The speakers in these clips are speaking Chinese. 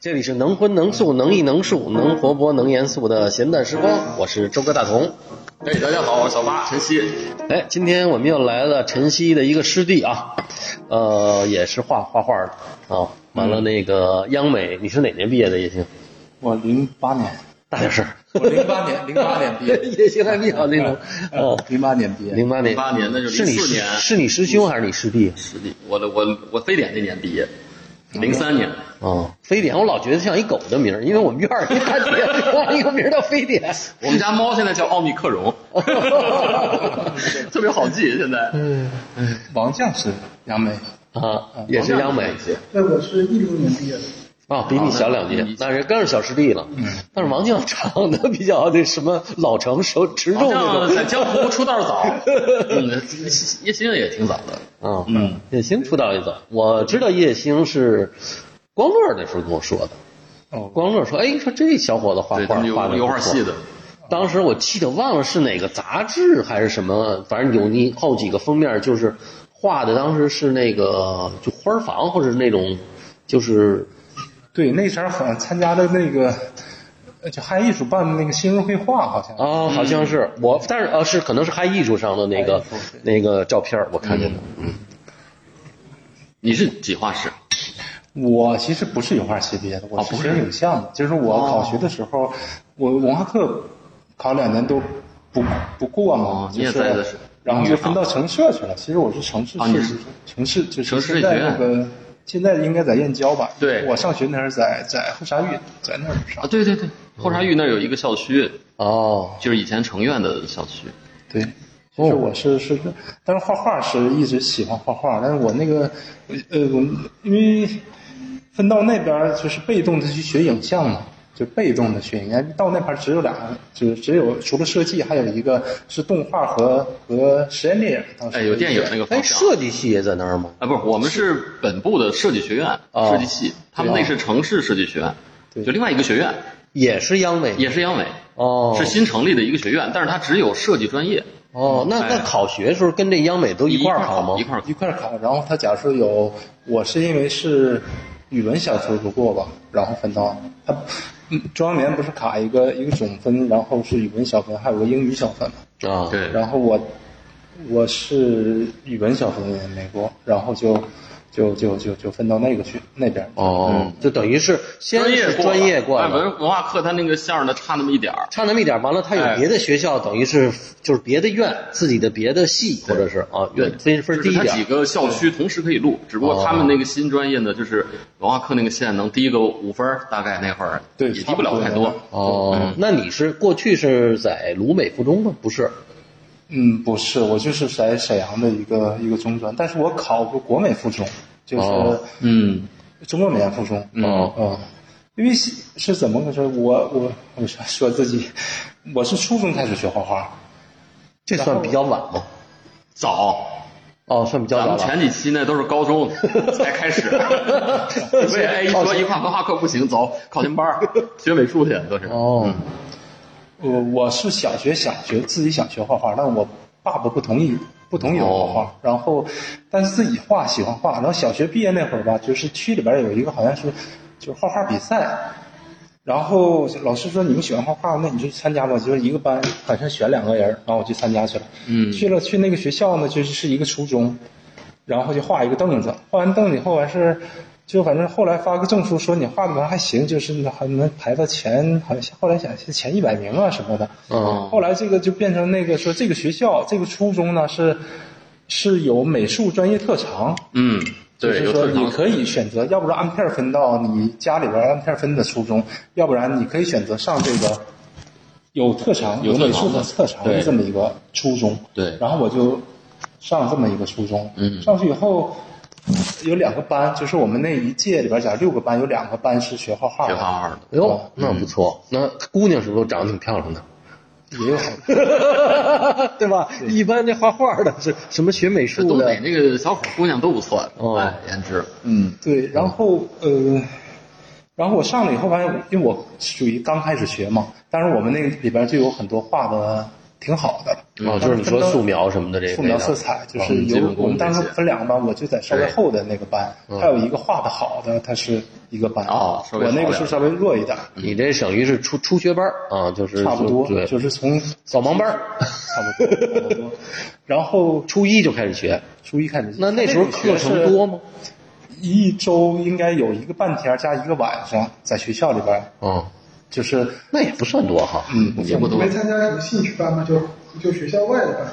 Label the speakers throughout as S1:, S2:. S1: 这里是能荤能素能艺能术能活泼能严肃的闲淡时光，我是周哥大同。
S2: 哎，大家好，我是小八晨曦。
S1: 哎，今天我们又来了晨曦的一个师弟啊，呃，也是画画画的啊。完了，那个央美，你是哪年毕业的也行，
S3: 我零八年，
S1: 大点声儿。
S3: 我零八年，零八年毕业，
S1: 也行，还比较那种。哦，
S3: 零八年毕业，
S1: 零八年，
S2: 08年那就是
S1: 你
S2: 04年
S1: 是你师兄还是你师弟？
S2: 师弟，我的我我非典那年毕业，零三年。
S1: 哦，非典，我老觉得像一狗的名儿，因为我们院儿里 大姐管一个名儿叫非典。
S2: 我们家猫现在叫奥密克戎， 特别好记。现在
S3: 王将是杨梅，
S1: 啊，也是央美
S4: 那我是一零年毕业的，
S1: 啊，比你小两
S2: 那
S1: 届
S2: 你，
S1: 那人更是小师弟了。嗯，但是王静长得比较那什么老成熟持重那
S2: 像在
S1: 种。
S2: 江湖出道早，嗯，叶星也挺早的。
S1: 啊，
S2: 嗯，
S1: 叶星出道也早，我知道叶星是光乐那时候跟我说的。
S3: 哦
S1: 光乐说：“哎，说这小伙子画
S2: 对，他
S1: 画
S2: 们有
S1: 画的
S2: 油画系的，
S1: 当时我记得忘了是哪个杂志还是什么，反正有你后几个封面就是画的，当时是那个就花儿房或者是那种就是
S3: 对，那前儿好像参加的那个，呃就汉艺术办的那个新锐绘画，好像
S2: 哦
S1: 啊，好像是
S2: 嗯
S1: 我，但是呃是可能是还艺术上的那
S2: 哎
S1: 个
S3: 嗨艺术
S1: 那个照片儿我看
S2: 嗯
S1: 见的，
S2: 你是几画室？
S3: 我其实不是油画系毕业
S2: 啊
S3: 的，我是学影像的。就是我
S2: 哦
S3: 考学的时候，我文化课考两年都不不过嘛
S2: 哦，
S3: 就
S2: 你也在的
S3: 是
S2: 是，
S3: 然后就分到城市去了。其实我是城市
S2: 啊你
S3: 设
S2: 是
S3: 计，城市就是
S2: 城市设计
S3: 现在
S2: 学院
S3: 那个现在应该在燕郊吧？
S2: 对
S3: 我上学那时候在在后沙峪，在那儿上
S2: 啊，。对对对，后沙峪那儿有一个校区，
S1: 哦，
S2: 就是以前成院的校区。
S3: 对，就是
S2: 哦
S3: 我是是，但是画画是一直喜欢画画，但是我那个呃，我因为分到那边儿就是被动的去学影像嘛，就被动的学影像，到那边儿只有俩，就只有除了设计，还有一个是动画和和实验电影。当时
S2: 哎，有电影那个
S1: 哎，
S2: 方向。
S1: 设计系也在那儿吗？
S2: 啊，不是，我们是本部的设计学院、
S1: 哦
S2: 设计系，他们那是城市设计学院，
S3: 对
S2: 就另外一个学院，
S1: 也是央美，
S2: 也是央美，
S1: 哦，
S2: 是新成立的一个学院，但是它只有设计专业，
S1: 哦，那那
S2: 哎
S1: 考学的时候跟这央美都一块儿考吗
S2: 一？块儿考
S3: 一块儿考，然后他假如说有，我是因为是语文小分不过吧，然后分到他嗯中央联不是卡一个一个总分，然后是语文小分，还有个英语小分嘛。
S1: 啊，
S2: 对，
S3: 然后我我是语文小分也没过，然后就就就就就分到那个去那边。
S1: 哦，就等于是先
S2: 嗯专业
S1: 是
S2: 过
S1: 专业过
S2: 哎
S1: 了，
S2: 文文化课它那个线儿呢差那么一点儿，
S1: 差那么一点儿，完了他有
S2: 哎
S1: 别的学校，等于是就是别的院自己的别的系或者是啊院分分低一
S2: 嗯就是它
S1: 点
S2: 几个校区同时可以录，只不过他们那个新专业呢，就是文化课那个线能低个五分儿，大概那会儿
S3: 对
S2: 也低不了太
S3: 差不多
S2: 多。
S1: 哦，
S2: 嗯
S1: 那你是过去是在鲁美附中吗？不是，
S3: 嗯，不是，我就是在沈阳的一个一个中专，但是我考过国美附中，就是、
S1: 哦
S2: 嗯，
S3: 中国美院附中。
S1: 哦
S3: 嗯，因为是是怎么回事？我我我说说自己，我是初中开始学画画，
S1: 这算比较晚吗？
S2: 早，
S1: 哦，算比较
S2: 咱
S1: 早
S2: 们
S1: 了。
S2: 前几期呢都是 高中才开始，所以哎一说一画文化课不行，走考前班儿学美术去都是。
S1: 哦，
S3: 我呃我是小学想学自己想学画画，但我爸爸不同意，不同意我画画。然后，但是自己画喜欢画。然后小学毕业那会儿吧，就是区里边有一个好像是就是画画比赛，然后老师说你们喜欢画画，那你就参加吧。就是一个班好像选两个人，然后我就参加去了。
S2: 嗯
S3: 去了去那个学校呢，就是是一个初中，然后就画一个凳子，画完凳子以后完事儿，就反正后来发个证书说你画的还行，就是还能排到前，好像后来想是前一百名啊什么的。
S1: 嗯
S3: 后来这个就变成那个说这个学校这个初中呢是是有美术专业特长，
S2: 嗯，对，
S3: 就是
S2: 有
S3: 说
S2: 特
S3: 你
S2: 长。
S3: 可以选择，要不然按片儿分到你家里边儿按片儿分的初中，要不然你可以选择上这个有特长、
S2: 有
S3: 有
S2: 特
S3: 美
S2: 长
S3: 术的
S2: 的
S3: 特长的
S2: 对
S3: 这么一个初中。
S2: 对
S3: 然后我就上这么一个初中，
S2: 嗯
S3: 上去以后。有两个班，就是我们那一届里边儿，假如六个班，有两个班是学画画
S2: 学
S3: 的，
S2: 画画的，嗯
S1: 哎呦，那不错，那姑娘是不是都长得挺漂亮的？
S3: 也有
S1: 对吧？一般这画画的是什么学美
S2: 这
S1: 术
S2: 东北
S1: 的？
S2: 那个小伙姑娘都不错
S1: 哦，
S2: 哎，颜值，
S3: 嗯，对，然后呃，然后我上了以后发现，因为我属于刚开始学嘛，当然我们那里边就有很多画的挺好的了。
S1: 哦，就是你说素描什么的这个
S3: 素描色彩，就是
S2: 嗯基
S3: 有
S2: 本功
S3: 我们当时
S2: 这些嗯
S3: 分两个班，我就在稍微厚的那个班，还有一个画的好的，他是一个班。
S2: 哦稍微
S3: 我那
S2: 好
S3: 个
S2: 点
S3: 是稍微弱一点，
S1: 你这等于是初初学班儿啊，就是
S3: 差不多
S1: 对，
S3: 就是从
S1: 扫盲班儿，
S3: 差不多差不多。然后
S1: 初一就开始学。
S3: 初一开始，
S1: 那那时候课程
S3: 那种学
S1: 多
S3: 是
S1: 吗？
S3: 一周应该有一个半天儿加一个晚上，在学校里边儿
S1: 嗯，
S3: 就是
S1: 那也不算多哈。
S3: 嗯，
S2: 也不多
S4: 没。参加什么兴趣班吗？就就学校外的班。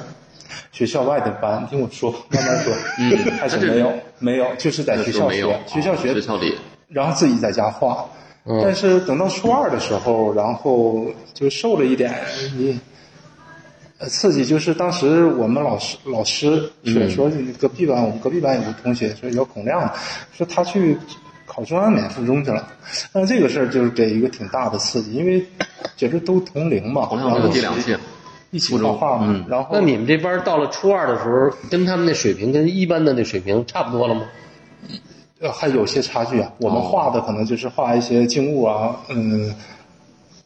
S3: 学校外的班，你听我说，慢慢说。
S2: 嗯
S3: 开始
S2: 那这
S3: 没有，没有，就是在学
S2: 那时
S3: 校
S2: 候没有啊
S3: 学，学校学，
S2: 学校里
S3: 然后自己在家画。
S1: 嗯
S3: 但是等到初二的时候，然后就瘦了一点，你呃刺激就是当时我们老师老师是说你隔壁
S1: 嗯
S3: 班，我们隔壁班有个同学说叫孔亮，说他去考中央美术中去了，但这个事儿就是给一个挺大的刺激，因为觉得都同龄嘛，
S2: 同
S3: 然
S2: 样这个
S3: 后
S2: 啊第两届，
S3: 一起画画嘛，然后
S1: 嗯那你们这班儿到了初二的时候，跟他们那水平跟一班的那水平差不多了吗？
S3: 呃，还有些差距啊。我
S1: 哦
S3: 们画的可能就是画一些静物啊，嗯，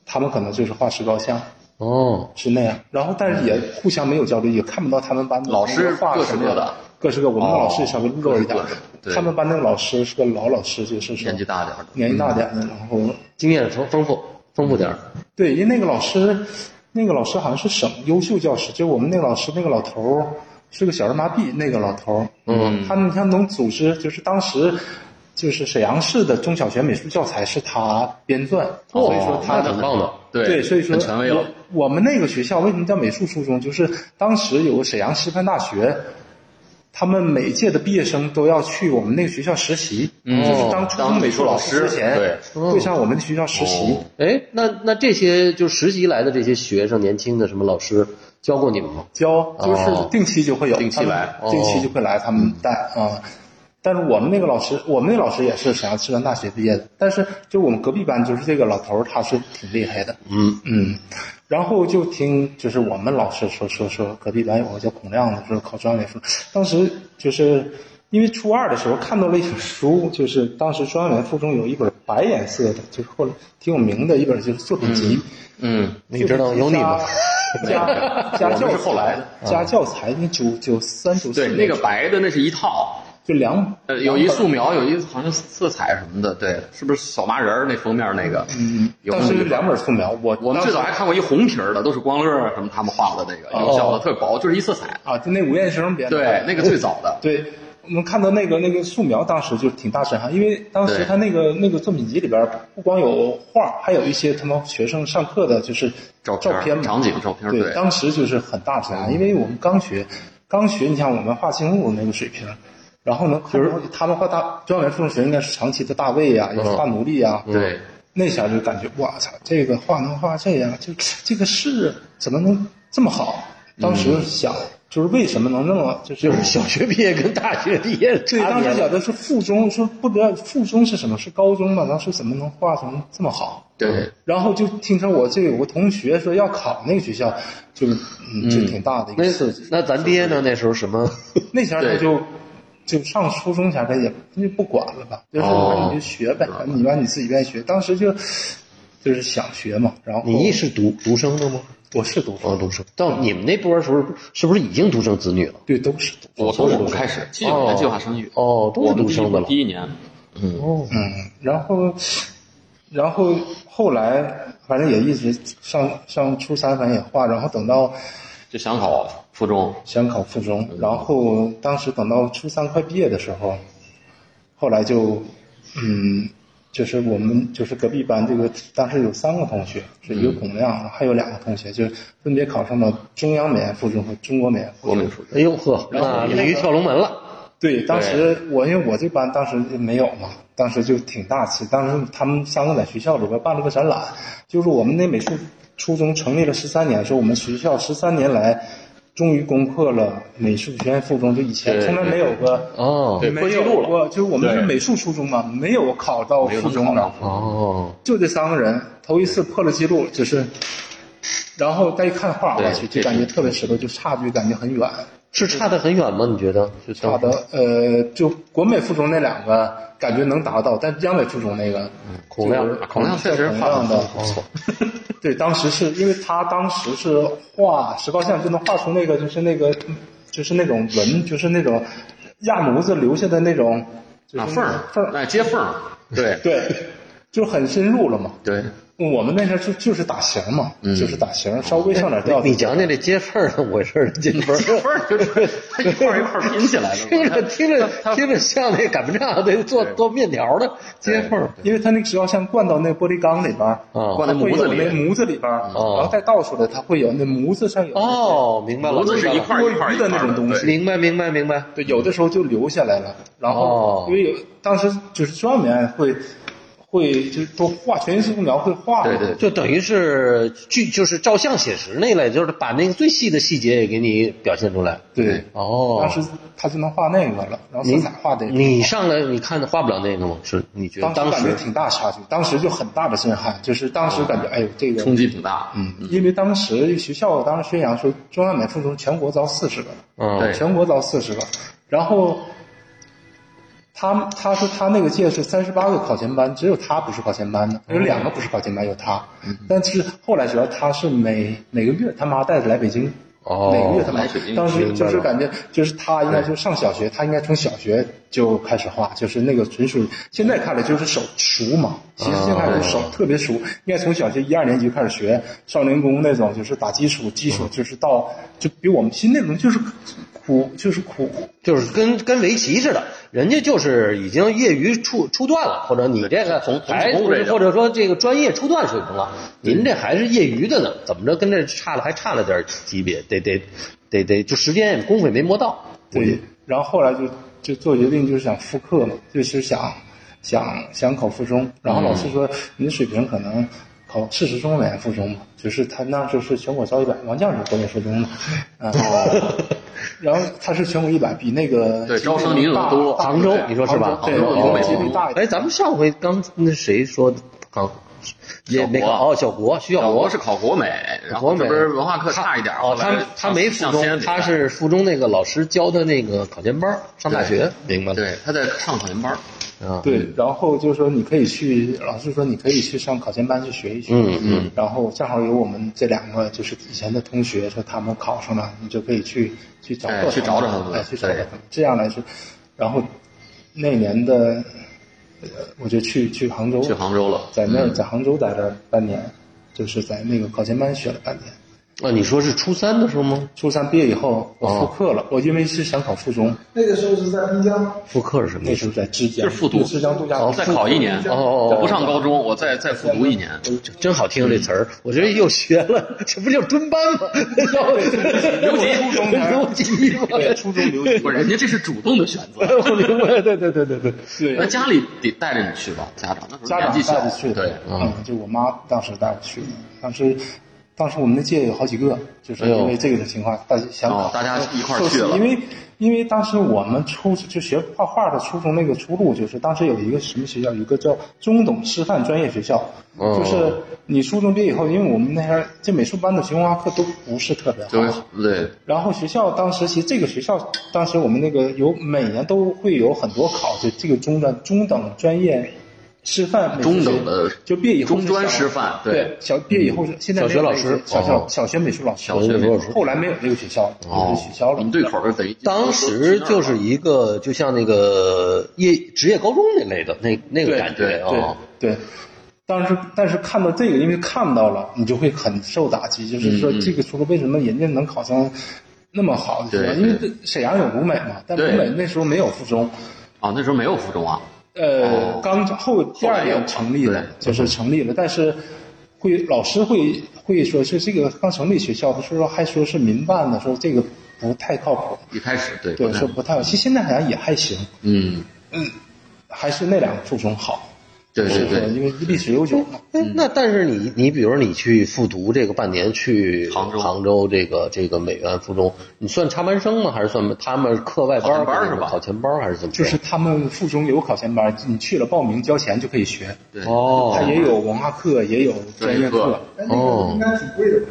S3: 他们可能就是画石膏像，
S1: 哦，
S3: 是那样。然后，但是也互相没有交流，也看不到他们班的
S2: 老师
S3: 画
S2: 各
S3: 什
S2: 是
S3: 么
S2: 各
S3: 样
S2: 的，
S3: 各是各。我们的老师也稍微
S2: 各
S3: 弱
S2: 是
S3: 一点
S2: 各的对，
S3: 他们班那个老师是个老老师，就是说
S2: 年纪大点儿的，嗯
S3: 年纪大点的，然后
S1: 经验丰丰富丰富点儿。
S3: 对，因为那个老师，那个老师好像是省优秀教师，就我们那个老师那个老头儿是个小儿麻痹，那个老头儿，嗯，他你像能组织，就是当时。就是沈阳市的中小学美术教材是他编撰，
S2: 哦
S3: 所以说他
S1: 哦那挺棒的。
S2: 对
S3: 所以说
S2: 很权威了。
S3: 我我们那个学校为什么叫美术初中？就是当时有个沈阳师范大学，他们每届的毕业生都要去我们那个学校实习，就是当初中
S2: 当
S3: 美术老师之前
S2: 美术老师
S3: 会上我们学校实习。
S2: 哦
S1: 哎，那那这些就实习来的这些学生，年轻的什么老师教过你们吗？
S3: 教，就是定期就会有，
S2: 哦定期来嗯
S3: 他们定期
S1: 哦
S3: 就会来，他们带啊。但是我们那个老师，我们那老师也是沈阳师范大学毕业的，但是就我们隔壁班就是这个老头儿，他是挺厉害的，
S1: 嗯
S3: 嗯。然后就听就是我们老师说说说隔壁班有个叫孔亮的，说考中央美术，当时就是。因为初二的时候看到了一本书，就是当时中央美术附中有一本白颜色的，就是后来挺有名的一本就是作品集，
S2: 嗯，
S1: 你知道有你吗？
S3: 加 加
S2: 我
S3: 教
S2: 们
S3: 材
S2: 是后来的
S3: 加教材，那九九三九四
S2: 对，那个白的那是一套，
S3: 就两
S2: 呃，有一素描，有一好像色彩什么的，对，是不是小麻人儿那封面那个？嗯，有
S3: 当
S2: 那么
S3: 时
S2: 一本
S3: 有两本素描，我
S2: 我们
S3: 当
S2: 最
S3: 时哦
S2: 早还看过一红皮儿的，都是光乐什么他们画的那个，有小的特薄，就是一色彩。
S3: 啊，就那吴彦生编的，
S2: 对，那个最早的，
S3: 对，我们看到那个那个素描，当时就挺大震撼，因为当时
S2: 对
S3: 他那个那个作品集里边不光有画，还有一些他们学生上课的就是
S2: 照片
S3: 照片嘛
S2: 场景照片
S3: 对
S2: 对，嗯
S3: 当时就是很大震撼，因为我们刚学，刚学，你像我们画静物那个水平。然后呢，就是他们画大中央美术中学应该是长期的大卫
S2: 嗯
S3: 呀、有时候大奴隶呀、
S2: 对，
S3: 那下就感觉哇操，这个画能画这样，就这个是怎么能这么好？当
S2: 嗯
S3: 时想，就是为什么能那么就是
S1: 就是小学毕业跟大学毕业
S3: 对，
S1: 差
S3: 当
S1: 别
S3: 时
S1: 了。
S3: 觉得是附中，说不得附中是什么？是高中嘛？当时怎么能画成这么好？
S2: 对，
S3: 然后就听说我这有个同学说要考那个学校，就是嗯，就挺大的一
S1: 那
S3: 个刺激。
S1: 那咱爹呢？那时候什么？
S3: 那前儿他
S2: 对
S3: 就就上初中前儿他也就不管了吧，就是
S1: 哦
S3: 你就学呗，你让你自己愿意学。当时就就是想学嘛，然后
S1: 你是独独生的吗？
S3: 我是读
S1: 哦，独生。到你们那波儿时候，是不是已经独生子女了？
S3: 对，都是
S2: 我从我们开始，七九年计划生育，
S1: 哦，都
S2: 我
S1: 是独
S2: 们第一
S1: 生的了。
S2: 第一年，
S1: 哦，
S3: 嗯，然后，然后后来反正也一直上上初三，反正也画，然后等到
S2: 就想考初中，
S3: 想考附中，然后当时等到初三快毕业的时候，后来就嗯，就是我们就是隔壁班这个当时有三个同学，是一个孔亮，还有两个同学就分别考上了中央美院附中和中国美院附
S2: 国
S3: 中。
S2: 美初中，
S1: 哎呦呵，那鲤鱼跳龙门了。
S3: 对，当时我因为我这班当时就没有嘛，当时就挺大气。当时他们三个在学校里边办了个展览，就是我们那美术初中成立了十三年，说我们学校十三年来终于攻克了美术学院附中，就以前
S2: 对
S3: 从来没有个
S1: 哦
S2: 对
S3: 没
S2: 破纪录
S3: 有
S2: 了
S3: 过，就是我们是
S2: 对
S3: 美术初中嘛，没有考到
S2: 没有啊
S3: 附中的，
S1: 哦，
S3: 就这三个人头一次破了记录，就是。然后再一看画，
S2: 对
S3: 我去，
S2: 这
S3: 就感
S2: 是
S3: 觉特别石头，就差距感觉很远。
S1: 是差得很远吗？你觉得？就
S3: 差
S1: 差
S3: 的呃，就国美附中那两个感觉能达到，但央美附中那个
S1: 孔亮哦
S3: 就是
S2: 孔亮确实
S3: 孔
S2: 画得
S3: 亮的
S2: 不错，
S3: 对，当时是因为他当时是画石膏像，就能画出那个就是那个就是那种纹，就是那种亚模子留下的那种就是
S2: 啊缝儿
S3: 缝儿，
S2: 哎接缝儿，对
S3: 对， 就很深入了嘛。
S2: 对，
S3: 我们那时候就就是打形嘛，就是打形，稍微上点调子
S1: 哎你。讲讲这接缝儿怎么回事儿？接缝
S2: 接
S1: 儿，
S2: 缝儿就是它一块儿一块儿拼起来 的
S1: 听
S2: 嘛
S1: 着。听着听着像那擀面杖得做
S2: 对
S1: 做面条的接缝儿
S3: 因为它那个石膏像灌到那玻璃缸里边儿，
S1: 啊
S2: 灌在
S3: 它会
S2: 模子
S3: 有
S2: 里啊
S3: 那模子里边儿，
S1: 哦
S3: 然后再倒出来，它会有那模子上有那些
S1: 哦，明白了，
S2: 模子
S1: 明
S2: 是
S1: 白
S2: 一
S1: 了
S2: 块儿一块儿一块儿
S3: 多余的那种东西
S2: 对
S1: 明白明白明白。
S3: 对，有的时候就留下来了。然后
S1: 哦
S3: 因为有当时就是专门会会就是都画全息素描会画，
S2: 对对
S1: 就等于是剧，就是照相写实那类，就是把那个最细的细节也给你表现出来。
S3: 对。
S1: 哦，
S3: 当时他就能画那个了，然后色
S1: 你
S3: 彩画的，
S1: 哦你上来你看画不了那个吗？是你觉得
S3: 当
S1: 当
S3: 时感觉
S1: 时
S3: 挺大差距，当时就很大的震撼，就是当时感觉哎呦这个
S2: 冲击挺大，嗯，
S3: 因为当时学校当时宣扬说中央美附中全国招四十个，
S1: 嗯
S2: 对
S3: 全国招四十个，然后他他说他那个届是三十八个考前班，只有他不是考前班的，有两个不是考前班，有他。
S2: 嗯
S3: 但是后来学校他是每每个月他妈带着来北京。
S1: 哦
S3: 每个月他妈
S2: 来北京，
S3: 当时
S1: 明白
S3: 就
S1: 了
S3: 是感觉，就是他应该就上小学，他应该从小学就开始画，就是那个纯属现在看来就是手熟嘛，其实现在看
S2: 哦
S3: 来就是手特别熟，应该从小学一二年级开始学少年宫那种，就是打基础，基础
S2: 嗯
S3: 就是到就比我们新那种就是苦，就是苦，
S1: 就是跟跟围棋似的，人家就是已经业余出出段了，或者你这个
S2: 从从
S1: 还
S2: 从这个
S1: 或者说这个专业出段水平了，您这还是业余的呢，怎么着跟这差了还差了点级别，得得得得，就时间功夫也没磨到。
S3: 对，然后后来就就做决定，就是想复课嘛，就是想想想考附中。然后老师
S2: 嗯
S3: 说，你的水平可能考四十中美附中吧，就是他那时候是全国招一百，王将是国美附中的， 啊、然后他是全国一百，比那个
S2: 对
S3: 吉林
S2: 招生名额
S3: 大
S2: 多
S3: 大
S1: 杭州
S3: 对，
S1: 你说是吧？
S3: 对，
S2: 杭州
S3: 杭
S2: 北
S3: 州
S2: 京
S3: 几率大一点。
S1: 哎，咱们上回刚那谁说刚也没
S2: 小国
S1: 考哦，小国徐小
S2: 小
S1: 国
S2: 国是考国美，然后
S1: 国美
S2: 这不是文化课差一点，
S1: 哦，
S2: 后
S1: 他
S2: 来
S1: 他没附
S2: 上
S1: 中，
S2: 先
S1: 他是附中那个老师教的那个考前班儿，上大学，明白了？
S2: 对他在上考研班儿，
S1: 啊，
S3: 对，然后就是说你可以去，老师说你可以去上考前班去学一学。
S1: 嗯嗯。
S3: 然后正好有我们这两个就是以前的同学说他们考上了，你就可以去去找
S2: 哎
S3: 找
S2: 去找找他们
S3: 哎，去找找他
S2: 对
S3: 们。这样来说，然后那年的，呃，我就去去杭州，
S2: 去杭州了，
S3: 在那儿
S2: 嗯
S3: 在杭州待了半年，就是在那个考前班学了半年。
S1: 啊，你说是初三的时候吗？
S3: 初三毕业以后，我复
S1: 哦
S3: 课了，我因为是想考附中，
S4: 那个时候是在滨江，
S1: 复课是什么
S3: 那
S1: 意
S3: 时
S1: 思
S3: 候？在枝江，
S2: 就是复读
S3: 枝江度假
S1: 哦
S3: 村，
S2: 再考一年，
S1: 哦哦哦
S2: 不上高中，我再再复读一年，
S1: 真好听这词儿，我觉得又学了， 这不就是蹲班吗？ 留
S3: 级初中才
S1: 留级吗？
S3: 对，初中留级
S2: 不，是人家这是主动的选择，
S1: 我明白，对对对对对，
S3: 对
S2: 那家里得带着你去吧，家长那时候
S3: 家长
S2: 年纪
S3: 带
S2: 小
S3: 着去，
S2: 对
S3: 的，，嗯，就我妈当时带我去的，当时。当时我们那届有好几个，就是因为这个情况，大家想
S2: 哎哦大家一块儿去了
S3: 因为因为当时我们初就学画画的初中那个出路，就是当时有一个什么学校，有一个叫中等师范专业学校，
S1: 哦
S3: 就是你初中毕业以后，因为我们那边这美术班的学文化课都不是特别好，
S2: 就是对
S3: 然后学校当时其实这个学校当时我们那个有每年都会有很多考，就这个中专中等专业师范美术
S2: 中
S3: 学
S2: 等的
S3: 就毕业以后
S2: 中专
S3: 是小
S2: 师范
S3: 对
S2: 对嗯
S3: 小毕业以后是现在
S1: 小学
S3: 没有
S1: 老
S3: 这
S1: 师
S3: 个小
S1: 哦
S3: 小小学美术老师
S2: 小学美术老师
S3: 后来没有这个学校了，
S2: 哦
S3: 就取消
S2: 我
S3: 了
S2: 们。对口儿的等于
S1: 当时就是一个就像那个业职业高中那类的那那个
S3: 对
S1: 感
S2: 对
S1: 觉
S3: 对
S1: 啊，
S3: 对。但是但是看到这个，因为看到了，你就会很受打击。就是说，
S2: 嗯
S3: 这个初中为什么人家能考上那么好的学校？
S2: 对
S3: 因为
S2: 对
S3: 这沈阳有鲁美嘛，但鲁
S2: 对
S3: 美那时候没有附中。
S2: 啊，那时候没有附中啊，
S3: 呃
S2: 哦，
S3: 刚后第二年成立的
S2: 对，
S3: 就是成立了，但是会老师会会说是这个刚成立学校，说还说是民办的，说这个不太靠谱，
S2: 一开始对
S3: 对，
S2: 不太
S3: 说不太，其实现在好像也还行，
S2: 嗯，
S3: 还是那两个附中好，
S2: 对
S3: 就是
S2: 对
S3: 说
S2: 对，
S3: 因为历史悠久嘛，
S1: 哎，
S2: 嗯
S1: 那但是你你比如你去复读这个半年去
S2: 杭州
S1: 这个这个美院附中，你算插班生吗？还是算他们课外班儿
S2: 考前班儿是吧
S1: 考前班儿还是怎么着？
S3: 就是他们附中有考前班，你去了报名交钱就可以学，
S2: 对
S1: 哦，
S3: 它也有文化课，也有专
S2: 专业
S3: 业课
S2: 课，
S4: 哎，那个应该挺贵的吧？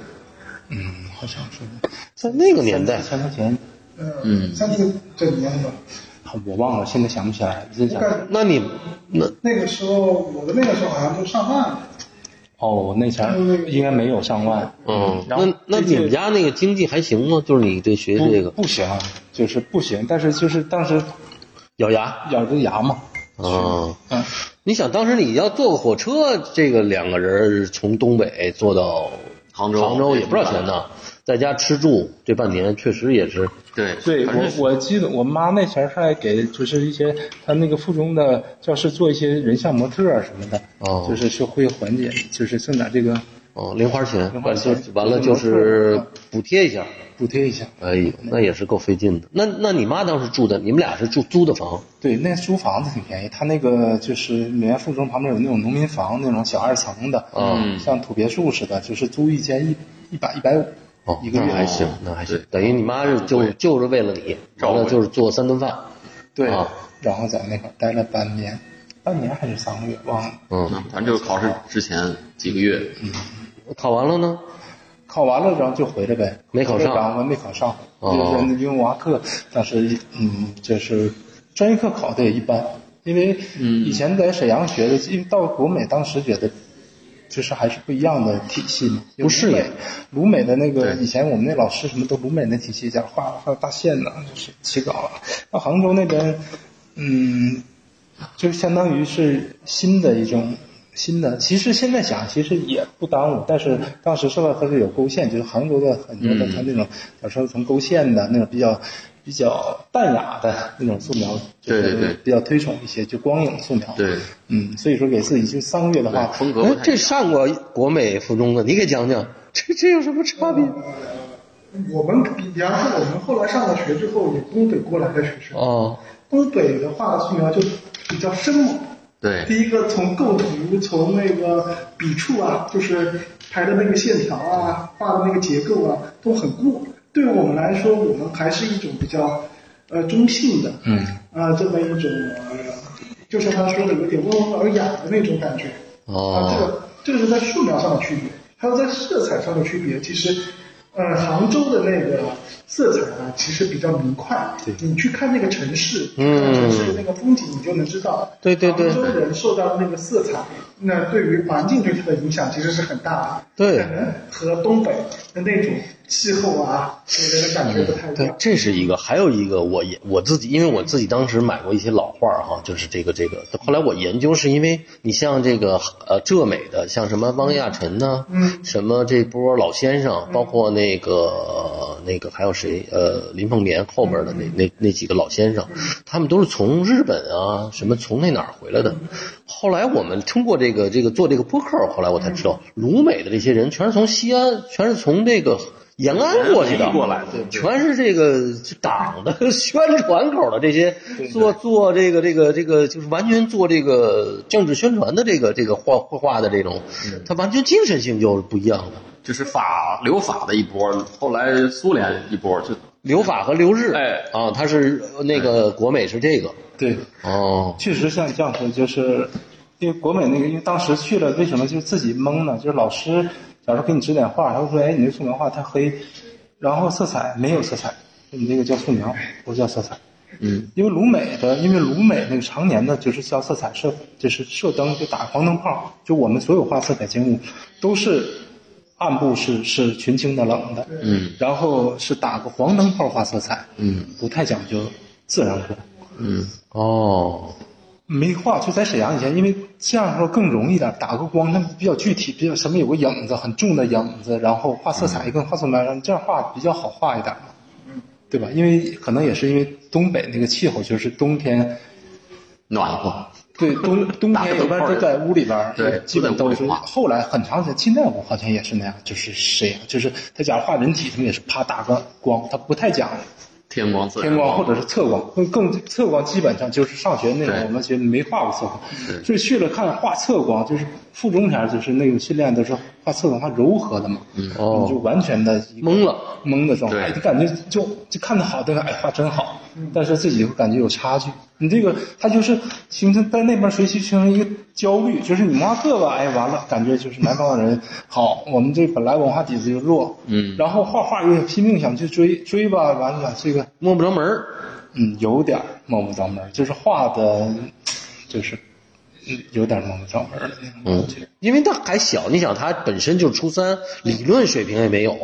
S3: 嗯，好像是
S1: 在那个年代
S3: 三千块钱，
S2: 嗯
S4: 嗯，三四这几年吧。
S3: 我忘了，现在想不起来，真想
S4: 我
S3: 不起来
S4: 感觉
S1: 那你那
S4: 那个时候，我的那个时候好像就上万了，
S3: 哦，那前儿应该没有上万。
S1: 嗯，
S3: 然后
S1: 那那你们家那个经济还行吗？就是你这学
S3: 不
S1: 这个
S3: 不行，就是不行。但是就是当时
S1: 咬牙
S3: 咬着牙嘛，
S1: 啊。
S3: 嗯，
S1: 你想当时你要坐个火车，这个两个人从东北坐到
S2: 杭州
S1: 杭州也不知道钱呢，在家吃住这半年确实也是，
S2: 对
S3: 对
S2: 反正
S3: 我我记得我妈那前儿是爱给就是一些她那个附中的教室做一些人像模特儿什么的，
S1: 哦
S3: 就是是会缓解，就是挣点这个
S1: 哦，零花钱，
S3: 零花
S1: 完就
S3: 钱
S1: 完了就是补贴一下。
S3: 补贴一下。
S1: 哎呦，那也是够费劲的。那那你妈当时住的，你们俩是住租的房？
S3: 对，那租房子挺便宜，她那个就是绵阳附中旁边有那种农民房，那种小二层的，
S1: 嗯
S3: 像土别墅似的，就是租一间一一百一百五
S1: 哦，
S3: 一个月
S1: 那还行，那还行，等于你妈是
S2: 不
S1: 就
S2: 贵
S1: 就是为了你，完
S2: 照
S1: 了
S2: 顾
S1: 就是做三顿饭。
S3: 对，
S1: 啊
S3: 然后在那块儿待了半年，半年还是三个月，忘了。
S1: 嗯，
S2: 反正就是考试之前几个月，
S1: 考完了呢？
S3: 考完了，然后就回来呗。
S1: 没考上
S3: 回来然后没考上，
S1: 哦
S3: 就是因为文化课当时，嗯，就是专业课考的也一般，因为
S1: 嗯
S3: 以前在沈阳学的，因为到国美当时觉得。就是还是不一样的体系嘛，
S1: 不适应
S3: 因为鲁美。鲁美的那个
S2: 对
S3: 以前我们那老师什么都鲁美那体系，讲画画大线呐，就是起稿啊。那杭州那边，嗯，就相当于是新的一种新的。其实现在想，其实也不耽误，但是当时受到它是有勾线，就是韩国的很多的
S2: 嗯
S3: 它那种，小时候从勾线的那种比较比较淡雅的那种素描，就是
S2: 对对对
S3: 比较推崇一些，就光影素描。
S2: 对，
S3: 嗯，所以说给自己就三个月的话
S2: 对，风格不
S1: 哎，
S2: 太一
S1: 这
S2: 样。
S1: 上过国美附中的，你给讲讲，这这有什么差别？
S4: 我们比方说我们后来上了学之后，也东北过来的学生，
S1: 哦，
S4: 东北的画的素描就比较生猛。
S2: 对，
S4: 第一个从构图，从那个笔触啊，就是排的那个线条啊，画的那个结构啊，都很过。对我们来说，我们还是一种比较呃中性的，嗯，啊、这么一种，呃、就像他说的，有点温文尔雅的那种感觉。啊，这
S1: 哦，
S4: 个这个是在素描上的区别，还有在色彩上的区别。其实，呃，杭州的那个色彩啊，其实比较明快。对，你去看那个城市，
S1: 嗯
S4: 看城市的那个风景，你就能知道。
S1: 对对对
S4: 杭州人受到的那个色彩，那对于环境对它的影响其实是很大的。
S1: 对
S4: 可能和东北的那种气候啊，给人的感觉不太一
S1: 对
S4: 样，。
S1: 这是一个，还有一个，我也我自己，因为我自己当时买过一些老画儿哈，就是这个这个。后来我研究是因为你像这个呃浙美的，像什么汪亚尘呐、
S4: 嗯
S1: 什么这波老先生，包括那个那个还有谁呃林凤眠后边的那
S4: 嗯
S1: 那那几个老先生，他们都是从日本啊什么从那哪儿回来的。
S4: 嗯
S1: 后来我们通过这个这个做这个播客，后来我才知道，
S4: 嗯
S1: 鲁美的这些人全是从西安，全是从这个。延安过去的，
S2: 过来对
S1: 全是这个党的 宣传口的这些做做这个这个这个，就是完全做这个政治宣传的这个这个画绘画的这种，
S2: 嗯
S1: 它完全精神性就是不一样的。
S2: 就是法留法的一波，后来苏联一波，就
S1: 留法和留日，
S2: 哎
S1: 啊，它是呃那个国美是这个
S3: 对，
S1: 哦，
S3: 确实像你这样说，就是因为国美那个，因为当时去了，为什么就自己懵呢？就是老师，假如给你指点画，他会说：“哎，你这素描画太黑，然后色彩没有色彩，你这个叫素描，不叫色彩。”
S2: 嗯，
S3: 因为鲁美的，因为鲁美那个常年的就是消色彩射，就是射灯就打黄灯泡，就我们所有画色彩静物都是暗部是是群青的冷的，
S2: 嗯，
S3: 然后是打个黄灯泡画色彩，
S2: 嗯，
S3: 不太讲究自然光。
S2: 嗯，
S1: 哦，
S3: 没画，就在沈阳以前，因为这样说更容易点，打个光它比较具体，比较什么有个影子很重的影子，然后画色彩跟画素描，然后这样画比较好画一点嘛，对吧？因为可能也是因为东北那个气候，就是冬天，
S2: 暖和，
S3: 对冬冬
S2: 打个
S3: 天一
S2: 灯
S3: 般
S2: 泡
S3: 都
S2: 儿
S3: 在屋里边儿，
S2: 对
S3: 基本
S2: 都在屋
S3: 都是
S2: 里画
S3: 后来很长时间，近代我好像也是那样，就是这样，就是他假如画人体，他们也是啪打个光，他不太讲
S2: 天光自然
S3: 天光或者是侧光，更更侧光基本上就是上学那种
S2: 对
S3: 我们学没画过侧
S2: 对
S3: 光，就是去了看画侧光，就是附中前儿就是那种训练都是画侧光，画柔和的嘛，
S1: 哦
S3: 你就完全的一个
S1: 懵了，
S3: 懵的
S2: 嗯
S3: 状
S2: 对
S3: 态，你感觉就就看着好的，哎，画真好，但是自己会感觉有差距。你这个它就是形成在那边学习形成一个焦虑，就是你文化课吧，哎完了，感觉就是南方人好，我们这本来文化底子就弱，
S2: 嗯
S3: 然后画画又拼命想去追追吧，完了这个
S1: 摸不着门儿。
S3: 嗯有点儿摸不着门儿，就是画的，就是嗯有点儿摸不着门儿的那种感觉。
S1: 因为他还小，你想他本身就是初三，理论水平也没有，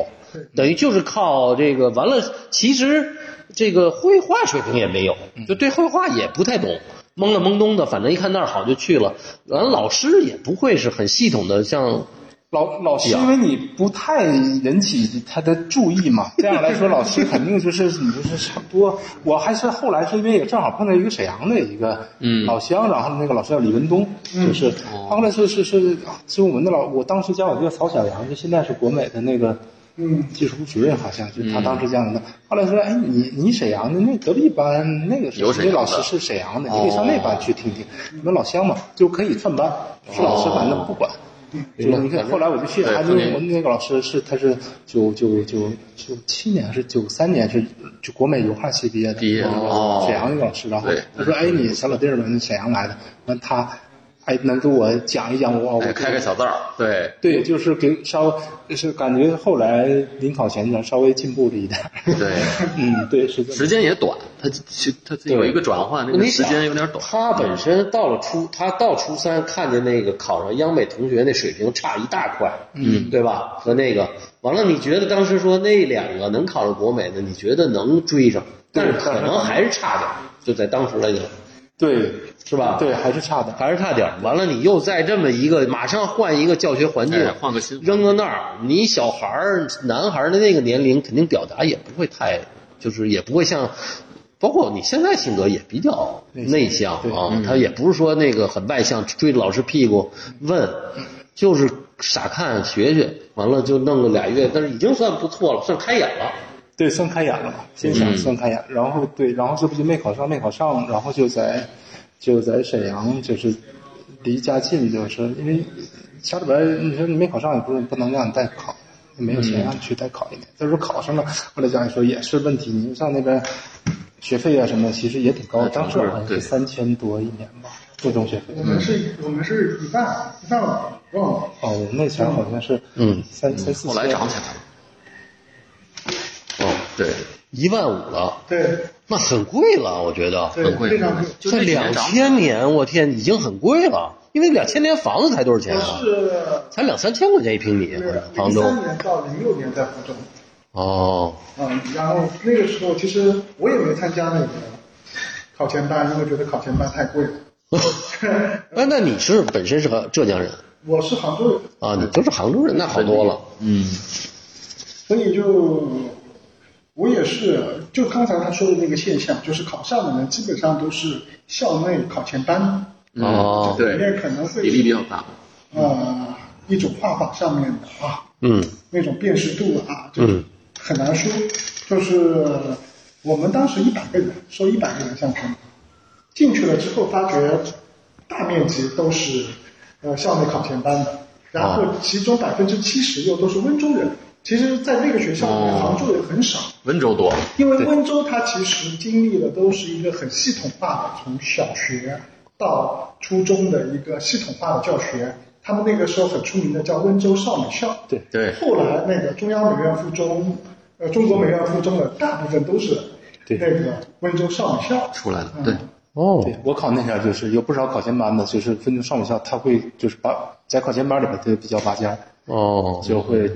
S1: 等于就是靠这个完了。其实这个绘画水平也没有，就对绘画也不太懂，懵了懵懂的，反正一看那儿好就去了。完了，老师也不会是很系统的，像
S3: 老老师，
S1: 呀
S3: 因为你不太引起他的注意嘛，这样来说，老师肯定就是你就是差不多。我还是后来是因为也正好碰到一个沈阳的一个
S2: 嗯
S3: 老乡，然后那个老师叫李文东，就是他后来是是是中文的老，我当时教我一个曹小阳，就现在是国美的那个
S4: 嗯，
S3: 技术部主任，好像就是他当时教的。后来说，哎，你你沈阳的那隔壁班那个是
S2: 有沈
S3: 那
S2: 阳的
S3: 老师是沈阳的，你可以上那班去听听，你们老乡嘛，就可以串班，是老师反正不管。就是你看，后来我就去，
S2: 对
S3: 他就
S2: 当年
S3: 我那个老师是他是九九九九七年还是九三年是就国美油画系毕业的，
S2: 毕业的哦
S3: 沈阳那个老师，然后
S2: 对
S3: 他说：“哎，你小老弟儿们，沈阳来的，完他哎能给我讲一讲我我
S2: 哎，开个小灶儿，对，
S3: 对，就是给稍是感觉后来临考前呢稍微进步了一点儿，
S2: 对
S3: 嗯，对，是这
S2: 时
S3: 么
S2: 间也短，它它它有一个转换，那个
S1: 你
S2: 时
S1: 想
S2: 间有点短。
S1: 他本身到了初，他到初三看见那个考上央美同学那水平差一大块，嗯，对吧？和那个完了，你觉得当时说那两个能考上国美的，你觉得能追上？但是可能还是差点儿，就在当时来讲，
S3: 对
S1: 是吧？
S3: 对，，还是差点儿。
S1: 还是差点儿。完了，你又在这么一个马上换一个教学环境，
S2: 哎换个新
S1: 扔到那儿，你小孩儿、男孩儿的那个年龄，肯定表达也不会太，就是也不会像，包括你现在性格也比较内向
S3: 对
S1: 啊，他也不是说那个很外向，追着老师屁股问，就是傻看学学，完了就弄了俩月，但是已经算不错了，算开眼了。
S3: 对，算开眼了嘛，心想算开眼，然后对，然后这不就没考上，没考上，然后就在就在沈阳，就是离家近，就是因为家里边儿你说你没考上也不是不能让你再考，也没有钱让你去再考一年。再说考上了，后来家里说也是问题，你上那边学费啊什么，其实也挺高，当时好像
S2: 对
S3: 是三千多一年吧，初中学费
S4: 我。们是，我们是一半，一半了，忘了。
S3: 哦，我们那前好像是
S1: 嗯
S3: 三三四千，
S2: 后来涨起来了。
S1: 哦，
S2: 对，
S1: 一万五了，
S4: 对
S1: 那很贵了，我觉得。
S4: 对，
S2: 贵
S4: 非常贵。
S2: 就
S1: 在
S2: 这几
S1: 两
S2: 年涨
S1: 千年，我天，已经很贵了，因为两千年房子才多少钱
S4: 我
S1: 啊？
S4: 是
S1: 才两三千块钱一平米，
S4: 零
S1: 杭州。
S4: 三年到零六年在杭州，
S1: 哦，
S4: 嗯，然后那个时候其实我也没参加那个考前班，因为觉得考前班太贵了。
S1: 那那你是本身是个浙江人
S4: 我是杭州人，
S1: 啊？你就是杭州人，那好多了。
S2: 嗯，
S4: 所以就我也是，就刚才他说的那个现象，就是考上的人基本上都是校内考前班，
S2: 嗯
S1: 哦
S4: 里面
S2: 对，
S4: 可能会
S2: 比例比较大。
S4: 呃一种画法上面的啊，
S1: 嗯
S4: 那种辨识度啊，就
S1: 嗯
S4: 很难说。就是我们当时一百个人，收一百个人上去，进去了之后发觉大面积都是呃校内考前班的，然后
S1: 哦
S4: 其中百分之七十又都是温州人。其实，在那个学校里面，
S2: 哦
S4: 杭州人很少，
S2: 温州多，
S4: 因为温州它其实经历的都是一个很系统化的，从小学到初中的一个系统化的教学。他们那个时候很出名的叫温州少美校，
S3: 对
S2: 对，
S4: 后来那个中央美院附中，呃，中国美院附中的大部分都是那
S3: 对
S4: 个温州少美校嗯
S2: 出来了，对，
S1: 哦
S3: 对我考那前儿就是有不少考前班的，就是分中上午校，他会就是把在考前班里边就比较拔尖儿，
S1: 哦，
S3: 就会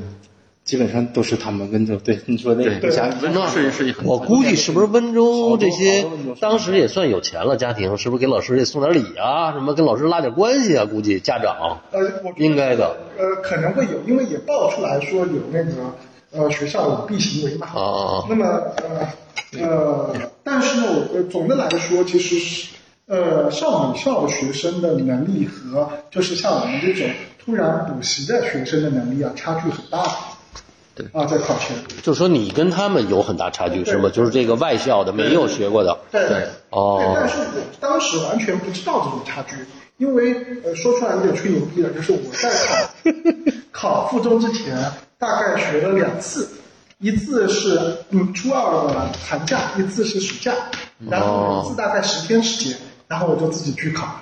S3: 基本上都是他们温州。对你说那个，
S2: 对
S3: 你想
S2: 温州是是一很
S1: 我估计是不是温州这些当时也算有钱了家庭，是不是给老师也送点礼啊？什么跟老师拉点关系啊？估计家长
S4: 呃，我
S1: 应该的。
S4: 呃可能会有，因为也爆出来说有那个呃学校舞弊行为嘛。
S2: 哦
S1: 啊啊啊！
S4: 那么呃呃，但是呢，我呃总的来说，其实是呃少美校的学生的能力和就是像我们这种突然补习的学生的能力啊，差距很大。
S2: 对
S4: 啊，在考前，
S1: 就说你跟他们有很大差距是吗？就是这个外校的没有学过的。
S4: 对
S2: 对
S1: 哦
S4: 对但是我当时完全不知道这种差距，因为呃说出来有点吹牛逼了，就是我在考考附中之前，大概学了两次，一次是嗯初二的寒假，一次是暑假。然后每次大概十天时间，然后我就自己去考，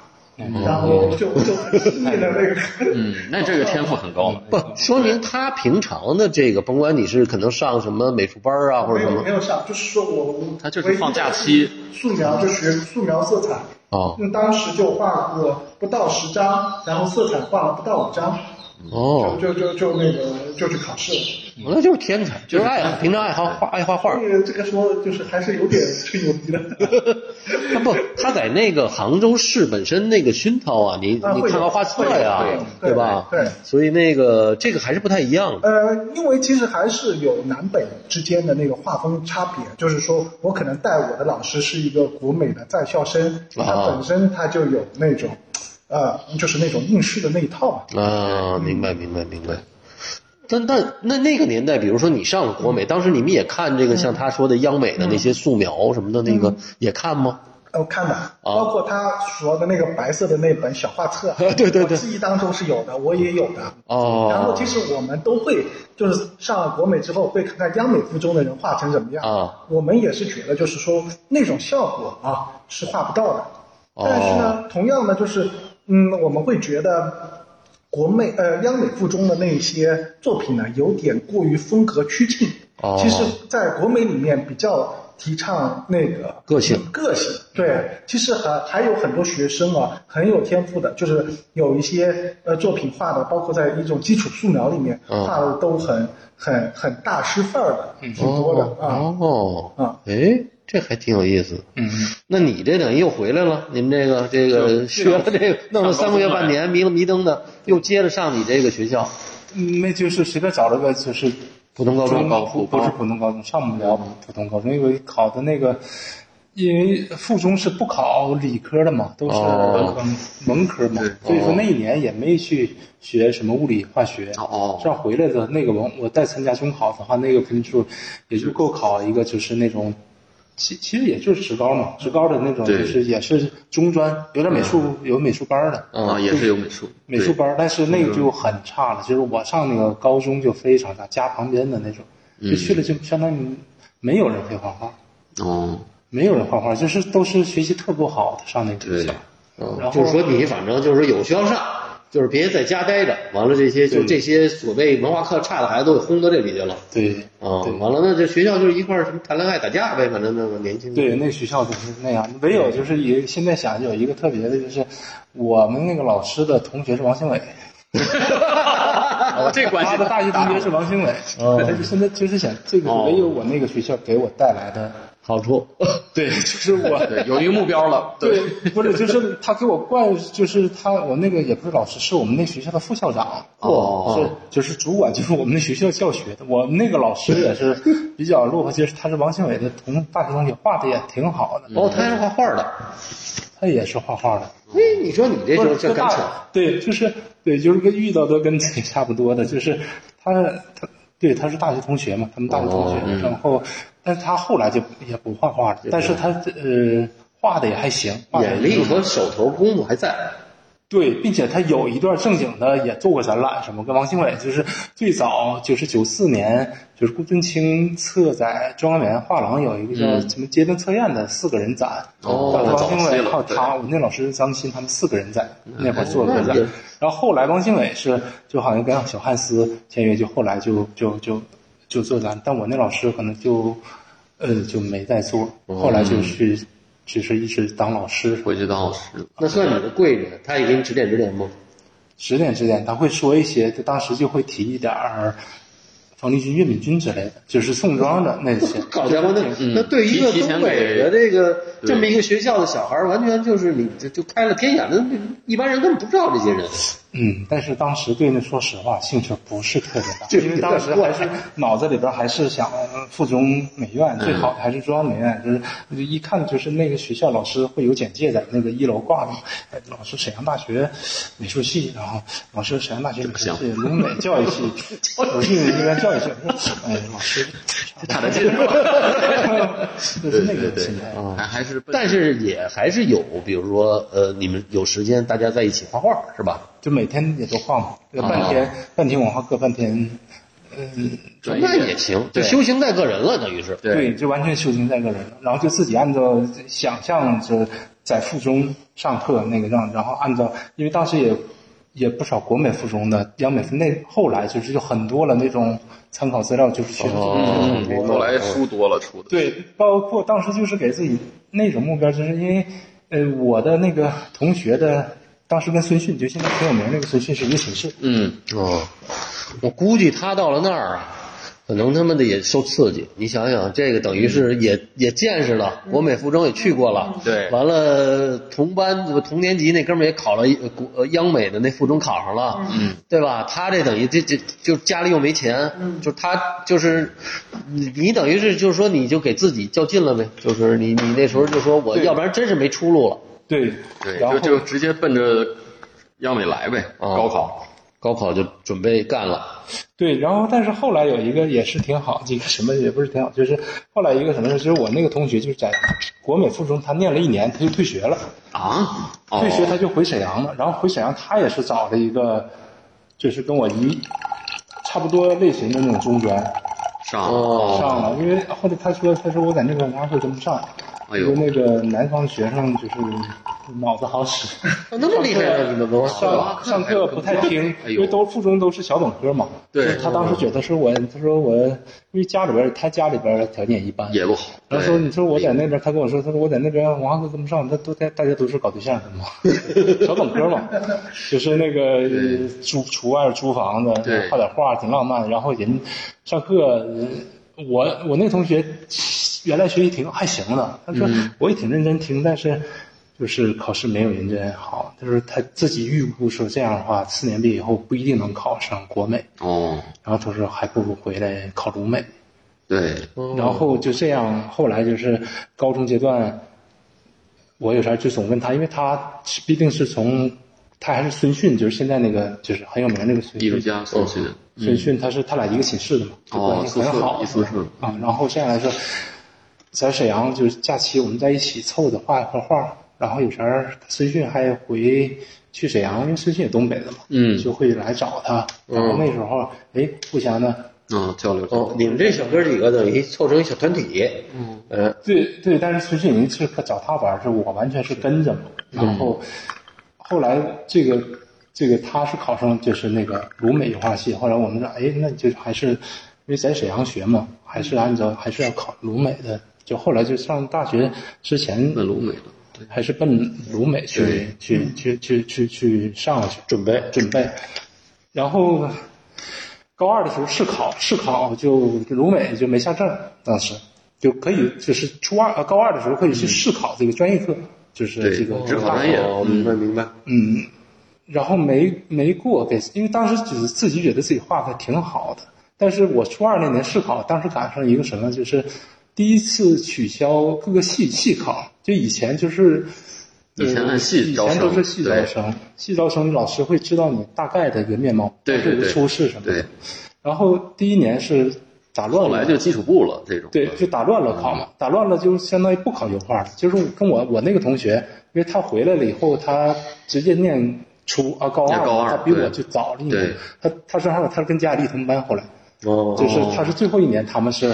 S4: 然后就就很细腻的那个。
S2: 嗯，那这个天赋很高了。
S1: 不说明他平常的这个，甭管你是可能上什么美术班啊，或者
S4: 没
S1: 什
S4: 有
S1: 么
S4: 没有上，就是说我
S2: 他就是放假期
S4: 素描就学素描色彩，
S1: 哦
S4: 那当时就画过不到十张，然后色彩画了不到五张，
S1: 哦，
S4: 就就就那个就去考试了。
S1: 那就是天才，就是爱好，平常爱好画爱画画。
S4: 这个这个说就是还是有点吹牛 逼的，
S1: 他 不，他在那个杭州市本身那个熏陶啊，你你
S4: 啊会有
S1: 看看画册呀
S4: 会有会有，
S1: 对吧？
S4: 对对
S1: 所以那个这个还是不太一样的。
S4: 呃，因为其实还是有南北之间的那个画风差别，就是说我可能带我的老师是一个国美的在校生，
S2: 啊
S4: 他本身他就有那种，呃，就是那种应试的那一套嘛。
S1: 啊，明白明白明白。但但那那个年代，比如说你上了国美，当时你们也看这个像他说的央美的那些素描什么的，那
S4: 嗯
S1: 个也看吗？
S4: 呃，我看的，
S1: 啊
S4: 包括他说的那个白色的那本小画册，
S1: 对对对
S4: 我记忆当中是有的，我也有的。然后
S1: 哦
S4: 其实我们都会，就是上了国美之后会看看央美附中的人画成怎么样
S1: 啊。
S4: 我们也是觉得就是说那种效果啊是画不到的，
S1: 哦
S4: 但是呢，同样呢就是嗯，我们会觉得。国美呃，央美附中的那些作品呢，有点过于风格趋近。
S1: 哦
S4: 其实，在国美里面比较提倡那个
S1: 个性
S4: 个性。对，其实还还有很多学生啊，很有天赋的，就是有一些呃作品画的，包括在一种基础素描里面、
S1: 嗯
S4: 画的都很很很大师范儿的，挺多的啊。
S1: 哦
S4: 啊
S1: 哎，这还挺有意思。
S3: 嗯，
S1: 那你这等于又回来了，你们这个这个
S2: 就
S1: 学了这个，弄了三个月半年，迷了迷瞪的，又接着上你这个学校，
S3: 嗯那就是随便找了个就是
S1: 普通高中
S3: 中不不是普通高中，上不了普通高中，因为考的那个，因为附中是不考理科的嘛，都是文
S1: 哦
S3: 科、文科嘛，所以说那一年也没去学什么物理、化学。
S2: 哦
S3: 这样回来的那个文，我再参加中考的话，那个分数也就够考一个，就是那种。其其实也就是职高嘛，职高的那种
S2: 对
S3: 就是也是中专，有点美术，有美术班儿的，
S2: 啊，也是有美术
S3: 嗯美术班儿，但是那
S1: 嗯
S3: 个就很差了，就是我上那个高中就非常差，家旁边的那种，
S1: 嗯
S3: 就去了就相当于没有人会画画，
S2: 对哦，
S3: 没有人画画，就是都是学习特不好的上那个学校
S2: 对，
S1: 嗯
S3: 然后
S1: 就是说你反正就是有学校上，就是别在家待着。完了这些就
S3: 对
S1: 这些所谓文化课差的孩子都给轰到这里去了。
S3: 对
S1: 啊、
S3: 对
S1: 完了那这学校就是一块儿什么谈恋爱打架呗，反正那个年轻
S3: 对，那学校就是那样。唯有就是也现在想有一个特别的，就是我们那个老师的同学是王兴 伟，
S2: 哦，这关
S3: 他
S2: 系
S3: 的大学哦同学是王兴伟，
S1: 哦
S3: 他就现在就是想这个是唯有我那个学校给我带来的，
S1: 好处，
S3: 对，就是 我
S2: 对，有一个目标了，
S3: 对，不是，就是他给我灌，就是他，我那个也不是老师，是我们那学校的副校长，
S2: 哦
S3: 是就是主管，就是我们那学校教学的。我们那个老师也是比较落魄，就是他是王兴伟的同大学同学，画的也挺好的，
S1: 哦，他还是画画的。
S3: 他也是画画的。
S1: 哎，你说你这
S3: 不
S1: 就是这
S3: 大
S1: 赶巧，
S3: 对，就是对，就是跟遇到的跟自己差不多的，就是他他对他是大学同学嘛，他们大学同
S1: 哦
S3: 学，
S1: 嗯
S3: 然后但是他后来就也不画画了，但是他呃画的也还行，画的
S1: 眼力和手头功夫还在。
S3: 对，并且他有一段正经的也做过展览，什么跟王兴伟就是最早就是九四年，就是顾敦清策在中央美院画廊有一个叫什么街灯测验的四个人展，
S2: 嗯哦
S3: 当时
S2: 早
S3: 王兴
S2: 期
S3: 伟
S2: 了
S3: 还有
S2: 对
S3: 他，我那老师张鑫他们四个人展，那会儿做
S1: 那
S3: 个展
S1: 也，
S3: 然后后来王兴伟是就好像跟小汉斯签约，就后来就就就就做展，但我那老师可能就呃就没再做，
S2: 哦
S3: 后来就去只是一直当老师
S2: 回去当老 师，
S1: 那算你的贵人，他也给你指点指点吗？
S3: 指点指点，他会说一些，他当时就会提一点儿冯立军、岳敏君之类的，就是宋庄的那 些。
S1: 好家伙，那
S2: 嗯
S1: 那对一个
S2: 提提前
S1: 东北的
S2: 给
S1: 这个
S2: 对
S1: 这么一个学校的小孩儿，完全就是你就就开了天眼的，一般人根本不知道这些人。
S3: 嗯，但是当时对那说实话兴趣不是特别大，
S1: 这
S3: 因为当时还是脑子里边还是想呃附中美院，最好还是中央美院，就是就一看就是那个学校老师会有简介在那个一楼挂着，哎老师沈阳大学美术系，然后老师沈阳大学美术系，鲁美教育系，鲁迅那边教育系，我说哎老师
S2: 打得进是吧？
S3: 就是 那个心态。
S2: 还还是奔
S1: 但是也还是有，比如说呃，你们有时间大家在一起画画是吧？
S3: 就每天也都画嘛，半天、半天我画课，半天嗯，
S2: 专
S1: 那
S2: 业
S1: 也行，就
S2: 对
S1: 修行在个人了，等于是。
S2: 对，
S3: 就完全修行在个人了，然后就自己按照想象着在附中上课那个样，然后按照，因为当时也也不少国美附中的，央美附那后来就是就很多了那种参考资料，就是学生
S1: 哦
S3: 很多
S2: 嗯后
S3: 了。
S2: 来书多了出的，
S3: 对，包括当时就是给自己那种目标，就是因为呃我的那个同学的，当时跟孙迅就现在挺有名那个孙迅是一个寝室，
S2: 嗯，
S1: 哦，我估计他到了那儿啊，可能他们的也受刺激。你想想，这个等于是也、也见识了，国美附中也去过了，
S2: 对
S1: 完了同班呃同年级那哥们儿也考了一呃国呃央美的那附中考上了，嗯，对吧？他这等于这这就家里又没钱，
S4: 嗯
S1: 就他就是你你等于是就是说你就给自己较劲了呗，就是你你那时候就说我要不然真是没出路了，
S3: 对，
S2: 对，
S3: 然
S2: 就
S3: 后
S2: 就直接奔着央美来呗，
S1: 哦
S2: 高考，
S1: 高考就准备干了，
S3: 对，然后但是后来有一个也是挺好，这个什么也不是挺好，就是后来一个什么事，就是我那个同学就是在国美附中，他念了一年，他就退学了，
S2: 啊，哦
S3: 退学他就回沈阳了，然后回沈阳他也是找了一个，就是跟我一差不多类型的那种中专
S2: 上
S1: 哦
S3: 上了，因为后来他说他说我在那个文化课跟不上，
S2: 哎
S3: 因为
S2: 呦，
S3: 那个南方学生就是脑子好使，
S1: 那么厉害呢？你们文化课
S3: 啊上上课不太听，
S2: 哎呦
S3: 因为都附中都是小本科嘛。
S2: 对
S3: 他当时觉得说我，他说我，因为家里边儿他家里边儿条件一般，
S2: 也不好，
S3: 然后说
S2: 对
S3: 你说我在那边，他跟我说，他说我在那边文化课跟不上，他都在大家都是搞对象的嘛， 小本科嘛，就是那个
S2: 对
S3: 租厨外租房子
S2: 对，
S3: 画点画挺浪漫，然后人上课，人我我那同学原来学习挺还行的，他说
S2: 嗯
S3: 我也挺认真听，但是。就是考试没有人真好，他说他自己预估说这样的话，四年毕业以后不一定能考上国美，
S2: 哦，
S3: 然后他说还不如回来考鲁美。
S2: 对，
S1: 嗯
S3: 然后就这样，后来就是高中阶段，我有啥就总问他，因为他是毕竟是从他还是孙迅，就是现在那个就是很有名的那个孙
S2: 艺术
S3: 迅，
S2: 家苏轼，
S3: 孙迅他是他俩一个寝室的嘛，就
S2: 哦
S3: 关系很好
S2: 宿舍一宿舍
S3: 啊。然后这样来说，在沈阳就是假期我们在一起凑着画一块画，然后有时候孙迅还回去沈阳，因为孙迅也东北的嘛，
S2: 嗯
S3: 就会来找他。然后那时候哎，互相的
S2: 嗯，交流，
S1: 哦，你们这小哥几个等于凑成一小团体，嗯，呃，
S3: 对对，但是孙迅云是找他玩儿，是我完全是跟着嘛。然后后来这个这个他是考上就是那个鲁美油画系，后来我们说，哎，那就还是因为在沈阳学嘛，还是按照还是要考鲁美的。就后来就上大学之前，
S2: 奔鲁美了，
S3: 还是奔鲁美去去去去去去上了去
S1: 嗯准备
S3: 准备。然后高二的时候试考，试考就鲁美就没下证，当时就可以就是初二呃高二的时候可以
S1: 嗯
S3: 去试考这个专业课，就是
S2: 对
S3: 这个
S2: 只
S3: 这
S2: 是
S3: 个
S2: 考
S3: 大
S2: 专业
S1: 哦明白明白，
S3: 嗯，然后没没过，给因为当时只是自己觉得自己画的挺好的，但是我初二那年试考，当时赶上一个什么，就是第一次取消各个系系考，就以前就是。呃
S2: 以前按系
S3: 以
S2: 招
S3: 前
S2: 生
S3: 都是系招
S2: 对
S3: 生，系招生老师会知道你大概的一个面貌，
S2: 对对
S3: 这个
S2: 对
S3: 初试什么的。
S2: 对，
S3: 然后第一年是打乱了，
S2: 后来就基础部了，这种，
S3: 对，就打乱了考
S2: 嗯
S3: 嘛，打乱了就相当于不考油画了。就是跟我我那个同学，因为他回来了以后，他直接念初啊高
S2: 念
S3: 二，
S2: 高二
S3: 他比我
S2: 对
S3: 就早了一
S2: 对
S3: 年。他他正好他跟家里一同班，后来
S1: 哦，
S3: 就是他是最后一年，他们是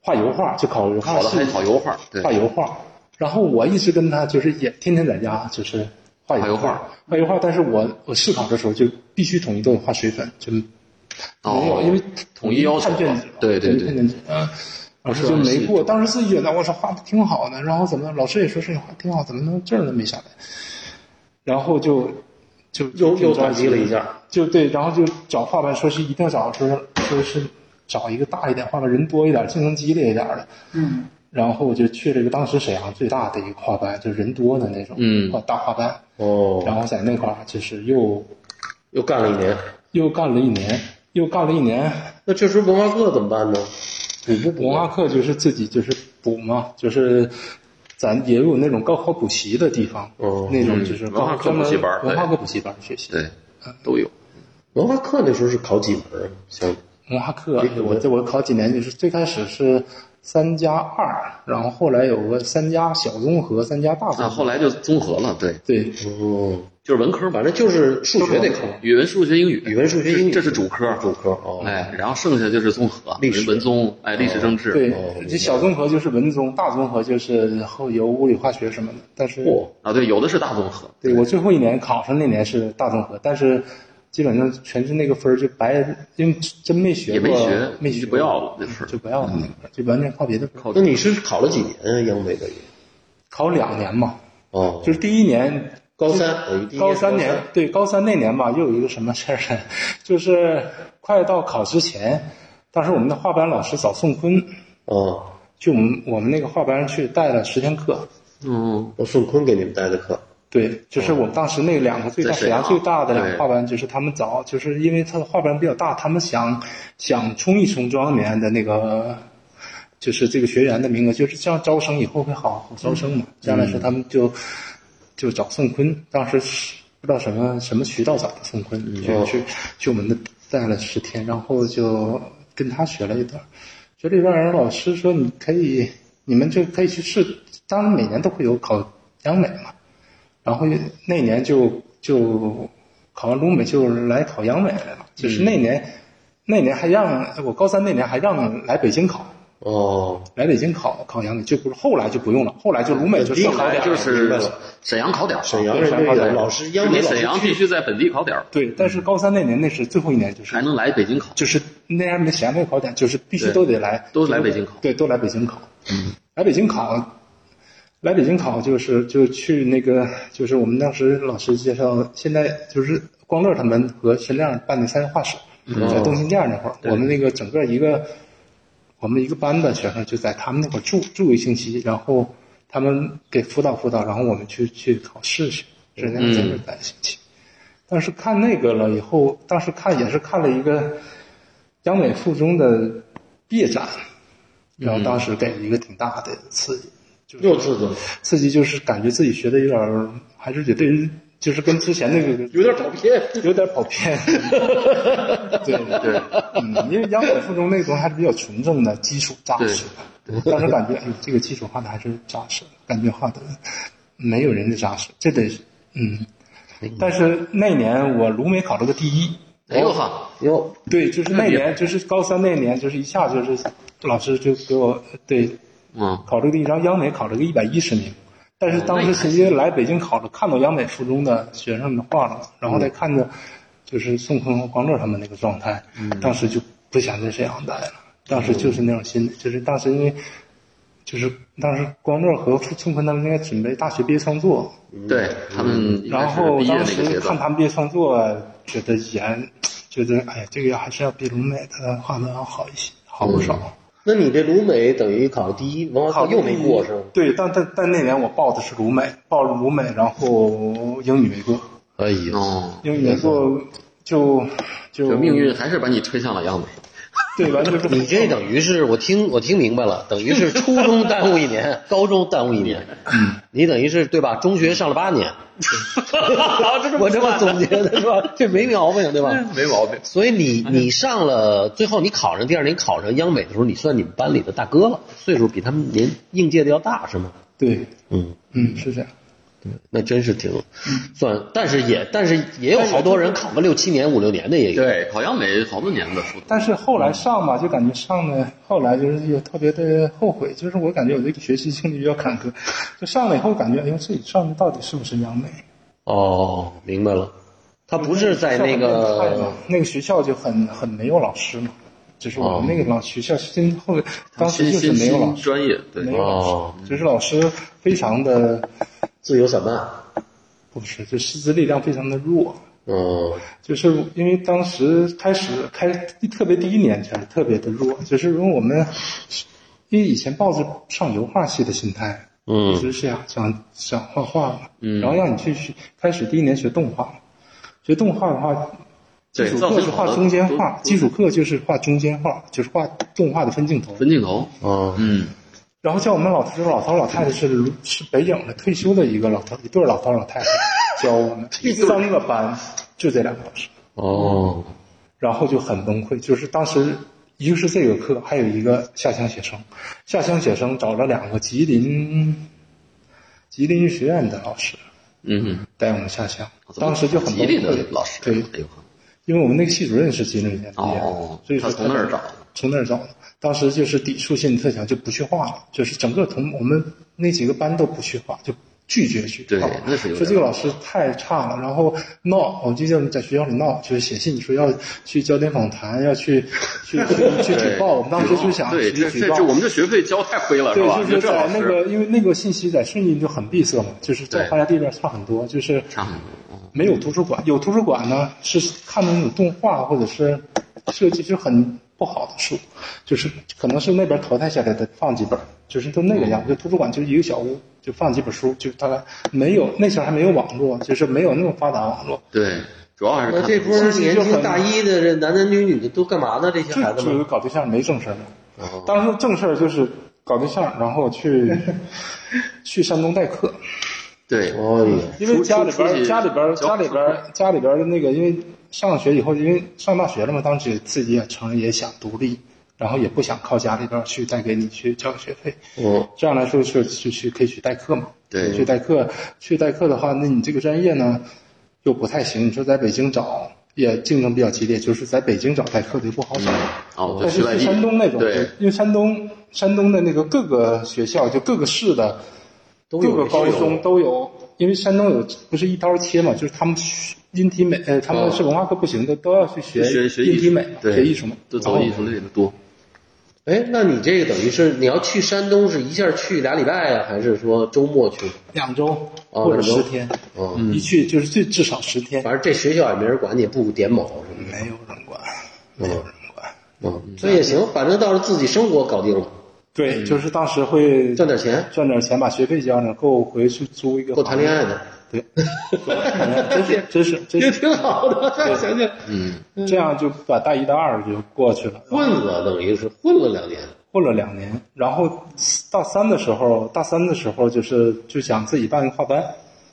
S3: 画油画，就考油画
S2: 考的
S3: 系
S2: 还考油画，对，
S3: 画油画。然后我一直跟他就是也天天在家就是画
S2: 画油
S3: 油
S2: 画
S3: 画，画油画。但是我我试考的时候就必须统一都得画水粉，就没有，
S2: 哦，
S3: 因为
S2: 统一要求
S3: 判卷纸
S2: 了，，对对啊
S3: 判
S2: 对，
S3: 卷纸，嗯，老师就没过。当时自己觉得我操画的挺好的，然后怎么老师也说是你画得挺好，怎么能证儿都没下来？然后就就
S1: 又又
S3: 着
S1: 反
S3: 急
S1: 击了一，下，
S3: 就对，然后就找画班，说是一定要找，说是说是找一个大一点画班，人多一点，竞争激烈一点的。
S4: 嗯，
S3: 然后我就去了一个当时沈阳最大的一个画班，就人多的那种，
S2: 嗯
S3: 画大画班。然
S1: 哦，
S3: 后在那块儿就是又
S1: 又干了一年，
S3: 又干了一年，又干了一年，
S1: 那这时候文化课怎么办呢？补不补
S3: 文化
S1: 啊？
S3: 课就是自己就是补嘛，就是咱也有那种高考补习的地方，
S1: 哦
S3: 那种就是
S2: 嗯
S3: 高
S2: 文化课
S3: 专门
S2: 补习班儿对
S3: 文化课补习班儿学习。
S2: 对，
S1: 呃
S2: 都有，
S1: 文化课那时候是考几门啊？像
S3: 文化课
S1: 这个，
S3: 我这我考几年就是最开始是三加二，然后后来有个三加小综合、三加大综合。
S2: 啊，后来就综合了，对，
S3: 对，
S1: 哦，就是文科，反正就是数学这科，
S2: 哦语文、数学、英语，
S1: 语文、数学、英语，
S2: 这是主科，
S1: 主科哦。
S2: 哎，然后剩下就是综合，
S1: 历史
S2: 文综，哎，历史政治，
S3: 对
S1: 哦明，白
S3: 这小综合就是文综，大综合就是后有物理化学什么的。但是，
S1: 嚯，
S2: 啊，对，有的是大综合，
S3: 对我最后一年考上那年是大综合，但是基本上全是那个分儿就白，因为真没学
S2: 也
S3: 过，
S2: 没学，
S3: 没
S2: 就
S3: 学
S2: 不要了，就是
S3: 就不要了那个，就完全靠别的分儿。
S2: 靠
S1: 那你是考了几年啊英美的语？
S3: 考两年嘛，
S1: 哦，
S3: 就是第一年
S1: 高三，我一定
S3: 高
S1: 是
S3: 三年，对高三那年吧，又有一个什么事儿，就是快到考之前，当时我们的画班老师找宋坤
S1: 哦，
S3: 去我们我们那个画班去带了十天课，
S2: 嗯，
S1: 我宋坤给你们带的课，
S3: 对，就是我们当时那两个最大
S2: 哦在沈
S3: 沈阳
S2: 阳
S3: 最大的两
S2: 对
S3: 个画班，就是他们找，就是因为他的画班比较大，他们想想冲一冲庄园的那个，就是这个学员的名额，就是这样招生以后会好好招生嘛。
S2: 嗯
S3: 这样来说，他们就就找宋坤，当时是不知道什么什么渠道找的宋坤，
S2: 嗯
S1: 哦
S3: 去去去我们的带了十天，然后就跟他学了一段儿，学了一段儿，然后老师说你可以，你们就可以去试，当然每年都会有考央美嘛。然后那年就就考完中美就来考央美来了，就是那年、那年还让我高三那年还让来北京考，
S1: 哦，
S3: 来北京考考央美就不是后来就不用了，后来就鲁美就
S1: 本地
S3: 少
S2: 后
S3: 考
S2: 来
S3: 点儿
S2: 就
S3: 了
S1: 明
S2: 是
S1: 白了
S2: 沈啊阳考点儿，
S1: 沈阳人这个老师，央
S2: 你
S1: 美老
S2: 沈阳
S1: 师
S2: 必须在本地考点儿，
S3: 对，但是高三那年那是最后一年，就是
S2: 才能来北京考，
S3: 就是那样的沈阳没有考点，就是必须都得来，
S2: 都来北京考嗯
S3: 对，都来北京考。来北京考，来北京考就是就去那个就是我们当时老师介绍，现在就是光乐他们和申亮办的三画室，
S2: 嗯
S3: 在东兴店那会儿，我们那个整个一个我们一个班的学生就在他们那会儿住住一星期，然后他们给辅导辅导，然后我们去去考试去，是那
S2: 嗯
S3: 样在那儿待一星期。当时看那个了以后，当时看也是看了一个央美附中的毕业展，然后当时给了一个挺大的刺激，就是
S1: 又次次，
S3: 刺激就是感觉自己学的有点儿，还是觉得就是跟之前那个
S1: 有点跑偏，
S3: 有点跑 偏。对对，嗯，因为央美附中那个东西还是比较纯正的、基础扎实的。当时感觉，哎，这个基础画的还是扎实的，感觉画的没有人家扎实，这得是嗯。但是那年我鲁美考了个第一，
S2: 哎呦哈，
S1: 哟，
S3: 对，就是那年，就是高三那年，就是一下就是老师就给我对
S2: 嗯，
S3: 考了个第一，然后央美考了个一百一十名。但是当时直接来北京考了，看到央美附中的学生的话了，然后再看着就是宋坤和光乐他们那个状态，当时就不想在沈阳待了。当时就是那种心理，就是当时因为就是当时光乐和宋坤他们应该准备大学毕业创作，
S2: 对他们应该
S3: 然
S2: 是
S3: 后
S2: 毕业
S3: 当
S2: 那个阶
S3: 时看
S2: 段，
S3: 他们毕业创作，觉得演，觉得哎呀，这个还是要比鲁美的画的要好一些，好不
S2: 嗯
S3: 少。
S1: 那你这鲁美等于考第一，文化
S3: 考
S1: 课又没过是吗？
S3: 对，但但但那年我报的是鲁美，报了鲁美，然后英语没过，
S1: 哎呀，
S2: 哦，
S3: 英语没过就就
S2: 就命运还是把你推向了央美，
S3: 对，完就是
S1: 你这等于是我听 我听明白了，等于是初中耽误一 年，高中耽误一年，嗯，你等于是对吧？中学上了八年，我 这么总结的嗯是吧？这没毛病对吧？
S2: 没毛病，
S1: 所以你你上了，最后你考上第二年考上央美的时候，你算你们班里的大哥了，岁数比他们年应届的要大是吗？
S3: 对，
S1: 嗯，
S3: 嗯，是这样。
S1: 那真是挺算，但是也但是也有好多人考个六七年、五六年的也有。
S2: 对，考央美好多年的辅导，
S3: 但是后来上吧，就感觉上的后来就是有特别的后悔，就是我感觉我这个学习经历比较坎坷，就上了以后感觉，哎呦，自己上的到底是不是央美？
S1: 哦，明白了，他不是在那
S3: 上面太
S1: 个
S3: 嘛那个学校就很很没有老师嘛，就是我们那个老
S1: 哦
S3: 学校新后当
S2: 新
S3: 时就是
S2: 新
S3: 没有老
S2: 新
S3: 师，
S2: 专业，对
S3: 没，有
S1: 哦
S3: 老师，就是老师非常的
S1: 自由散漫。
S3: 不是，就师资力量非常的弱。
S1: 嗯，
S3: 就是因为当时开始开特别第一年全是特别的弱，就是因为我们因为以前抱着上油画系的心态，
S1: 嗯
S3: 一直是想想想画画嘛，嗯，然后让你去学开始第一年学动画，学动画的话，基
S2: 对
S3: 础
S2: 造
S3: 课
S2: 型
S3: 是
S2: 好
S3: 画
S2: 的
S3: 中间
S2: 都
S3: 画，
S2: 都
S3: 基础课就是画中间画，就是画动画的分镜头，
S2: 分镜头，
S1: 哦，
S2: 嗯，
S3: 然后叫我们老头老头老太太是是北影的退休的一个老头一对儿老头老太太教 我们三个班，就这两个老师，
S1: 哦，
S3: 然后就很崩溃，就是当时一个是这个课，还有一个下乡写生。下乡写生找了两个吉林吉林学院的老师
S2: 嗯，
S3: 带我们下乡
S2: 我，怎么
S3: 当时就很
S2: 吉
S3: 崩
S2: 利的
S3: 溃。
S2: 老师，
S3: 对
S2: 哎呦，
S3: 因为我们那个系主任是吉林人毕业的，
S2: 哦
S3: 所以说
S2: 他从那儿找的
S3: 从那儿找的。当时就是抵触性特强，就不去画了，就是整个同我们那几个班都不去画，就拒绝去
S2: 对
S3: 画。
S2: 那是有点
S3: 说这个老师太差了，然后闹，我就叫你在学校里闹，就是写信说要去焦点访谈，要去去去去举报。我们当时就想
S2: 对，
S3: 去
S2: 这
S3: 举
S2: 这
S3: 报
S2: 这，。我们这学费交太亏了，是
S3: 对，
S2: 吧？
S3: 就
S2: 你
S3: 是
S2: 这老
S3: 在
S2: 师
S3: 那个，因为那个信息在顺义就很闭塞嘛，就是在
S2: 对
S3: 花家地边差很多，就是
S2: 差很多，嗯
S3: 没有图书馆，有图书馆呢是看的那种动画或者是设计是很不好的书，就是可能是那边淘汰下来的放几本，就是都那个
S2: 嗯
S3: 样。就图书馆就一个小屋，就放几本书，就大概没有那时候还没有网络，就是没有那么发达网络，
S2: 对，主要还是
S3: 呃
S1: 那
S2: 看
S1: 这波年
S3: 就很
S1: 轻大一的这男男女女的都干嘛呢？这些
S3: 就
S1: 孩子
S3: 就是
S1: 们
S3: 搞对象没正事儿
S2: 哦
S3: 嘛。当时正事儿就是搞对象，然后 去去山东代课。
S2: 对，
S5: 哦呦，
S3: 因为家里边
S2: 出出
S3: 儿
S2: 去
S3: 家里边儿
S2: 交
S3: 家里边儿家里边儿的那个，因为上学以后，因为上大学了嘛，当时自己也承认也想独立，然后也不想靠家里边儿去再给你去交学费。
S5: 嗯，
S3: 这样来说是去去可以去代课嘛？
S2: 对
S3: 去代课，去代课的话，那你这个专业呢又不太行。你说在北京找也竞争比较激烈，就是在北京找代课的又不好找。
S2: 哦，就
S3: 但
S2: 去
S3: 是
S2: 外地，
S3: 去山东那种，
S2: 对，
S3: 因为山东山东的那个各个学校，就各个市的
S1: 都
S3: 各
S1: 有
S3: 个高中都有，因为山东有不是一刀切嘛，就是他们学音体美，呃，他们是文化课不行的，都要去学
S2: 学学
S3: 音
S2: 艺
S3: 体
S2: 术
S3: 美嘛，
S2: 对，
S3: 学艺术嘛，
S2: 就走
S3: 然后
S2: 艺术类的多。
S1: 哎，那你这个等于是你要去山东，是一下去俩礼拜啊呀、还是说周末去？
S3: 两周
S1: 哦
S3: 或者
S1: 两
S3: 十
S1: 周
S3: 天，
S1: 嗯，
S3: 一去就是最至少十天，
S1: 反正这学校也没人管你，也不点卯什么
S3: 没有人管，
S1: 的，嗯，嗯，所以也行，反正到时候自己生活搞定了，
S3: 对，就是当时会
S1: 赚点钱，
S3: 赚点钱把学费交上，够回去租一个
S1: 够
S3: 房子，
S1: 谈恋爱的，
S3: 对，够谈恋爱，真是真是真
S1: 也
S3: 是
S1: 挺好的。想想
S2: 嗯，
S3: 这样就把大一大二就过去了，
S1: 混了，等于是混了两年，
S3: 混了两年，然后大三的时候，大三的时候就是就想自己办一个画班，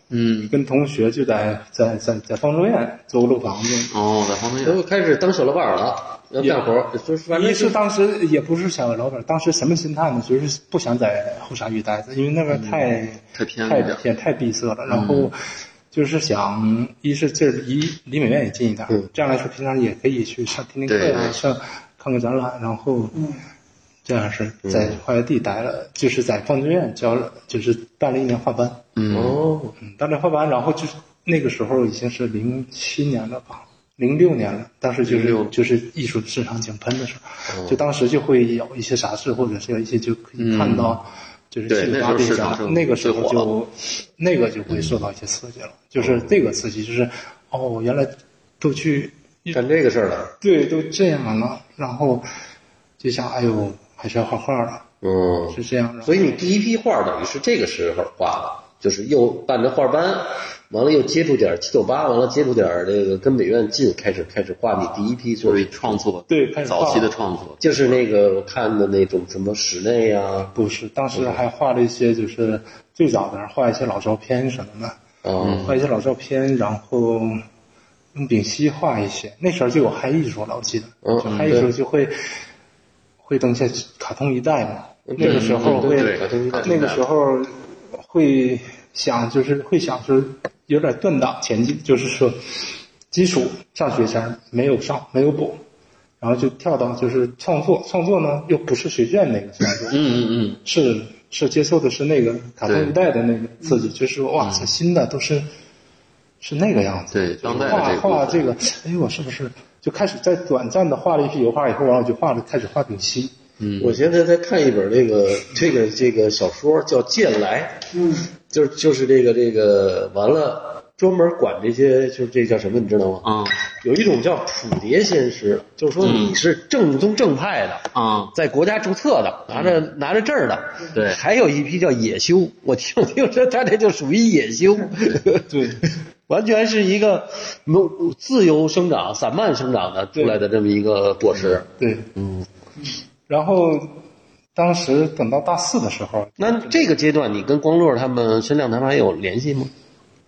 S2: 嗯，
S3: 跟同学就在在在在方舟院租了房子。
S2: 哦，在方
S1: 然
S2: 面，
S1: 后开始当小老板了，要干活，就是反正
S3: 一是当时也不是想老板，当时什么心态呢？就是不想在后沙峪待着，因为那边太、
S2: 嗯太偏了
S3: 太
S2: 一点嗯
S3: 偏太闭塞了。然后就是想，一是这儿离离美院也近一点，这样来说平常也可以去上听听课
S2: 对
S3: 呀，
S2: 对
S3: 上看个展览，然后
S1: 嗯
S3: 这样是在化学地待了，就是在方志院教了，就是办了一年画班，
S2: 嗯，
S1: 哦，
S3: 嗯，当年画班，然后就是那个时候已经是零七年了吧，零六年了，当时就是
S2: 06
S3: 就是艺术市场井喷的时
S2: 哦
S3: 候，就当时就会有一些杂志，或者是有一些就可以看到，就是
S2: 嗯对
S3: 去
S2: 那时
S3: 发
S2: 候
S3: 地
S2: 市
S3: 下
S2: 场正
S3: 那个时候
S2: 最火嗯
S3: 就那个就会受到一些刺激了，就是这个刺激，就是哦，原来都去
S1: 干这个事儿了，
S3: 对都这样了，然后就想哎呦还是要画画了，
S1: 嗯，
S3: 是这样，然后
S1: 所以你第一批画等于是这个时候画的，就是又办着画班，完了又接触点七九八，完了接触点这个跟美院近，开始开始画你第一批作
S2: 所以
S1: 品，
S2: 创作，
S3: 对开始
S2: 早期
S3: 画
S2: 的创作，
S1: 就是那个我看的那种什么室内啊，
S3: 不是，当时还画了一些，就是最早的画一些老照片什么的，
S1: 啊，
S3: 画一些老照片，然后用丙烯画一些。那时候就有嗨艺术了，我记得，
S1: 嗯
S3: 就嗨艺术就会会登下卡通一代嘛。那个时候
S1: 嗯对
S3: 会
S1: 对对卡，
S2: 通一代
S3: 那个时候会想，就是会想，就是有点断档前进，就是说基础上学前没有上，没有补。然后就跳到就是创作，创作呢又不是学院那个创作，
S2: 嗯嗯嗯，
S3: 是是接受的是那个卡通
S2: 对嗯
S3: 一代的那个刺激，就是说哇，这新的都是是那个样子，
S2: 对当代的
S3: 画
S2: 这个部分
S3: 画这个，哎，我是不是就开始在短暂的画了一批油画以后，然后我就画了开始画丙烯，
S1: 我现在在看一本这个这个这个小说叫《剑来》，
S6: 嗯，
S1: 就是就是这个这个完了专门管这些就是这叫什么你知道吗？
S2: 啊
S1: 有一种叫普蝶仙师，就是说你是正宗正派的。
S2: 啊，
S1: 在国家注册的，拿着拿着证儿的，
S2: 对
S1: 还有一批叫野修，我听听说他这就属于野修，
S3: 对，
S1: 完全是一个农自由生长、散漫生长的出来的这么一个果实。
S3: 对，嗯，然后当时等到大四的时候，
S1: 那这个阶段，你跟光乐他们、申亮他们还有联系吗？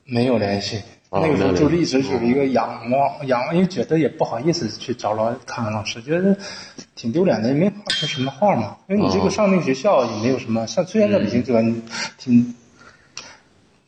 S3: 没有联系。
S1: 哦
S3: 那个时候
S1: 没有
S3: 就
S1: 联
S3: 一直处于一个仰望，仰望，因为觉得也不好意思去找老看老师，觉得挺丢脸的，也没画出什么画嘛。因为你这个上那个学校也没有什么，像虽然在北京这个你挺，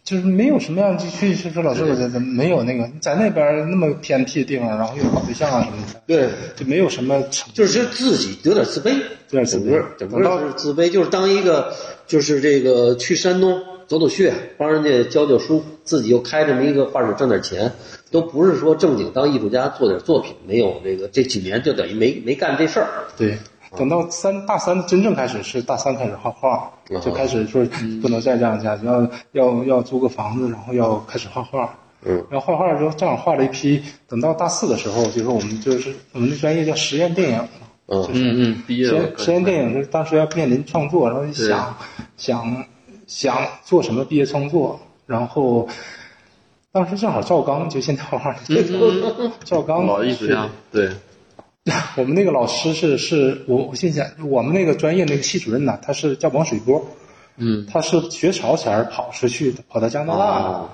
S3: 就是没有什么样就去去说老师，我觉得没有那个你在那边那么偏僻的地方，然后又搞对象啊什么的，
S7: 对，
S3: 就没有什么成
S7: 就是自己有点自卑，
S3: 有点自卑
S7: 整个整个就是自卑，就是当一个就是这个去山东走走穴，帮人家教教书，自己又开这么一个画室挣点钱，都不是说正经当艺术家做点作品，没有这个这几年就等于没没干这事儿。
S3: 对，
S2: 啊
S3: 等到三大三真正开始是大三开始画画，
S2: 啊
S3: 就开始说不能再这样下去，要要要租个房子，然后要开始画画。
S7: 嗯，
S3: 然后画画之后正好画了一批，等到大四的时候，就是我们就是我们的专业叫实验电影，
S7: 嗯，
S2: 嗯嗯，毕业
S3: 实
S2: 了
S3: 验，实验电影就是当时要面临创作，然后就想想想做什么毕业创作，然后当时正好赵刚就现在画画的 赵刚
S2: 嗯老艺术
S3: 是
S2: 家，对，
S3: 我们那个老师是是我我心想，我们那个专业那个系主任呢，他是叫王水波，
S2: 嗯，
S3: 他是学潮前儿跑出去的，跑到加拿大了，
S7: 哦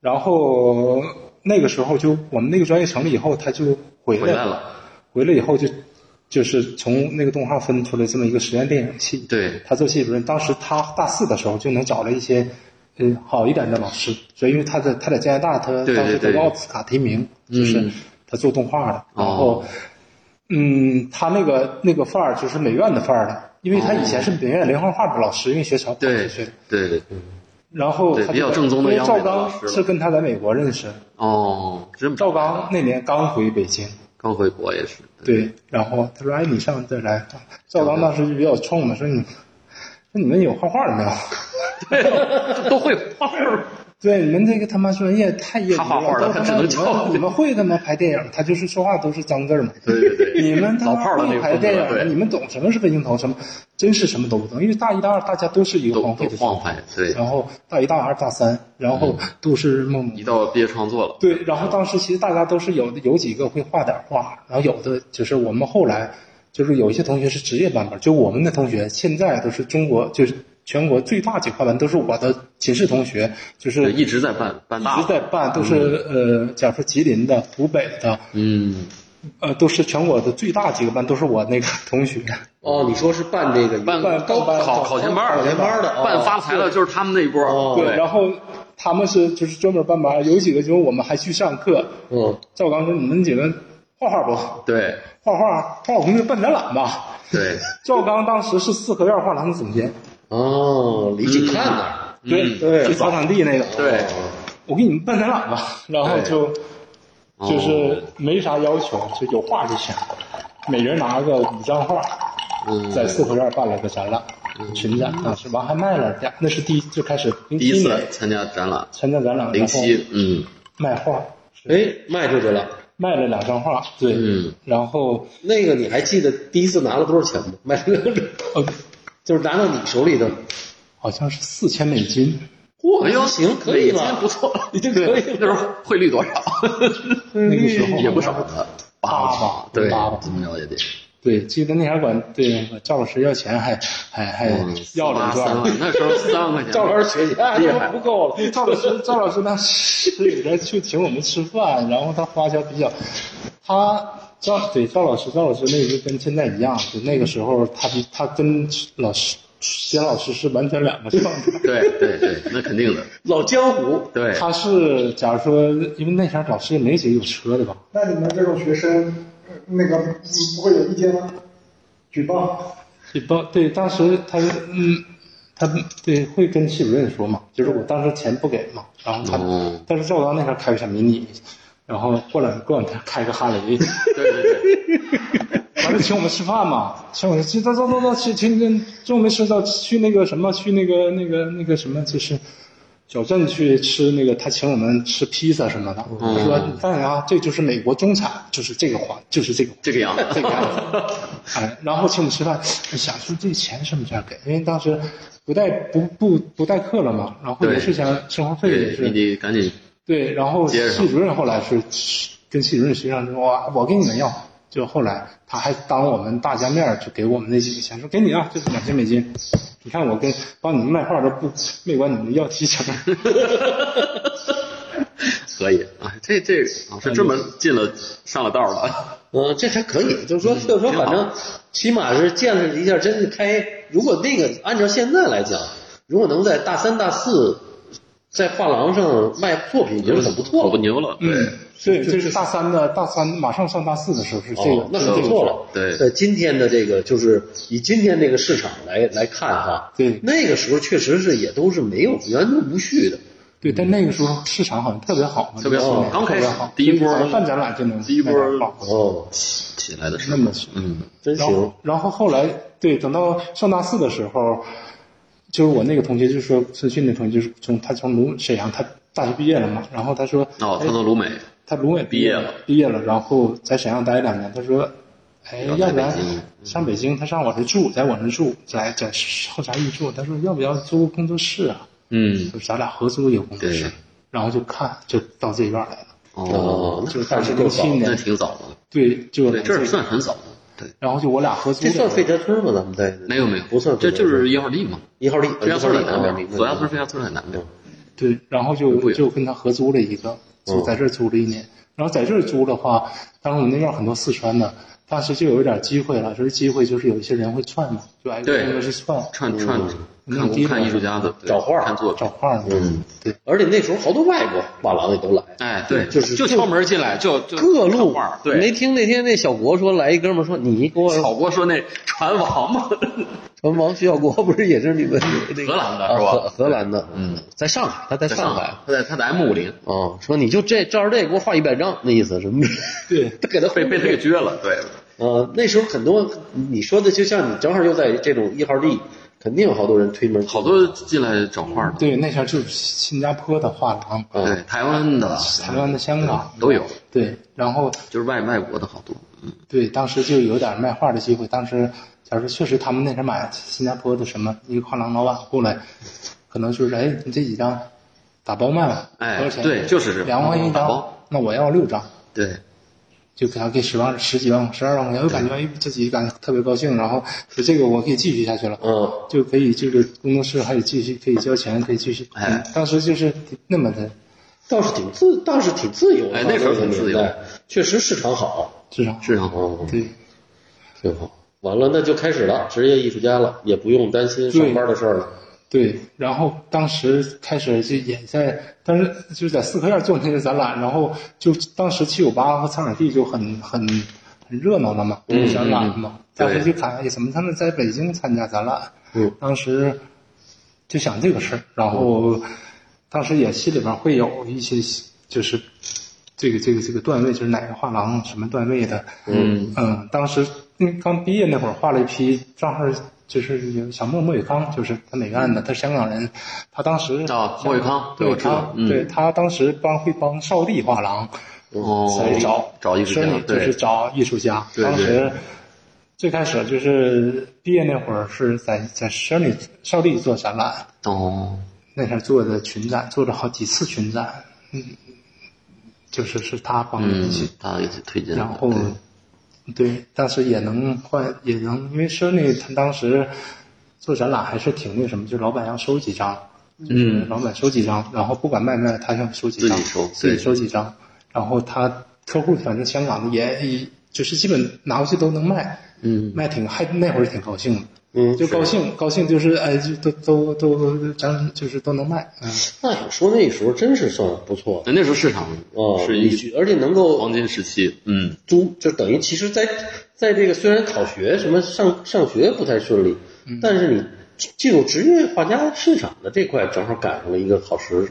S3: 然后那个时候就我们那个专业成立以后，他就回
S2: 回
S3: 来
S2: 来了，
S3: 回来以后就就是从那个动画分出来这么一个实验电影系，
S2: 对，
S3: 他做系主任，当时他大四的时候就能找了一些。嗯，好一点的老师，所以因为他在他在加拿大，他
S2: 对对
S3: 当时得
S2: 对嗯
S3: 过奥斯卡提名，就是他做动画的，然后
S2: 哦
S3: 嗯，他那个那个范儿就是美院的范儿的，因为他以前是美院连环画的老师，因为学潮跑
S2: 哦对
S3: 出去的。
S2: 对，
S3: 然后
S2: 对
S3: 他
S2: 比较
S3: 就
S2: 正宗的
S3: 因为
S2: 央美
S3: 赵
S2: 的老
S3: 刚
S2: 师了
S3: 是跟他在美国认识，
S2: 哦，这么
S3: 赵刚那年刚回北京，
S2: 刚回国也是，
S3: 对，然后他说：“哎，你上这儿来。”赵刚当时就比较冲嘛，说你，说你们有画画的没有？
S2: 都会画儿，
S3: 对，你们这个他妈专业太业余
S2: 他画画的
S3: 了，都
S2: 他
S3: 妈
S2: 只能
S3: 你们
S2: 教你
S3: 你们会他妈拍电影，他就是说话都是脏字儿嘛。
S2: 对对对，
S3: 你们他
S2: 老炮
S3: 妈
S2: 儿的那
S3: 会
S2: 个
S3: 拍
S2: 风
S3: 电
S2: 格，
S3: 影，你
S2: 对，
S3: 们懂什么是分镜头，什么真是什么都不懂，因为大一、大二大家都是一个
S2: 都
S3: 荒废
S2: 都
S3: 的时候，
S2: 晃拍，对，
S3: 然后大一、大二、大三，然后都是梦母
S2: 一到毕业创作了，
S3: 对，然后当时其实大家都是有的，有几个会画点画，然后有的就是我们后来就是有一些同学是职业班班，就我们的同学现在都是中国就是全国最大几个画班，都是我的寝室同学，就是
S2: 对，一直在办办大
S3: 一直在办，都是、呃，假如说吉林的、湖北的，
S2: 嗯，
S3: 呃，都是全国的最大几个班，都是我那个同学。嗯
S7: 哦，你说是办这个
S2: 办
S3: 办
S2: 高
S3: 办
S2: 考
S3: 考
S2: 考前班儿
S7: 考前班儿的哦
S2: 办发财了就是他们那一波儿，
S7: 哦
S3: 对，然后他们是就是专门办班，有几个就是我们还去上课。
S7: 嗯，
S3: 赵刚说：“你们几个画画不？
S2: 对
S3: 画画，画我们就办展览吧。”
S2: 对，
S3: 赵刚当时是四合院画廊总监，
S7: 哦，李
S1: 嗯
S7: 景汉那
S3: 嗯
S7: 儿，
S3: 对
S7: 对
S3: 就草场地那个，
S2: 嗯对，
S3: 我给你们办展览吧，然
S2: 哎
S3: 后就
S2: 哦
S3: 就是没啥要求，就有画就行，每人拿个五张画，
S2: 嗯
S3: 在四合院办了个展览，群展当时完还卖了点，那是第一就开始零
S2: 第一
S3: 七年
S2: 次参加展览，
S3: 参加展览，
S2: 零七，嗯，
S3: 卖画，
S7: 哎，卖出去了。
S3: 卖了两张画，对，
S2: 嗯
S3: 然后
S7: 那个你还记得第一次拿了多少钱吗？ 卖出去
S3: 呃
S7: 就是拿到你手里的，
S3: 好像是四千美金，
S7: 嚯
S2: 哎呦，
S7: 行，可以
S2: 美金
S7: 了
S2: 不，错了，
S7: 已经可以
S2: 那时
S7: 了。
S2: 候汇率多少？
S3: 那个时候
S2: 嗯也不少的，
S3: 八吧，
S2: 对，
S3: 八吧，
S2: 怎么了解的？
S3: 对，记得那还管对赵老师要钱还，还还嗯要了
S2: 嗯
S3: 一
S2: 三
S3: 段。
S2: 万，那时候三万块钱，
S7: 赵老师学习啊
S2: 厉害
S7: 不够了，
S3: 赵老师，赵老师当时有人去请我们吃饭，然后他花销比较，他赵对赵老师，赵老师那个就跟现在一样，就那个时候他比他跟老师实验老师是完全两个状态。
S2: 对对对，那肯定的，
S7: 老江湖。
S2: 对，
S3: 他是假如说，因为那前儿老师也没几个有车的吧，
S4: 那你们这种学生，呃那个嗯不会有意见吗？举报？
S3: 对，包对，当时他嗯，他对会跟系主任说嘛，就是我当时钱不给嘛，然后他，
S2: 哦
S3: 但是赵刚那边开个小迷你，然后过两过两天开个哈雷，
S2: 对对对，
S3: 完了请我们吃饭嘛，请我们去走走走走去去那中午没吃到去那个什么去那个那个那个什么就是。小镇去吃那个，他请我们吃披萨什么的。我说：“你看啊，这就是美国中产，就是这个环，就是这个环
S2: 这个样子，
S3: 这个样子。哎，然后请我们吃饭，我想说这钱是不是要给？因为当时不带不不不带课了嘛，然后
S2: 对
S3: 也是想生活费也
S2: 对，你
S3: 是
S2: 得赶紧，
S3: 对，然后
S2: 接着
S3: 系主任后来是跟系主任实际上说，哇，我给你们要。就后来他还当我们大家面儿就给我们那几个钱，说给你啊，这是两千美金。你 看我跟帮你们卖画都不没管你们要提成，
S2: 可以啊，这这啊是专门进了上了道了，
S1: 嗯，这还可以，就是说，就是说，
S2: 挺好
S1: 反正起码是见识一下，真是开。如果那个按照现在来讲，如果能在大三、大四在画廊上卖作品，已经是很不错
S2: 我不
S1: 了。
S2: 牛了，
S3: 嗯
S2: 对，
S3: 对，这是大三的，大三马上上大四的时候是这
S1: 哦
S3: 个，，
S1: 那很不错了。
S2: 对
S1: 在今天的这个，就是以今天这个市场来来看哈，
S3: 对
S1: 那个时候确实是也都是没有原无无序的，
S3: 对，但那个时候市场好像特别好嘛，
S2: 特别好哦
S3: 那个时
S2: 刚
S3: 候
S2: 开始
S3: 特别好
S2: 第一波
S3: 所以咱们办展览就能
S2: 第一波
S3: 卖到爆
S1: 哦，
S2: 起来的时
S3: 那
S2: 候，
S3: 么是
S2: 嗯，
S1: 真
S3: 然
S1: 行
S3: 后，然后后来对，等到上大四的时候，就是我那个同学就说孙迅那同学就是从他从鲁沈阳他大学毕业了嘛，然后他说
S2: 哦，
S3: 哎
S2: 他从鲁美，
S3: 他鲁美
S2: 毕业了，
S3: 毕业了，然后在沈阳待两年，他说。哎，要不然
S2: 要来北京嗯
S3: 上北京，他上我这住，在我这住，来在后沙一住。他说要不要租工作室啊？
S2: 嗯，
S3: 就是咱俩合租一个工作室
S2: 对，
S3: 然后就看就到这院来了，
S2: 哦，
S1: 哦，
S3: 就是
S1: 那
S3: 当
S1: 还
S3: 时
S1: 是够
S3: 零七
S1: 早的，
S2: 那
S3: 年，
S2: 挺早的，
S3: 对，就
S2: 对，这儿算很早的，对，
S3: 然后就我俩合租
S1: 这
S3: 的，
S1: 算费家村吗？咱们在
S2: 没有没有，
S1: 不算费
S2: 这
S1: 家村，
S2: 就是一号地嘛，
S1: 一号地，
S2: 石
S1: 一
S2: 家村
S1: 号
S2: 在
S1: 地
S2: 南
S1: 啊
S2: 边，左家村、石
S1: 嗯
S2: 家村在南边，
S3: 对，然后
S2: 不嗯
S3: 就
S2: 远
S3: 就跟他合租了一个，就在这儿租了一年。然后在这儿租的话，当时我们那边很多四川的，当时就有一点机会了。这机会就是有一些人会串嘛，就挨个
S2: 对
S3: 挨个去串
S2: 串串
S3: 嗯
S2: 看
S3: 嗯
S2: 看艺术家的，对
S1: 找画儿
S2: 看作品
S3: 找，画儿。
S1: 嗯，
S3: 对，
S1: 而且那时候好多外国画廊也都来，
S2: 哎，对，
S1: 就是
S2: 就敲门进来就就
S1: 各
S2: 看
S1: 路
S2: 画儿
S1: 没
S2: 对。
S1: 听那天那小国说来一哥们儿说你给我
S2: 草哥说那船王嘛，
S1: 文王徐小国 不是也是你们那个
S2: 嗯荷兰的
S1: 啊
S2: 是吧
S1: 荷荷兰的，
S2: 嗯，
S1: 在上海，他在
S2: 在
S1: 上
S2: 上
S1: 海
S2: 海。，他在他在 M 五零
S1: 啊，说你就这照着这给我画一百张，那意思什么？
S3: 对，
S1: 他给他
S2: 被被他给撅了，对，
S1: 呃，那时候很多你说的，就像你正好又在这种一号地，肯定有好多人推门，
S2: 好多进来找画的，
S3: 对，那前儿就是新加坡的画廊，
S1: 嗯
S2: 对，台湾的、
S3: 台湾的、香港
S2: 都有，
S3: 对，然后
S2: 就是外外国的好多，嗯，
S3: 对，当时就有点卖画的机会。当时，假如确实他们那时买新加坡的什么一个画廊老板过来，可能就是哎，你这几张打包卖吧，
S2: 哎
S3: 多少钱？
S2: 对就是这
S3: 两块钱一
S2: 打
S3: 张
S2: 包，
S3: 那我要六张，
S2: 对，
S3: 就给他给十万、十几万、十二万块钱，我感觉
S1: 嗯
S3: 哎自己感觉特别高兴，然后说这个我可以继续下去了，
S1: 嗯，
S3: 就可以这个工作室还得继续可以交钱，可以继续。嗯
S2: 哎
S3: 当时就是那么的
S1: 倒是挺自，倒是挺自由的。
S2: 哎那时候
S1: 那个
S2: 挺自由
S1: 年代，确实市场好，
S3: 市场，
S2: 市场
S1: 嗯，
S3: 对
S1: 挺好。完了，那就开始了，职业艺术家了，也不用担心上班的事儿了。
S3: 对，然后当时开始就也在，但是就是在四合院做那个展览，然后就当时七九八和苍耳地就很很很热闹了嘛，有
S1: 嗯
S3: 展览嘛，当时就看哎怎么他们在北京参加展览，
S1: 嗯，
S3: 当时就想这个事儿，然后
S2: 哦
S3: 当时也心里边会有一些就是这个这个这个段位，就是哪个画廊什么段位的，
S2: 嗯
S3: 嗯，当时嗯刚毕业那会儿画了一批，正好就是有小莫莫宇康，就是他美院的，他是香港人，他当时
S2: 啊莫宇康对
S3: 对
S2: 我知
S3: 他
S2: 道嗯
S3: 对他当时帮会帮少帝画廊
S2: 哦，
S3: 在找
S2: 找艺术家
S3: 生理，就是
S2: 对，
S3: 找艺术家，
S2: 对对
S3: 当时。最开始就是毕业那会儿是在在少里少里做展览，
S2: 哦，
S3: 那天做的群展，做了好几次群展，嗯，就是是他帮着一
S2: 嗯
S3: 起，
S2: 他给推荐的，
S3: 然后
S2: 对
S3: 对，但是也能换，也能，因为 Shirley 他当时做展览还是挺那什么，就老板要收几张，就是老板收几张，然后不管卖不卖，他要收几张，
S2: 自己收
S3: 自
S2: 对
S3: 己收几张，然后他客户反正香港的也就是基本拿回去都能卖，
S2: 嗯，
S3: 卖挺还那会儿挺高兴的。
S1: 嗯
S3: 就高兴，高兴就是哎，就都都都，咱就是都能卖，嗯，
S1: 那你说那时候真是算不错的
S2: 那那时候市场
S1: 啊，
S2: 是
S1: 你
S2: 嗯一哦
S1: 去而且能够
S2: 黄金时期，嗯，
S1: 租，就等于其实在，在这个虽然考学什么上上学不太顺利，
S2: 嗯
S1: 但是你进入职业画家市场的这块，正好赶上了一个好时候。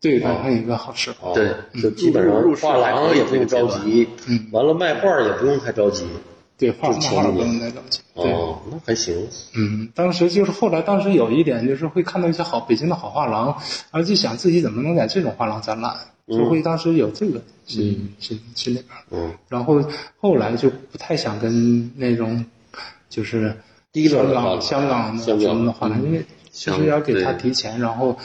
S3: 对，赶上一个好时候，
S1: 啊
S2: 对，嗯
S1: 就基本上
S2: 入入市
S1: 画
S2: 还
S1: 廊
S2: 可以
S1: 也不用着急，
S3: 嗯
S1: 完了卖画儿也不用太着急。
S3: 对，画
S1: 就
S3: 画
S1: 前
S3: 画
S1: 几
S3: 不
S1: 年
S3: 能再着急，对，
S1: 哦，那还行，
S3: 嗯，当时就是后来，当时有一点就是会看到一些好北京的好画廊，然后就想自己怎么能在这种画廊展览，就会当时有这个心心心里边儿。
S1: 嗯，
S3: 然后后来就不太想跟那种就是
S1: 低端
S3: 香
S1: 的画嗯廊
S3: 港香港的
S1: 香港
S3: 什么的画廊，因为就是要给他
S2: 对
S3: 提钱，然后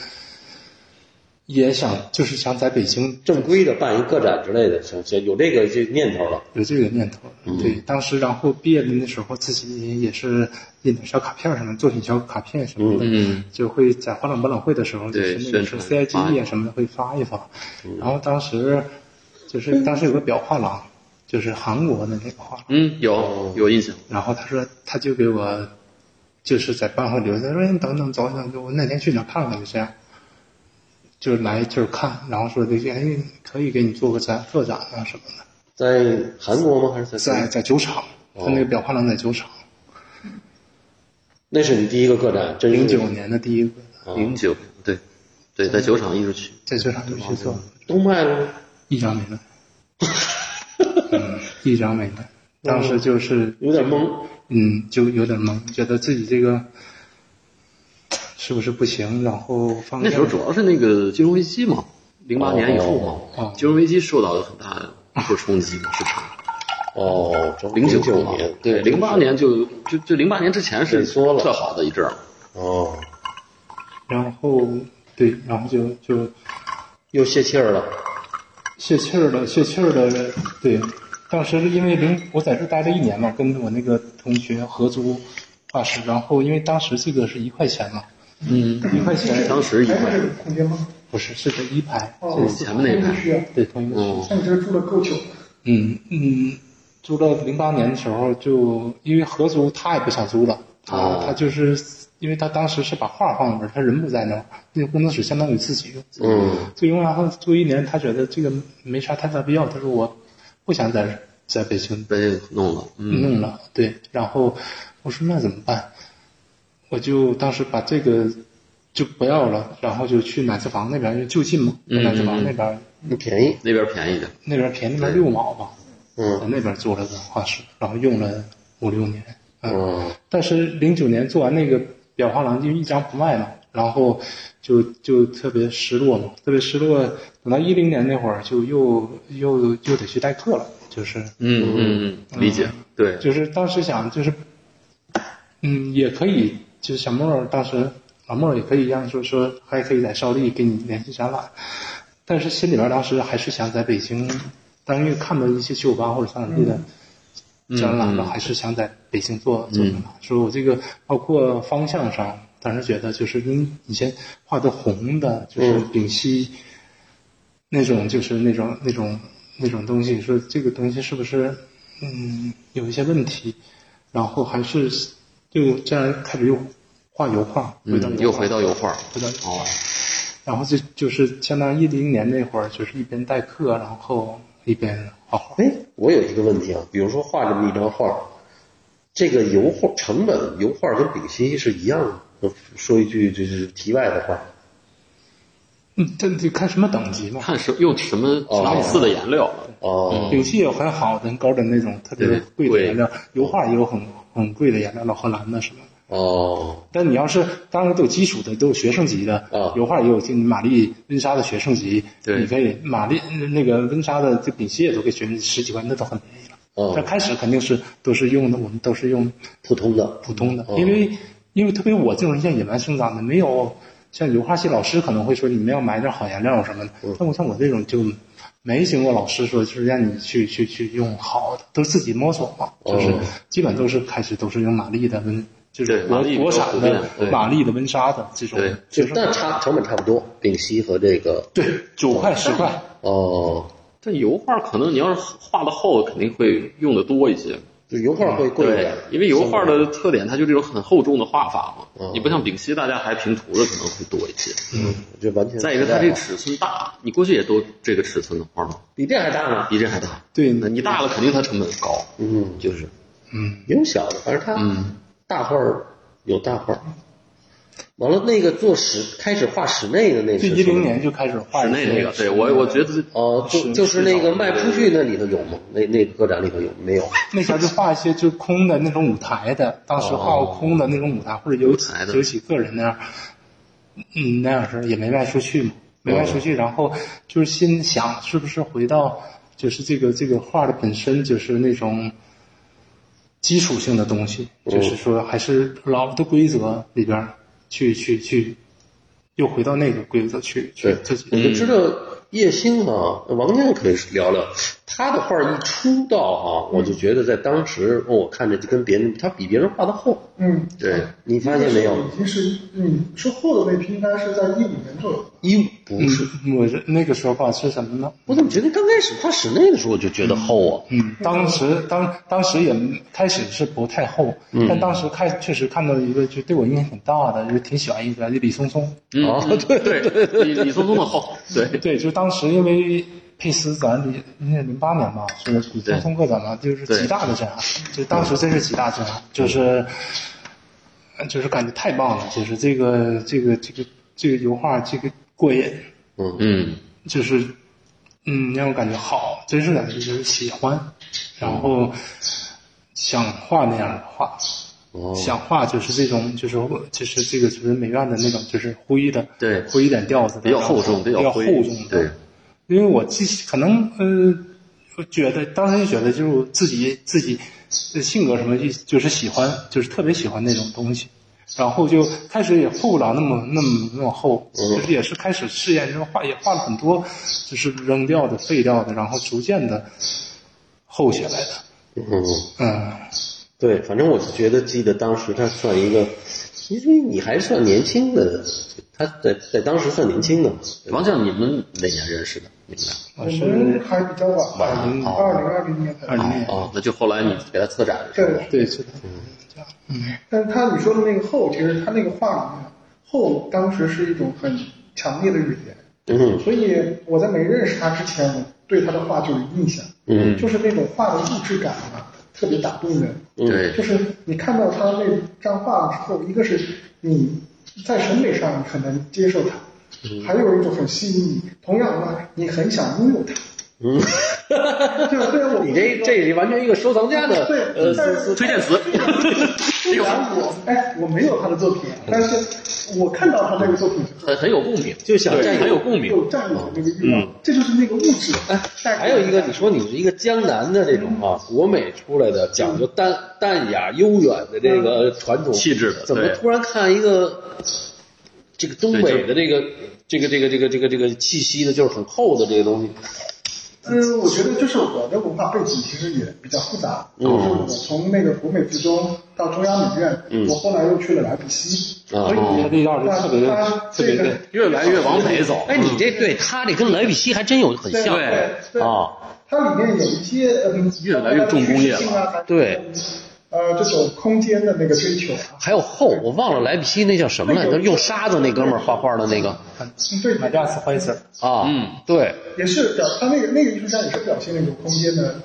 S3: 也想就是想在北京
S7: 正规的办一个展之类的，想想有这个这念头了。
S3: 有这个念头。
S2: 嗯
S3: 对，当时然后毕业的那时候，自己也是印点小卡片儿什么，作品小卡片什么的，
S2: 嗯
S3: 就会在画廊博览会的时候，就
S2: 对
S3: 是那个时候
S2: 宣传发一嗯
S3: CIGE 啊什么的会发一发。然后当时就是当时有个表画廊，就是韩国的那个画廊，
S2: 嗯，有有印象，
S3: 然后他说他就给我就是在办公室留下，他说你等等走走，我哪天去哪儿看看就这样，就是来就是看，然后说这些哎可以给你做个展特展啊什么的，
S7: 在韩国吗？还
S2: 嗯
S7: 是在？
S3: 在。在酒厂，
S2: 哦
S3: 他那个裱画廊在酒厂，
S7: 那是你第一个个展，真是
S3: 零九年的第一个
S2: 零九对对，在酒厂艺术区，
S3: 在酒厂就去做，
S7: 都卖了吗？
S3: 一张没卖，嗯，一张没
S2: 哦
S3: 卖，当 时就是
S7: 有点懵。
S3: 嗯，就有点懵，觉得自己这个是不是不行，然后放
S2: 那时候主要是那个金融危机嘛，零八年以后嘛
S3: 哦，
S2: 金融危机受到了很大的受冲击嘛，市场。
S7: 哦，这
S2: 零
S7: 九
S2: 九
S7: 年，
S2: 对，零八年就就就零八年之前是
S7: 萎缩了
S2: 特好的一阵儿，
S7: 哦，
S3: 然后对，然后就就
S7: 又泄气儿了。
S3: 泄气儿了，泄气儿了。对，当时是因为零，我在这待了一年嘛，跟我那个同学合租画室，然后因为当时这个是一块钱嘛，
S2: 嗯，
S3: 一块钱
S2: 当时一
S4: 还
S2: 块
S4: 是有空间吗？
S3: 不是是这一排，
S4: 哦，
S2: 前面那一排
S4: 同一个区啊
S3: 对，同一个
S2: 哦
S3: 区。
S4: 像你这住了够久了，
S3: 嗯嗯，租到零八年的时候就因为合租，他也不想租了，他、
S2: 哦
S3: 他就是因为他当时是把画放那边，他人不在那儿，那个工作室相当于自己用。
S7: 嗯，
S3: 最终然后租一年，他觉得这个没啥太大必要，他说我不想在在北京
S2: 被弄了，嗯，
S3: 弄了，对，然后我说那怎么办？我就当时把这个就不要了，然后就去奶子房那边，因为就近嘛，
S2: 嗯
S3: 奶子
S2: 嗯
S3: 房
S2: 嗯
S3: 那边
S7: 不便宜。
S2: 那边便宜点，
S3: 那边便宜，那边六毛吧，在
S7: 嗯
S3: 那边做了个画室，然后用了五六年，嗯，
S7: 嗯
S3: 但是零九年做完那个裱画廊就一张不卖了，然后就就特别失落嘛，特别失落。等到一零年那会儿，就又又又得去代课了，就是
S2: 嗯嗯嗯，理解，对，
S3: 就是当时想就是，嗯，也可以，就是小莫儿当时老莫儿也可以让说说还可以在邵力给你联系展览，但是心里边儿当时还是想在北京，当然因为看到一些七五八或者三五 D 的。展览了，
S2: 嗯
S3: 还是想在北京做做展览。说我这个包括方向上，当时觉得就是跟以前画的红的，
S2: 嗯
S3: 就是丙烯那种，就是那种那种那种东西，说这个东西是不是嗯有一些问题，然后还是就这样开始又画油画，回到油
S2: 嗯，
S3: 画
S2: 又回到油画，
S3: 回到油画
S2: 哦，
S3: 然后就就是相当于一零年那会儿，就是一边代课，然后一边画画。
S7: 哎，我有一个问题啊，比如说画这么一张画，这个油画成本，油画跟丙烯是一样的。说一句就是题外的话，
S3: 嗯，这这看什么等级嘛？
S2: 看什用什么档次的颜料了，
S7: 哦，
S3: 丙烯有很好的、很高的那种特别贵的颜料，油画也有很很贵的颜料，老荷兰的什么。
S7: 哦，
S3: 但你要是当然都有基础的，都有学生级的，
S7: 啊
S3: 油画也有就你玛丽温莎的学生级，
S2: 对
S3: 你可以玛丽那个温莎的这丙烯也都给学生十几块，那都很便宜了。
S7: 哦
S3: 但开始肯定是都是用的，我们都是用
S7: 普通
S2: 嗯
S7: 的，
S3: 普通的，因为因为特别我这种像野蛮生长的，没有像油画系老师可能会说你们要买点好颜料什么的，
S2: 嗯
S3: 但我像我这种就没经过老师说，就是让你去去去用好的，都是自己摸索嘛，
S2: 哦
S3: 就是基本都是开始都是用玛丽的温，就是
S2: 对
S3: 国
S2: 玛丽比较
S3: 国
S2: 普
S3: 产
S2: 遍
S3: 的
S2: 对
S3: 玛丽的温莎的这种，
S2: 对
S3: 就
S7: 就是但差成本差不多，丙烯和这个
S3: 对九块十块，
S7: 哦，
S2: 但油画可能你要是画的厚，肯定会用的多一些，
S7: 就油画会贵一
S2: 对
S7: 点，，
S2: 因为油画的特点，它就这种很厚重的画法嘛
S7: 嗯，
S2: 你不像丙烯，大家还平涂的可能会多一些。
S7: 这完全。
S2: 再一个，它这个尺寸大，你过去也都这个尺寸的画吗？
S7: 比这还大呢，
S2: 比这还大。
S3: 对
S2: 那你大了肯定它成本高，
S7: 嗯，
S2: 就是
S7: 也有小的，反正它
S2: 嗯
S7: 大画儿有大画儿。完了，那个做室开始画室内的那
S3: 就是一
S7: 什
S3: 零
S7: 么
S3: 年就开始画
S2: 室内那个。对我，我觉得
S7: 哦，就就是那个卖铺剧那里头有吗？那那个个展里头有没有？
S3: 那时候就画一些就空的那种舞台的，当时画过空的那种舞台，或者有几
S2: 哦舞台的
S3: 有几个人那样，嗯，那样式也没卖出去嘛，没卖出
S2: 哦
S3: 去。然后就是心想，是不是回到就是这个这个画的本身就是那种基础性的
S2: 哦
S3: 东西，就是说还是老的规则里边儿去去去又回到那个规则去去
S8: 对
S3: 自己
S8: 我就知道叶星啊，王健可以聊聊他的画一出道啊，我就觉得在当时哦我看着就跟别人，他比别人画的厚。
S4: 嗯，
S8: 对你发现没有？
S4: 已经是你说后的那批，应该是在一五年左右。
S8: 一不是，
S3: 嗯，我是那个时候吧是什么呢？
S8: 我怎么觉得刚开始画室内的时候我就觉得厚啊？
S3: 嗯，当时当当时也开始是不太厚，但当时看确实看到一个就对我影响很大的，就挺喜欢一个就李松松。
S2: 嗯
S8: 啊
S2: 嗯 对，李李松松的厚，对，
S3: 对，就当时因为佩斯咱零那零八年吧，是李松松个展嘛，就是极大的震撼，就当时真是极大震撼，就是就是感觉太棒了，就是这个这个这个这个油画这个过瘾，
S2: 嗯
S3: 就是嗯让我感觉好，真是感觉就是喜欢，然后想画那样的画。
S8: 哦，
S3: 想画就是这种，就是就是这个就是美院的那种，就是灰的，
S2: 对
S3: 灰一点调子的，
S2: 比较厚重
S3: 比
S2: 比较
S3: 较厚
S2: 灰
S3: 重的，
S2: 对。
S3: 因为我记可能呃，我觉得当时就觉得就是我自己自己呃性格什么就就是喜欢，就是特别喜欢那种东西，然后就开始也厚不了那么那么那么厚，
S2: 嗯
S3: 就是也是开始试验，就是画也画了很多，就是扔掉的、废掉的，然后逐渐的厚起来的，
S8: 嗯，
S3: 嗯。
S8: 对，反正我是觉得记得当时他算一个，因为你还算年轻的，他在在当时算年轻的嘛。对吧
S2: 王健，你们哪年认识的？你们俩？
S3: 啊
S4: 我们还比较晚，二零二零年才
S3: 二零年
S2: 哦，那就后来你给他策展的时候
S4: 对，
S3: 对，是的，
S2: 嗯
S3: 嗯
S4: 但是他你说的那个后，其实他那个画里面后当时是一种很强烈的语言，
S8: 嗯
S4: 所以我在没认识他之前，我对他的画就有印象，
S8: 嗯
S4: 就是那种画的物质感啊，特别打动人。
S2: 对
S4: 就是你看到他那张画之后，一个是你在审美上你很难接受它，还有一种很吸引你，同样呢，你很想拥有它。
S8: 嗯，
S4: 对，虽然我
S1: 你这这是完全一个收藏家的
S4: 对，
S1: 呃
S4: 但
S1: 思
S4: 是
S1: 思
S2: 推荐词，
S4: 虽然我哎我没有他的作品，但是我看到他那个作品
S2: 很很有共鸣，
S1: 就想
S2: 对
S1: 占有
S2: 很有共鸣。
S4: 有占有的那个
S2: 嗯
S4: 欲望，这就是那个物质。哎
S1: 还有一个，你说你是一个江南的这种啊，国美出来的，讲究淡淡雅悠远的这
S4: 嗯
S1: 个传统
S2: 气质的
S1: 怎么
S2: 对
S1: 突然看一个这个东北的这个这个这个这个这个这个气息呢，就是很厚的这个东西，
S4: 嗯，我觉得就是我的文化背景其实也比较复杂，
S2: 嗯
S4: 就是我从那个国美附中到中央美院，
S2: 嗯
S4: 我后来又去了莱比锡，
S2: 啊
S1: 啊
S4: 所以
S3: 他这一道是
S4: 他
S3: 特别的
S4: 他
S3: 特
S4: 这
S3: 别
S4: 个
S3: 的
S2: 越来越往北走。
S1: 哎，你这对他这跟莱比锡还真有很像
S2: 对
S4: 对
S1: 啊，
S4: 它里面有一些嗯
S2: 越来越重工业了，
S1: 对，
S4: 啊呃这种空间的那个追求，啊
S1: 还有厚，我忘了莱比锡那叫什么来着，用沙子那哥们儿画画的那个
S4: 嗯对，
S3: 买架子坏事儿。
S1: 啊，
S2: 嗯，
S1: 对，
S4: 也是表他那个那个艺术家也是表现那种空间的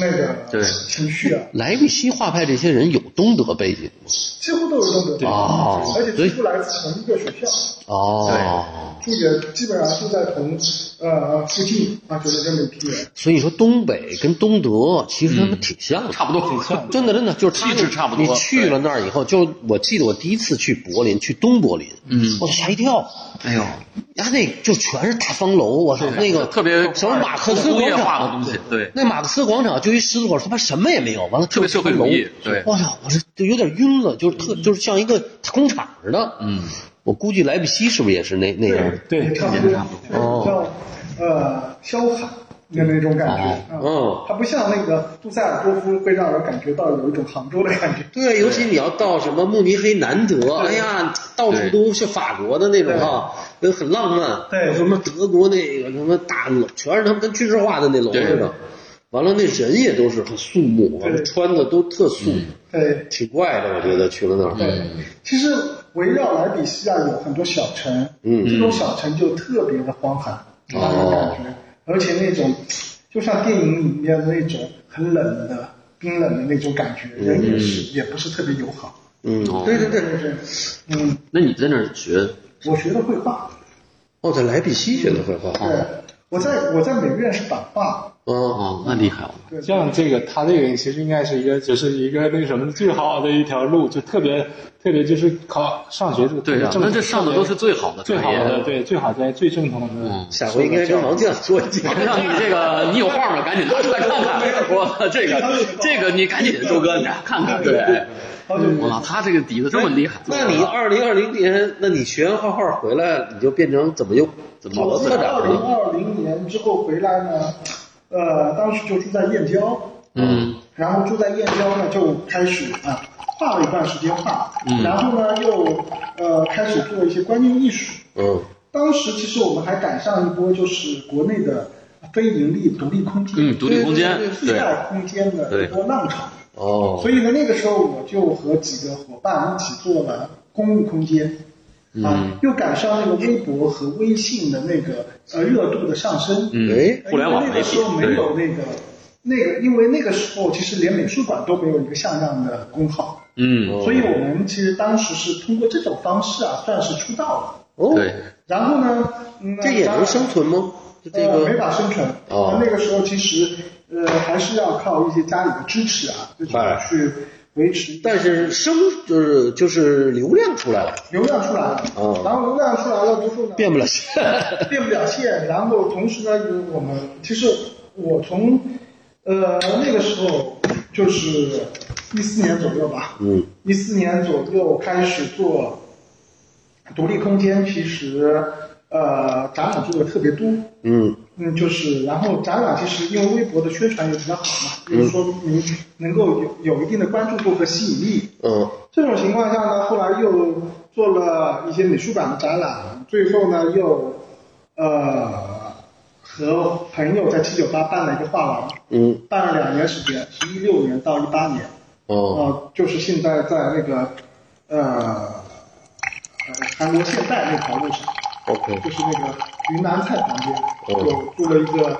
S4: 那个
S2: 对
S4: 情绪啊，
S1: 莱比锡画派这些人有东德背景吗
S4: 几乎都是东德
S1: 啊
S4: 而且几乎来自同一个学校。
S1: 哦，
S4: 住也基本上住在同呃附近啊，就是这么一批人。
S1: 所以说东北跟东德其实他们挺像的，
S2: 差不多。
S1: 真的真的就是他那
S2: 嗯气质差不多
S1: 你去了那儿以后，就我记得我第一次去柏林，去东柏林，嗯，我吓一跳，
S2: 哎呦，
S1: 呀，那就全是大方楼，我操，那个
S2: 特别
S1: 什么马克思
S2: 工
S1: 广
S2: 业化的
S1: 场，
S2: 东西，对，
S1: 那马克思广场就一十字口，他妈什么也没有，完了
S2: 特别社会主义
S1: 就是
S2: 对嗯
S1: 楼我操，我这就有点晕了，就是特就是像一个工厂似的，嗯，我估计莱比锡是不是也是那那样？
S3: 对，
S4: 差不多，就是像呃萧海的那种感觉。啊
S1: 嗯，
S4: 它不像那个杜塞尔多夫会让人感觉到有一种杭州的感觉。
S1: 对，尤其你要到什么慕尼黑、南德，哎呀，到处都是法国的那种啊，那很浪漫。
S4: 对
S1: 什么德国那个什么大楼，全是他们跟军事化的那楼似的。完了，那人也都是很肃穆，完了
S4: 对
S1: 穿的都特肃，
S4: 对，
S1: 挺怪的。我觉得去了那儿，
S4: 其实围绕莱比锡啊有很多小城，嗯，哦这种小城就特别的荒寒，那种
S1: 哦
S4: 感觉，而且那种就像电影里面的那种很冷的、冰冷的那种感觉，人也是也不是特别友好。
S1: 嗯，
S4: 对对对对对，嗯，
S2: 哦那你在那儿学
S4: 我学的绘画，
S1: 哦，在莱比锡学的绘画，
S4: 对，我在我在美院是版画，
S1: 嗯，
S2: 哦，那厉害了。
S4: 对，
S3: 像这个，他这个其实应该是一个，就是一个那什么最好的一条路，就特别特别就是考上学这个特
S2: 对
S3: 别
S2: 呀、
S3: 正
S2: 那
S3: 统，
S2: 这上的都是最好的
S3: 最
S2: 专
S3: 好的，
S2: 业。嗯
S3: 对最好的最正统的。
S1: 下回应该跟王酱说一讲。
S2: 让你这 个，你有画 吗？赶紧拿出来看看。我操，这个，这个你赶紧，周哥，你来看看。对，
S4: 好久没
S2: 哇，他这个底子这么厉害，
S1: 那你二零二零年，那你学完画画回来，你就变成怎么又怎么
S4: 我
S1: 策
S4: 在
S1: 展
S4: 二零
S1: 了？
S4: 二零年之后回来呢，呃，当时就住在燕郊，
S2: 嗯，
S4: 然后住在燕郊呢就开始啊画了一段时间画，然后呢又呃开始做一些观念艺术。
S1: 嗯
S4: 当时其实我们还赶上一波就是国内的非盈利独立空间，
S2: 嗯独立空间
S4: 对对对
S2: 对
S4: 对自带空间的一波浪潮。
S1: 哦，
S4: 所以呢，那个时候我就和几个伙伴一起做了公共空间，
S2: 嗯
S4: 啊，又赶上那个微博和微信的那个呃热度的上升，
S2: 嗯
S1: 哎
S2: 互联网
S4: 因
S2: 媒
S4: 为那个
S2: 体
S4: 时候没有那个那个，因为那个时候其实连美术馆都没有一个像样的工号，
S2: 嗯，
S1: 哦
S4: 所以我们其实当时是通过这种方式啊，算是出道了。
S1: 哦，
S2: 对，
S4: 然后呢，嗯、
S1: 这也能生存吗？就这
S4: 呃、没
S1: 个
S4: 法生存。
S1: 哦
S4: 那个时候其实呃还是要靠一些家里的支持啊，就是
S1: 哎
S4: 去维持。
S1: 但是生就是就是流量出来了，
S4: 流量出来了，
S1: 哦
S4: 然后流量出来了之后呢，
S1: 变不了现。
S4: 变不了现，然后同时呢，我们其实我从呃那个时候就是一四年左右吧，
S1: 嗯，
S4: 一四年左右开始做独立空间，其实呃展览做的特别多，
S1: 嗯，
S4: 嗯，就是，然后展览其实因为微博的宣传也比较好嘛，就是说你能够有有一定的关注度和吸引力。
S1: 嗯，
S4: 这种情况下呢，后来又做了一些美术馆的展览，最后呢又呃和朋友在七九八办了一个画廊，
S1: 嗯，
S4: 办了两年时间，一六年到一八年，
S1: 哦，
S4: 呃，就是现在在那个呃呃韩国现代那条路上。
S1: ，OK，
S4: 就是那个云南菜旁边
S1: 哦
S4: 有做了一个，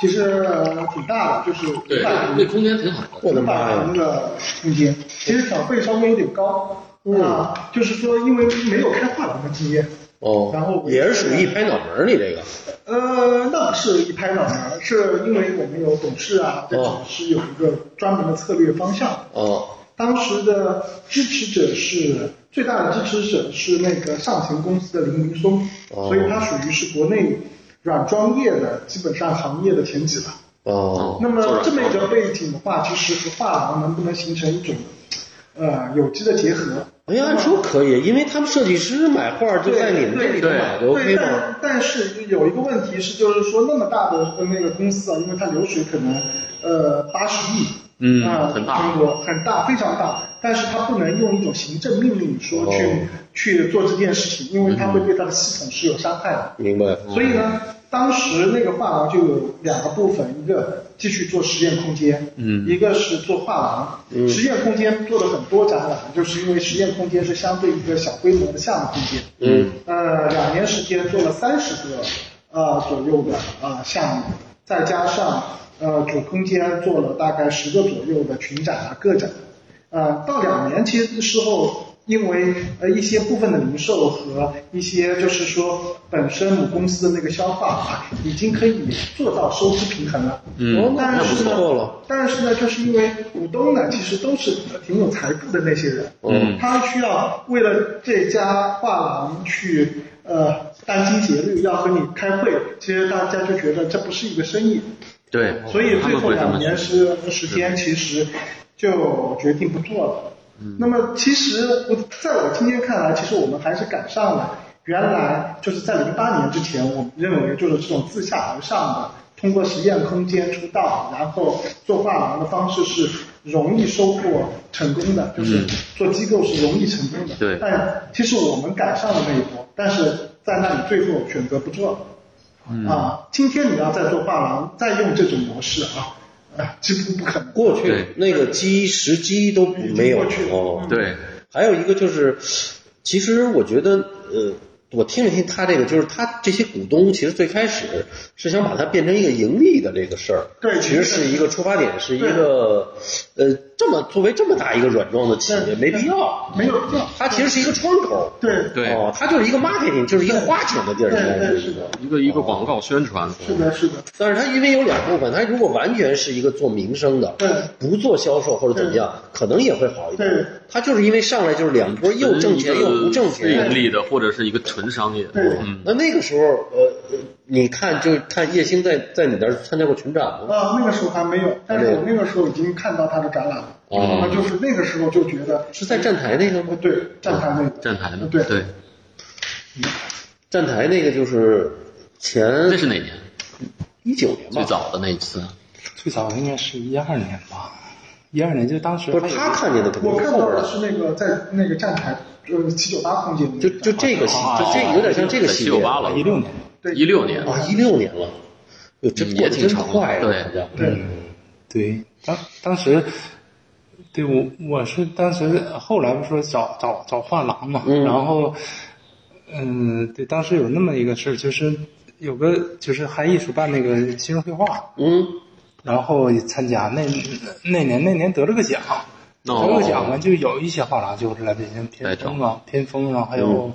S4: 其实呃挺大的，就是
S2: 对，
S4: 五百
S2: 那那空间挺好的，
S1: 我的
S4: 五
S1: 妈
S4: 百
S1: 呀！
S4: 平的空间，其实小费稍微有点高。
S1: 嗯
S4: 啊，就是说，因为没有开画廊的经验，
S1: 哦，
S4: 然后
S1: 也是属于一拍脑门儿，你这个
S4: 呃，那不是一拍脑门儿，是因为我们有董事啊，对
S1: 哦
S4: 董事有一个专门的策略方向。
S1: 哦，
S4: 当时的支持者是最大的支持者是那个上行公司的林明松，
S1: 哦
S4: 所以它属于是国内软装业的基本上行业的前几吧。
S1: 哦，
S4: 那
S2: 做
S4: 么
S2: 软
S4: 这
S2: 装
S4: 么一个背景的话，其实和画廊能不能形成一种呃有机的结合？
S1: 哎，按说可以，因为他们设计师买画就在你们这里头
S2: 对
S1: 买就 OK
S4: 对，
S1: 吗？
S4: 但但是有一个问题是，就是说那么大的呃那个公司啊，因为它流水可能呃八十亿，
S2: 嗯
S4: 啊
S2: 很大
S4: 全国很大，非常大，但是它不能用一种行政命令说
S1: 哦
S4: 去、去做这件事情，因为它会
S1: 嗯
S4: 对它的系统是有伤害的。
S1: 明白，
S2: 嗯
S4: 所以呢，当时那个画廊就有两个部分，一个继续做实验空间，嗯，一个是做画廊。实验空间做了很多展览，就是因为实验空间是相对一个小规模的项目空间，
S1: 嗯，
S4: 呃，两年时间做了三十个呃左右的啊、呃项目，再加上呃主空间做了大概十个左右的群展啊个展，呃，到两年其实之后，因为呃一些部分的零售和一些就是说本身母公司的那个消化啊，已经可以做到收支平衡了。
S1: 哦，那
S4: 但
S1: 不
S4: 是呢
S1: 错了，
S4: 但是呢，就是因为股东呢，其实都是挺有财富的那些人，
S1: 嗯，
S4: 他需要为了这家画廊去呃殚精竭虑，要和你开会，其实大家就觉得这不是一个生意，
S2: 对，
S4: 所以
S2: 他
S4: 最
S2: 们
S4: 后
S2: 会这
S4: 两
S2: 么
S4: 年
S2: 去，
S4: 时时间其实就决定不做了。
S2: 嗯
S4: 那么其实我在我今天看来，其实我们还是赶上了原来就是在零八年之前，我们认为就是这种自下而上的，通过实验空间出道，然后做画廊的方式是容易收获成功的，就是做机构是容易成功的。
S2: 嗯对
S4: 但其实我们赶上了那一波，但是在那里最后选择不做了。啊，今天你要再做画廊，再用这种模式啊，啊，几乎不可能。
S1: 过
S2: 对
S1: 去那个机时机都不没有
S4: 已经过嗯
S1: 哦，
S2: 对，
S1: 还有一个就是，其实我觉得，呃，我听了听他这个，就是他这些股东其实最开始是想把它变成一个盈利的这个事儿，
S4: 对
S1: 其实是一个出发点，是一个，呃，这么作为这么大一个软装的企业，
S4: 对
S1: 没必要，
S4: 没有必要。
S1: 它其实是一个窗口，
S4: 对
S2: 对
S1: 哦，它就是一个 marketing，就是一个花钱的地儿，
S4: 对
S1: 应该
S4: 对
S1: 是
S4: 是
S1: 一个
S4: 的，
S2: 一个一个广告宣传，
S4: 是的，是的，
S1: 但是它因为有两部分，它如果完全是一个做民生的
S4: 对，
S3: 嗯
S1: 不做销售或者怎么样，可能也会好一
S4: 对
S1: 点。它就是因为上来就是两波，又挣钱又不挣
S2: 是盈
S1: 钱。
S2: 利的，或者是一个纯商业，
S4: 对
S2: 嗯，
S1: 那那个时候，呃，呃你看，就是看叶星在在你那儿参加过群展吗？
S4: 啊，那个时候还没有，但是我那个时候已经看到他的展览了，
S1: 哦
S4: 啊，就是那个时候就觉得
S1: 是在站台那个
S4: 呃
S1: 吗？
S4: 对站台那个
S2: 站台呢？
S4: 对
S2: 对，
S1: 站台那个就是前
S2: 这是哪年？
S1: 一九年吧
S2: 最，早的那一次，
S3: 最早应该是一二年吧，一二年就当时
S1: 不
S3: 还
S1: 是
S3: 有
S1: 他看见的肯定
S4: 我
S1: 是
S4: 看
S1: 后
S4: 到
S1: 边
S4: 的
S1: 的，
S4: 是那个在那个站台，呃，七九八空间那个
S1: 就就
S4: 展
S1: 这个系，
S2: 啊
S1: 就这有点像这个系列。
S2: 九八了，
S3: 一六年，
S4: 对
S2: 一六年，
S1: 啊，一六年了，哟，这
S2: 嗯
S1: 过
S2: 也
S1: 得真
S2: 挺长的
S1: 快啊，
S2: 对
S1: 好像
S4: 对，
S3: 对，当当时，对我我是当时后来不是说找找找画廊嘛，
S1: 嗯
S3: 然后，嗯，对，当时有那么一个事儿，就是有个就是嗨艺术办那个新人绘画，
S1: 嗯，
S3: 然后参加那那年那年得了个奖，
S2: 哦
S3: 得了个奖嘛，就有一些画廊就是来北京
S2: 来
S3: 偏
S2: 找
S3: 锋啊，偏锋啊，还有。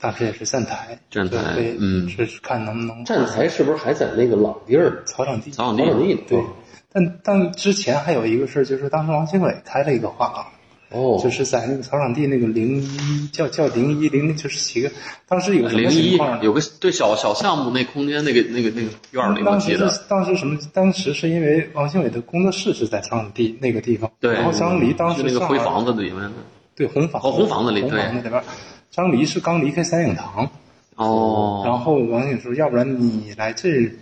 S3: 当时也是站台，
S2: 嗯站台
S3: 就会
S2: 嗯
S3: 是是看能不能
S1: 站台是不是还在那个老地儿？
S3: 草场地，
S2: 草场
S1: 老本
S2: 地
S1: 地呢？
S3: 对，但但之前还有一个事儿，就是当时王兴伟开了一个画廊，
S1: 哦，
S3: 就是在那个草场地那个零一叫叫零一零，就是几个，当时有什么
S2: 零一
S3: 情况啊呢？
S2: 有个对小小项目那空间那个那个那个院儿里，我
S3: 当
S2: 记
S3: 时
S2: 得
S3: 是当时什么？当时是因为王兴伟的工作室是在草场地那个地方，
S2: 对，
S3: 然后张黎当时
S2: 是那个
S3: 上
S2: 灰
S3: 来
S2: 房子里面的
S3: 对红房
S2: 哦红房子里
S3: 红
S2: 对
S3: 房子里边儿，张黎是刚离开三影堂，
S2: 哦
S3: 然后王兴伟说，要不然你来这儿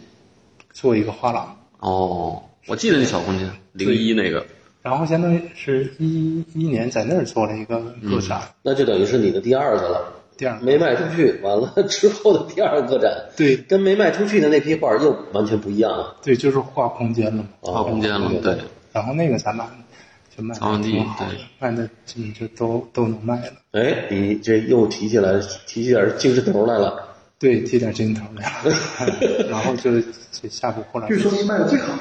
S3: 做一个画廊，
S2: 哦，我记得那小空间零
S3: 对
S2: 一那个
S3: 然后相当于是一一年在那儿做了一个
S2: 嗯
S3: 个展，
S1: 那就等于是你的第二个了。
S3: 第二个
S1: 没卖出去，完了之后的第二个展，
S3: 对
S1: 跟没卖出去的那批画又完全不一样啊了。
S3: 对，就是画空间了嘛。
S2: 跨空间了，对，
S3: 然后那个展览就卖
S2: 草
S3: 的
S2: 场地
S3: 挺好的
S2: 对，
S3: 卖的就就都都能卖了。
S1: 哎，你这又提起来，提起点精神头来了。
S3: 对，提点劲头来了。 然后就就下步后来
S4: 据说是卖的最好。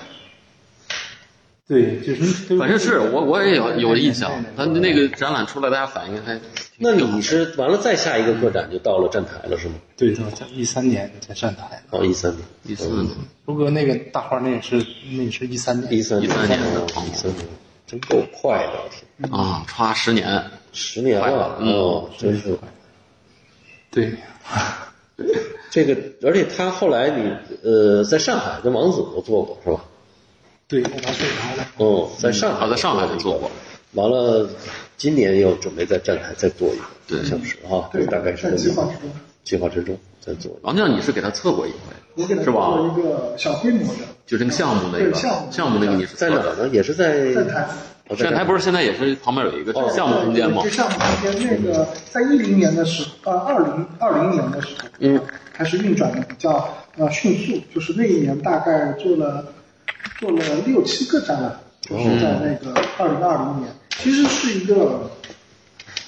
S3: 对，就是对
S2: 反正是我我也有有印象，他
S3: 对
S2: 那个展览出来，大家反应还挺
S1: 那你是完了再下一个个展就到了站台了是吗？
S3: 对，我在一三年在站台，
S1: 哦，一三年，
S2: 一四年
S3: 如哥那个大画那也是那也是一三
S1: 一
S3: 年，
S1: 三
S2: 13年
S1: 哦一三年，真够快的，我天，
S2: 啊，差十年，
S1: 十年了，
S2: 嗯
S1: 哦，真是。
S3: 对，
S1: 这个，而且他后来你呃，在上海跟王子都做过是吧？
S3: 对，我把水拿来。
S1: 嗯，在上海
S2: 他在上海就做过，
S1: 完了，今年又准备在站台再做一个，
S2: 对
S1: 好像是啊，
S4: 对，
S1: 大概是
S4: 在
S1: 这
S4: 计
S1: 么
S4: 划之中，
S1: 计划之中再做一个。
S2: 王教授你是给他测过一
S4: 我
S2: 回，
S4: 给他
S2: 是吧
S4: 做？了一个小规模的
S2: 就那个项目那个
S4: 对项目
S2: 项目那个你是
S1: 在哪儿呢？也是在
S4: 站台。
S1: 哦在
S2: 站台不是现在也是旁边有一个这个项目空间吗
S4: 对，？项目空间那个在一零年的时候，呃，二零二零年的时候，
S1: 嗯，
S4: 开始运转的比较呃迅速，就是那一年大概做了做了六七个展览，
S2: 哦
S4: 就是在那个二零二零年，其实是一个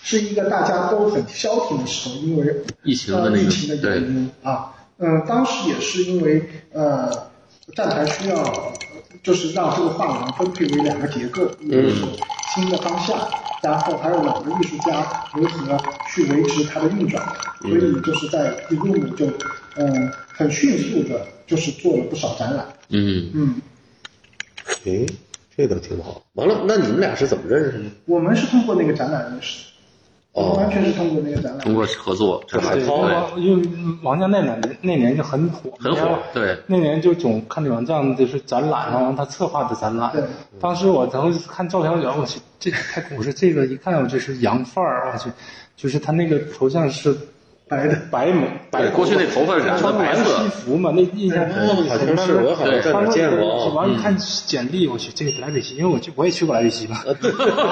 S4: 是一个大家都很消停的时候，因为
S2: 疫情的
S4: 呃
S2: 那
S4: 疫
S2: 个
S4: 情的
S2: 对
S4: 原因啊，嗯，当时也是因为呃站台需要呃就是让这个画廊分配为两个结构，
S2: 嗯
S4: 一个是新的方向，然后还有老的艺术家如何去维持它的运转，
S2: 嗯
S4: 所以就是在一路就嗯很迅速的，就是做了不少展览，
S2: 嗯，
S4: 嗯。
S1: 哎，这倒挺好。完了，那你们俩是怎么认识的？
S4: 我们是通过那个展览认识的，我
S1: 哦
S4: 们完全是通过那个展览。
S2: 通过合作，这
S1: 海
S3: 对，
S1: 涛
S2: 对
S3: 王因为王家那两年那年就很火，
S2: 很
S3: 然后
S2: 火，对，
S3: 那年就总看见王酱就是展览，然后他策划的展览
S4: 对。
S3: 当时我当时看赵小远，我去，这太酷是这个一看我就是洋范儿，啊我去，就是他那个头像是
S4: 白的，
S3: 白蒙白
S2: 对，过去那头发染的
S3: 穿
S2: 白
S3: 蓝
S2: 色
S3: 西，服嘛，那印象
S1: 对好像是我好像在哪儿见过啊
S3: 完
S2: 嗯
S3: 一看简历，我去，这个来北西，因为我去我也去过来北西嘛。
S2: 呃
S1: 啊，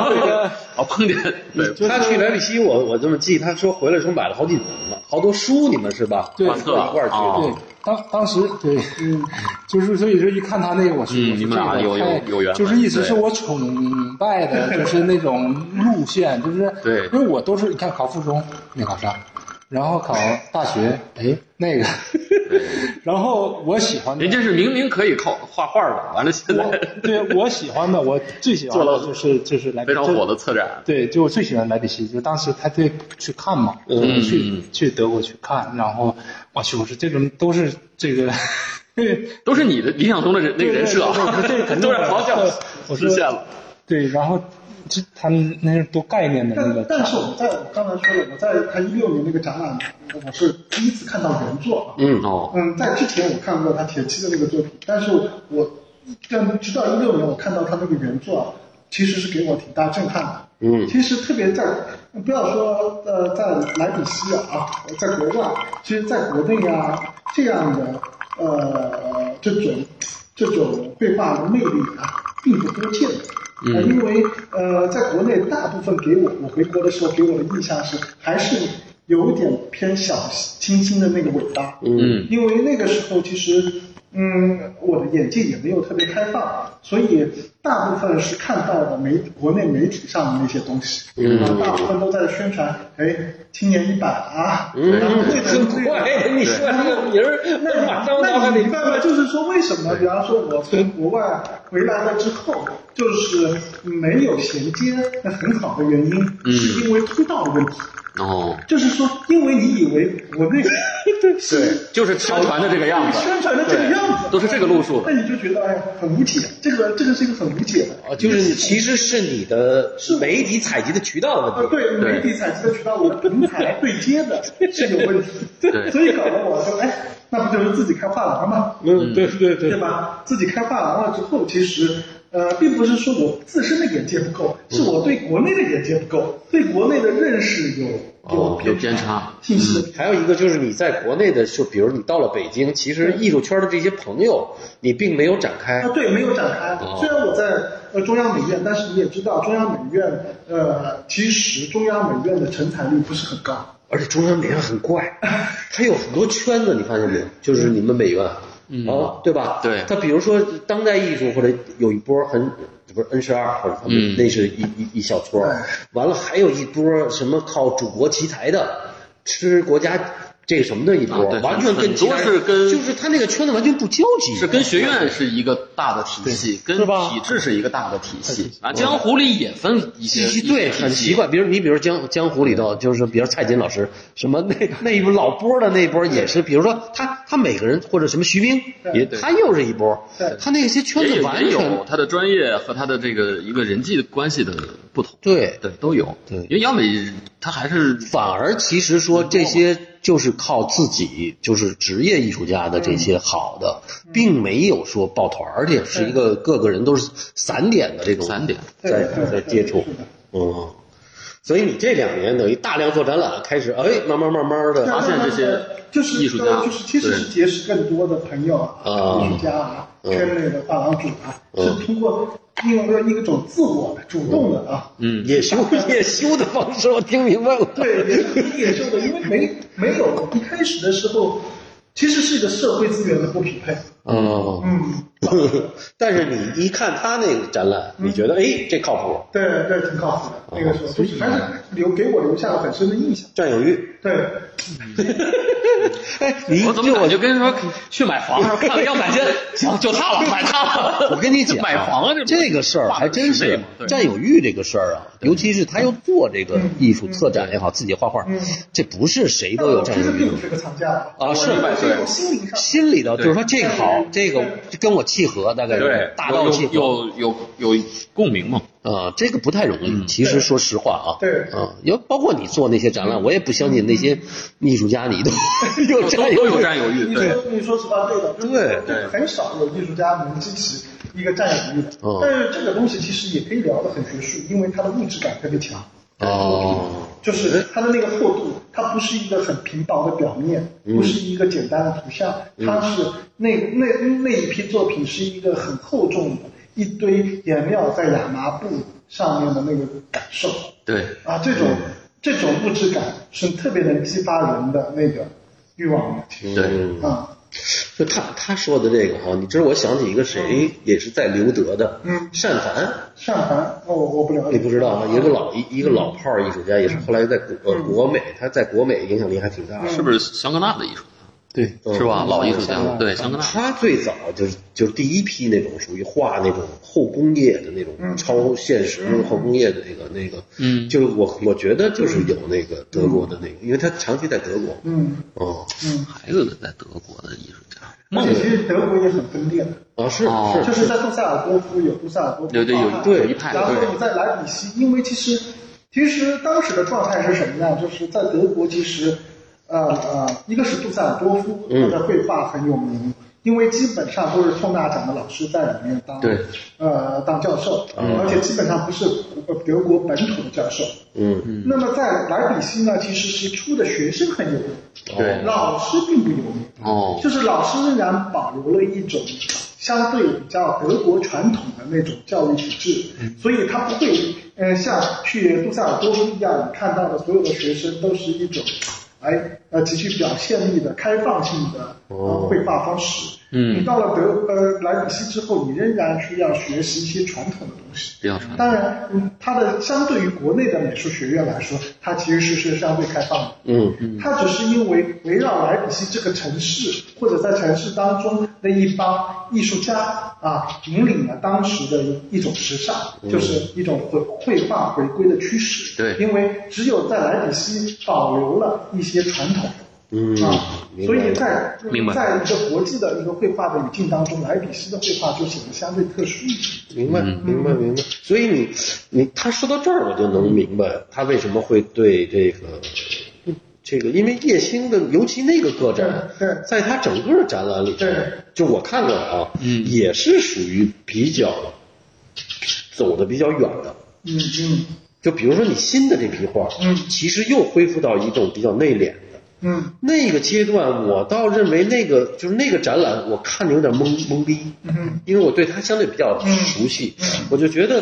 S1: 对，
S2: 哦，碰见对
S3: 就是
S1: 他去莱比锡，我我这么记，他说回来时候买了好几本呢，好多书，你们是吧？
S3: 对啊
S1: 一块儿一块儿去
S2: 画册
S1: 的。
S3: 对，当当时对，嗯，就是所以说一看他那个，我是
S2: 嗯你们俩有有有缘分
S3: 就是一直是我崇拜的， 就是那种路线，就是
S2: 对
S3: 因为我都是你看考附中没考上，然后考大学，哎，那个， 然后我喜欢的
S2: 人。家是明明可以靠画画的，完了现
S3: 我
S2: 在
S3: 对我喜欢的，我最喜欢
S2: 做了
S3: 的就是就是来
S2: 非常火
S3: 的。
S2: 的策展，
S3: 对，就我最喜欢莱比锡，就当时他对去看嘛，
S1: 嗯
S3: 去去德国去看，然后我去，我说这种都是这个，
S2: 都是你的理想中的人那个人设
S3: 对对对对对这肯，定
S2: 都让
S3: 的
S2: 王教授
S3: 我
S2: 实
S3: 说
S2: 现了，
S3: 对，然后这他们那是多概念的那
S4: 但
S3: 个。
S4: 但是我们在我刚才说了，我在他一六年那个展览，我是第一次看到原作啊。
S2: 嗯哦，
S4: 嗯，在之前我看过他田七的那个作品，但是我但直到一六年我看到他那个原作，啊，其实是给我挺大震撼的。
S9: 嗯
S4: 其实特别在不要说呃在莱比锡啊，在国外，其实在国内啊这样的呃这种这种绘画的魅力啊，并不多见。嗯、因为呃，在国内大部分给我，我回国的时候给我的印象是，还是有点偏小清新的那个尾巴。
S2: 嗯
S4: 因为那个时候其实，嗯，我的眼界也没有特别开放，所以大部分是看到了媒国内媒体上的那些东西，嗯，大部分都在宣传，哎，青年一百啊，嗯，然后这个
S1: 挺
S4: 这
S1: 快的，
S4: 个。
S1: 你说这个名儿，那马上脑
S4: 那
S1: 海
S4: 你
S1: 里
S4: 明白吗？就是说，为什么，比方说，我从国外回来了之后，就是没有衔接，那很好的原因，
S1: 嗯
S4: 是因为通道的问题。
S2: 哦，
S4: 就是说，因为你以为国 内
S2: 对，就是宣传的这个样子，
S4: 宣传的这个样子，
S2: 都是这个路数的
S4: 那你就觉得哎呀，很无解，这个这个是一个很无解的。
S1: 啊，就是你其实是你的媒体采集的渠道的
S4: 呃，
S1: 问题。
S4: 对媒体采集的渠道，我的平台对接 的是有问题，
S2: 对
S4: 所以搞得我说，哎，那不就是自己开画廊吗？
S3: 嗯，对对对
S4: 对吧？自己开画廊了之后，其实呃，并不是说我自身的眼界不够，是我对国内的眼界不够，对国内的认识有有
S2: 哦，有偏差，嗯
S4: 信息的
S1: 还有一个就是你在国内的，就比如你到了北京，其实艺术圈的这些朋友，你并没有展开
S4: 啊，。对，没有展开。
S2: 哦
S4: 虽然我在呃中央美院，但是你也知道，中央美院呃，其实中央美院的成才率不是很高。
S1: 而且中央美院很怪，它有很多圈子，你发现没有？就是你们美院，啊，对吧？
S2: 嗯对
S1: 它比如说当代艺术或者有一波很。不是 N 十二，或者他们
S2: 嗯
S1: 那是一一一小撮
S4: 哎，
S1: 完了还有一波什么靠祖国奇才的，吃国家这个什么的一波
S2: 啊，对
S1: 完全跟
S2: 很多
S1: 其他
S2: 是跟
S1: 就是他那个圈子完全不交集，
S2: 是跟学院是一个大的体系，跟体制是一个大的体系啊。江湖里也分一些
S1: 信息对，很奇，怪。比如你，比如江江湖里头，就是比如蔡琴老师，什么那那一波老波的那波也是，比如说他他每个人或者什么徐冰也，
S2: 对
S1: 他又是一波
S4: 对，
S1: 他那些圈
S2: 也
S1: 子
S2: 有
S1: 完
S2: 也有
S1: 全
S2: 他的专业和他的这个一个人际关系的不同，
S1: 对，
S2: 对，都有。
S1: 对
S2: 因为央美他还是
S1: 反而其实说这些就是靠自己，就是职业艺术家的这
S2: 嗯
S1: 些好的，并没有说抱团儿，而且是一个各个人都是散点的这种
S2: 散点
S4: 对
S1: 在
S4: 对
S1: 在
S4: 对
S1: 接触
S4: 是的，
S1: 嗯。所以你这两年等于大量做展览，开始哎，慢慢慢慢的
S2: 发现这些
S4: 就是
S2: 艺术家
S4: 就是其实
S2: 对
S4: 是结识更多的朋友啊，
S1: 啊
S4: 艺术家啊，
S1: 嗯
S4: 圈内的画廊主啊，
S2: 嗯
S4: 是通过一种一个种自我的主动的啊，
S2: 嗯
S1: 野修 野修的方式，我听明白了。
S4: 对，也是挺野兽的，因为没没有一开始的时候，其实是一个社会资源的不匹配。
S1: 哦，
S4: 嗯，
S1: 但是你一看他那个展览，
S2: 嗯
S1: 你觉得哎，这靠谱，
S4: 对对，挺靠谱的，那个时
S2: 啊
S4: 候就是还是留给我留下了很深的印象。
S1: 占有欲。
S4: 对，
S1: 哎，你
S2: 我怎么感觉跟人说去买房，看 了要买间，行，就它了，买它了。
S1: 我跟你讲啊，
S2: 买房啊，
S1: 这个事儿还真
S2: 画的室内
S1: 是
S2: 嘛对
S1: 占有欲这个事儿啊，尤其是他又做这个艺术策展也好，自己画画
S4: 嗯，
S1: 这不是谁
S4: 但
S1: 都有
S4: 我
S1: 占
S4: 其
S1: 有
S4: 实
S1: 欲
S4: 并不是个藏家
S1: 啊，是
S4: 我是有心灵上
S1: 心里头就是说这个好，这个跟我契合，大概是
S2: 对，
S1: 大道契合。
S2: 有有有有共鸣嘛？
S1: 啊，这个不太容
S2: 嗯
S1: 易。其实说实话啊，
S4: 对
S1: 啊，要包括你做那些展览，我也不相信那些艺术家你都 有
S2: 都
S1: 占有
S2: 都有
S1: 欲。
S2: 占有欲，
S4: 你
S2: 对
S4: 说你说实话对的，就是
S1: 对
S2: 对
S4: 很少有艺术家能激起一个占有欲的。
S1: 嗯
S4: 但是这个东西其实也可以聊得很学术，因为它的物质感特别强，
S1: 哦，
S4: 就是它的那个厚度，它不是一个很平薄的表面，
S1: 嗯
S4: 不是一个简单的图像，它是那那那一批作品是一个很厚重的，一堆颜料在亚麻布上面的那个感受
S2: 对，
S4: 啊，这种
S2: 嗯
S4: 这种物质感是特别能激发人的那个欲望的，其实
S2: 对
S4: 啊。
S1: 就他他说的这个哈，你知道我想起一个谁
S2: 嗯
S1: 也是在留德的，
S4: 嗯
S1: 单凡，
S4: 上盘，哦我我不了
S1: 你
S4: 解，
S1: 不知道啊，一个老一一个
S2: 嗯
S1: 老炮儿艺术家，也是后来在国呃国美，他在国美影响力还挺大的。
S2: 是不是香格纳的艺术？
S3: 对，
S1: 嗯
S2: 是吧？老艺术家
S3: 香，港
S2: 对，香格纳，
S1: 他最早就是就是第一批那种属于画那种后工业的那
S4: 嗯
S1: 种超现实后工业的那个那个，
S2: 嗯
S1: 就是我我觉得就是有那个德国的那个，因为他长期在德国，
S4: 嗯
S1: 哦
S4: 嗯，
S2: 还有一个在德国的艺术家，
S4: 而且其实德国也很分裂的，
S1: 啊是
S2: 哦
S1: 是
S4: 就是在杜塞尔多夫有杜塞尔多夫啊
S2: 对对，有
S4: 法
S2: 一
S4: 案
S2: 有一派，
S4: 然后
S2: 对
S4: 你在莱比锡，因为其实其实当时的状态是什么呢？就是在德国，其实呃呃，一个是杜塞尔多夫他
S2: 嗯
S4: 的绘画很有名，因为基本上都是透纳奖的老师在里面当
S2: 对嗯
S4: 呃当教授，而且基本上不是呃德国本土的教授。
S1: 嗯
S4: 那么在莱比锡呢，其实是出的学生很有名，
S2: 对，
S4: 老师并不有名。
S2: 哦，
S4: 就是老师仍然保留了一种相对比较德国传统的那种教育体制，所以他不会，呃，像去杜塞尔多夫一样，你看到的所有的学生都是一种，哎，呃，极具表现力的开放性的呃绘画方式。
S2: 嗯
S4: 你到了德呃莱比锡之后，你仍然需要学习一些传统的东西。
S2: 比较传统，
S4: 当然，嗯，它的相对于国内的美术学院来说，它其实是是相对开放的。
S1: 嗯
S4: 它只是因为围绕莱比锡这个城市，或者在城市当中的一帮艺术家啊，引领了当时的一种时尚，
S1: 嗯
S4: 就是一种绘绘画回归的趋势。
S2: 对
S4: 因为只有在莱比锡保留了一些传统。
S1: 嗯
S4: 啊，，
S1: 明
S4: 所
S1: 白
S4: 以
S1: 了
S4: 在
S2: 明白
S4: 在一个国际的一个绘画的语境当中，莱比锡的绘画就显得相对特殊一点。
S1: 明白，明白，明白。所以你，你他说到这儿，我就能明白他为什么会对这个，这个，因为叶星的，尤其那个个展
S4: 对对，
S1: 在他整个展览里头
S4: 对，
S1: 就我看过啊，也是属于比较走的比较远的。
S4: 嗯嗯
S1: 就比如说你新的这批画，
S4: 嗯
S1: 其实又恢复到一种比较内敛的。
S4: 嗯
S1: 那个阶段，我倒认为那个就是那个展览，我看着有点懵懵逼。
S4: 嗯
S1: 因为我对他相对比较熟悉，我就觉得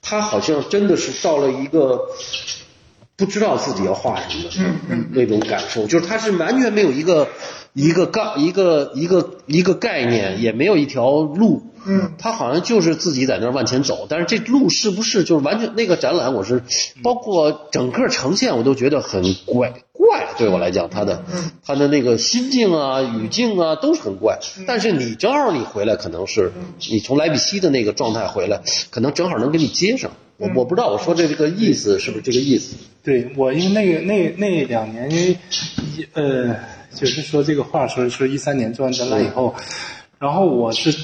S1: 他好像真的是到了一个不知道自己要画什么
S4: 嗯嗯
S1: 那种感受，就是他是完全没有一个一个概一个一个一个概念，也没有一条路。
S4: 嗯，
S1: 他好像就是自己在那儿往前走，但是这路是不是就是完全那个展览，我是
S4: 嗯
S1: 包括整个呈现，我都觉得很怪怪，对我来讲，他的
S4: 嗯
S1: 他的那个心境啊、语境啊都是很怪。
S4: 嗯
S1: 但是你正好你回来，可能是你从莱比锡的那个状态回来，可能正好能给你接上。
S4: 嗯
S1: 我我不知道我说的这个意思是不是这个意思？
S3: 对我，因为那个那那两年，因为一呃，就是说这个话说说一三年做完展览以后，然后我是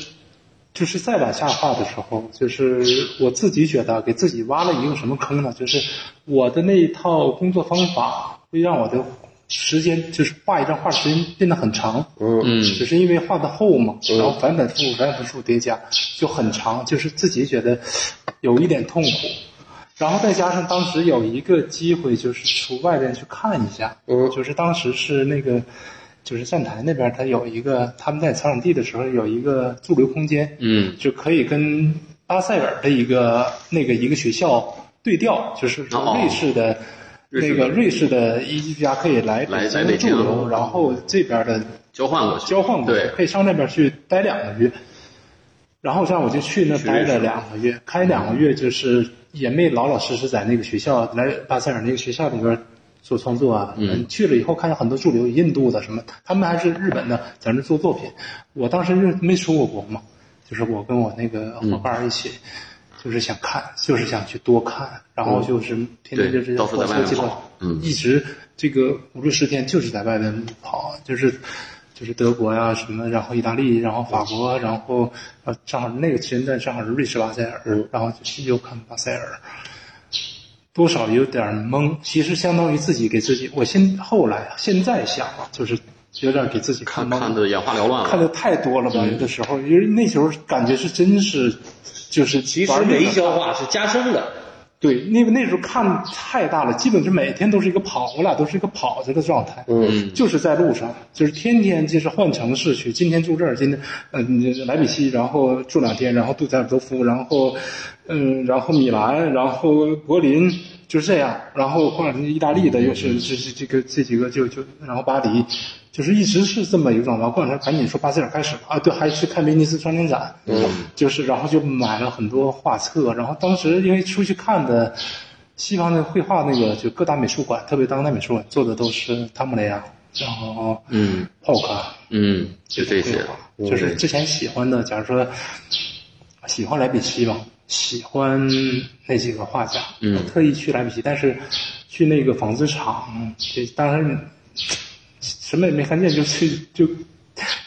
S3: 就是再往下画的时候，就是我自己觉得给自己挖了一个什么坑呢？就是我的那一套工作方法会让我的时间，就是画一张画时间变得很长。
S1: 嗯
S2: 嗯
S3: 只是因为画的厚嘛，然后反反复复、反反复复叠加，就很长，就是自己觉得有一点痛苦。然后再加上当时有一个机会，就是出外边去看一下，
S1: 嗯
S3: 就是当时是那个，就是站台那边，他有一个他们在草场地的时候有一个驻留空间，
S2: 嗯，
S3: 就可以跟巴塞尔的一个那个一个学校对调，就是说
S2: 哦
S3: 瑞士的、
S2: 瑞士
S3: 那个
S2: 的
S3: 瑞士的艺术家可以来
S2: 来
S3: 北
S2: 来北
S3: 京驻
S2: 京
S3: 留，然后这边的
S2: 交换过去，
S3: 交换过去
S2: 对，，
S3: 可以上那边去待两个月。然后这样我就去那
S2: 去
S3: 待
S2: 认识
S3: 了两个月，开两个月就是也没老老实实在那个学校来巴塞尔那个学校里边做创作啊。
S2: 嗯
S3: 去了以后看到很多驻留，印度的什么，他们还是日本的，在那做作品。我当时是没出过国嘛，就是我跟我那个
S2: 嗯
S3: 伙伴一起。就是想看，就是想去多看，然
S2: 嗯
S3: 后就是天天
S2: 对
S3: 就是
S2: 到处在
S3: 火
S2: 外
S3: 车
S2: 面
S3: 这个
S2: 跑嗯
S3: 一直这个五六十天就是在外面跑，就是就是德国呀、什么，然后意大利，然后法国，然后呃正好那个时间段正好是瑞士巴塞尔，
S2: 嗯
S3: 然后就是又看巴塞尔，多少有点懵。其实相当于自己给自己，我现后来现在想啊，就是有点给自己看
S2: 看
S3: 懵了。
S2: 看的眼花缭乱
S3: 看
S2: 了，
S3: 的太多了吧？
S1: 嗯
S3: 有的时候，因为那时候感觉是真是，就是
S1: 其
S3: 其
S1: 实每一消化是加深的，
S3: 对，那个那时候看太大了，基本是每天都是一个跑，我俩都是一个跑着的状态。
S1: 嗯，
S3: 就是在路上，就是天天就是换城市去，今天住这儿，今天嗯、呃、莱比锡，然后住两天，然后杜塞尔多夫，然后嗯，然后米兰，然后柏林，就是这样。然后或者是意大利的，又是这这这个这几个就就，然后巴黎，就是一直是这么一个状况。过两天赶紧说巴塞尔开始啊，对，还去看威尼斯双年展，嗯，就是然后就买了很多画册，然后当时因为出去看的。西方的绘画，那个就各大美术馆，特别当代美术馆做的都是汤姆雷亚，然后
S2: 嗯
S3: 泡咖
S2: 嗯，就这些。嗯
S3: 就是之前喜欢的，假如说喜欢莱比锡吧，喜欢那几个画家，
S2: 嗯
S3: 我特意去莱比锡，但是去那个纺织厂，这当然什么也没看见，就去就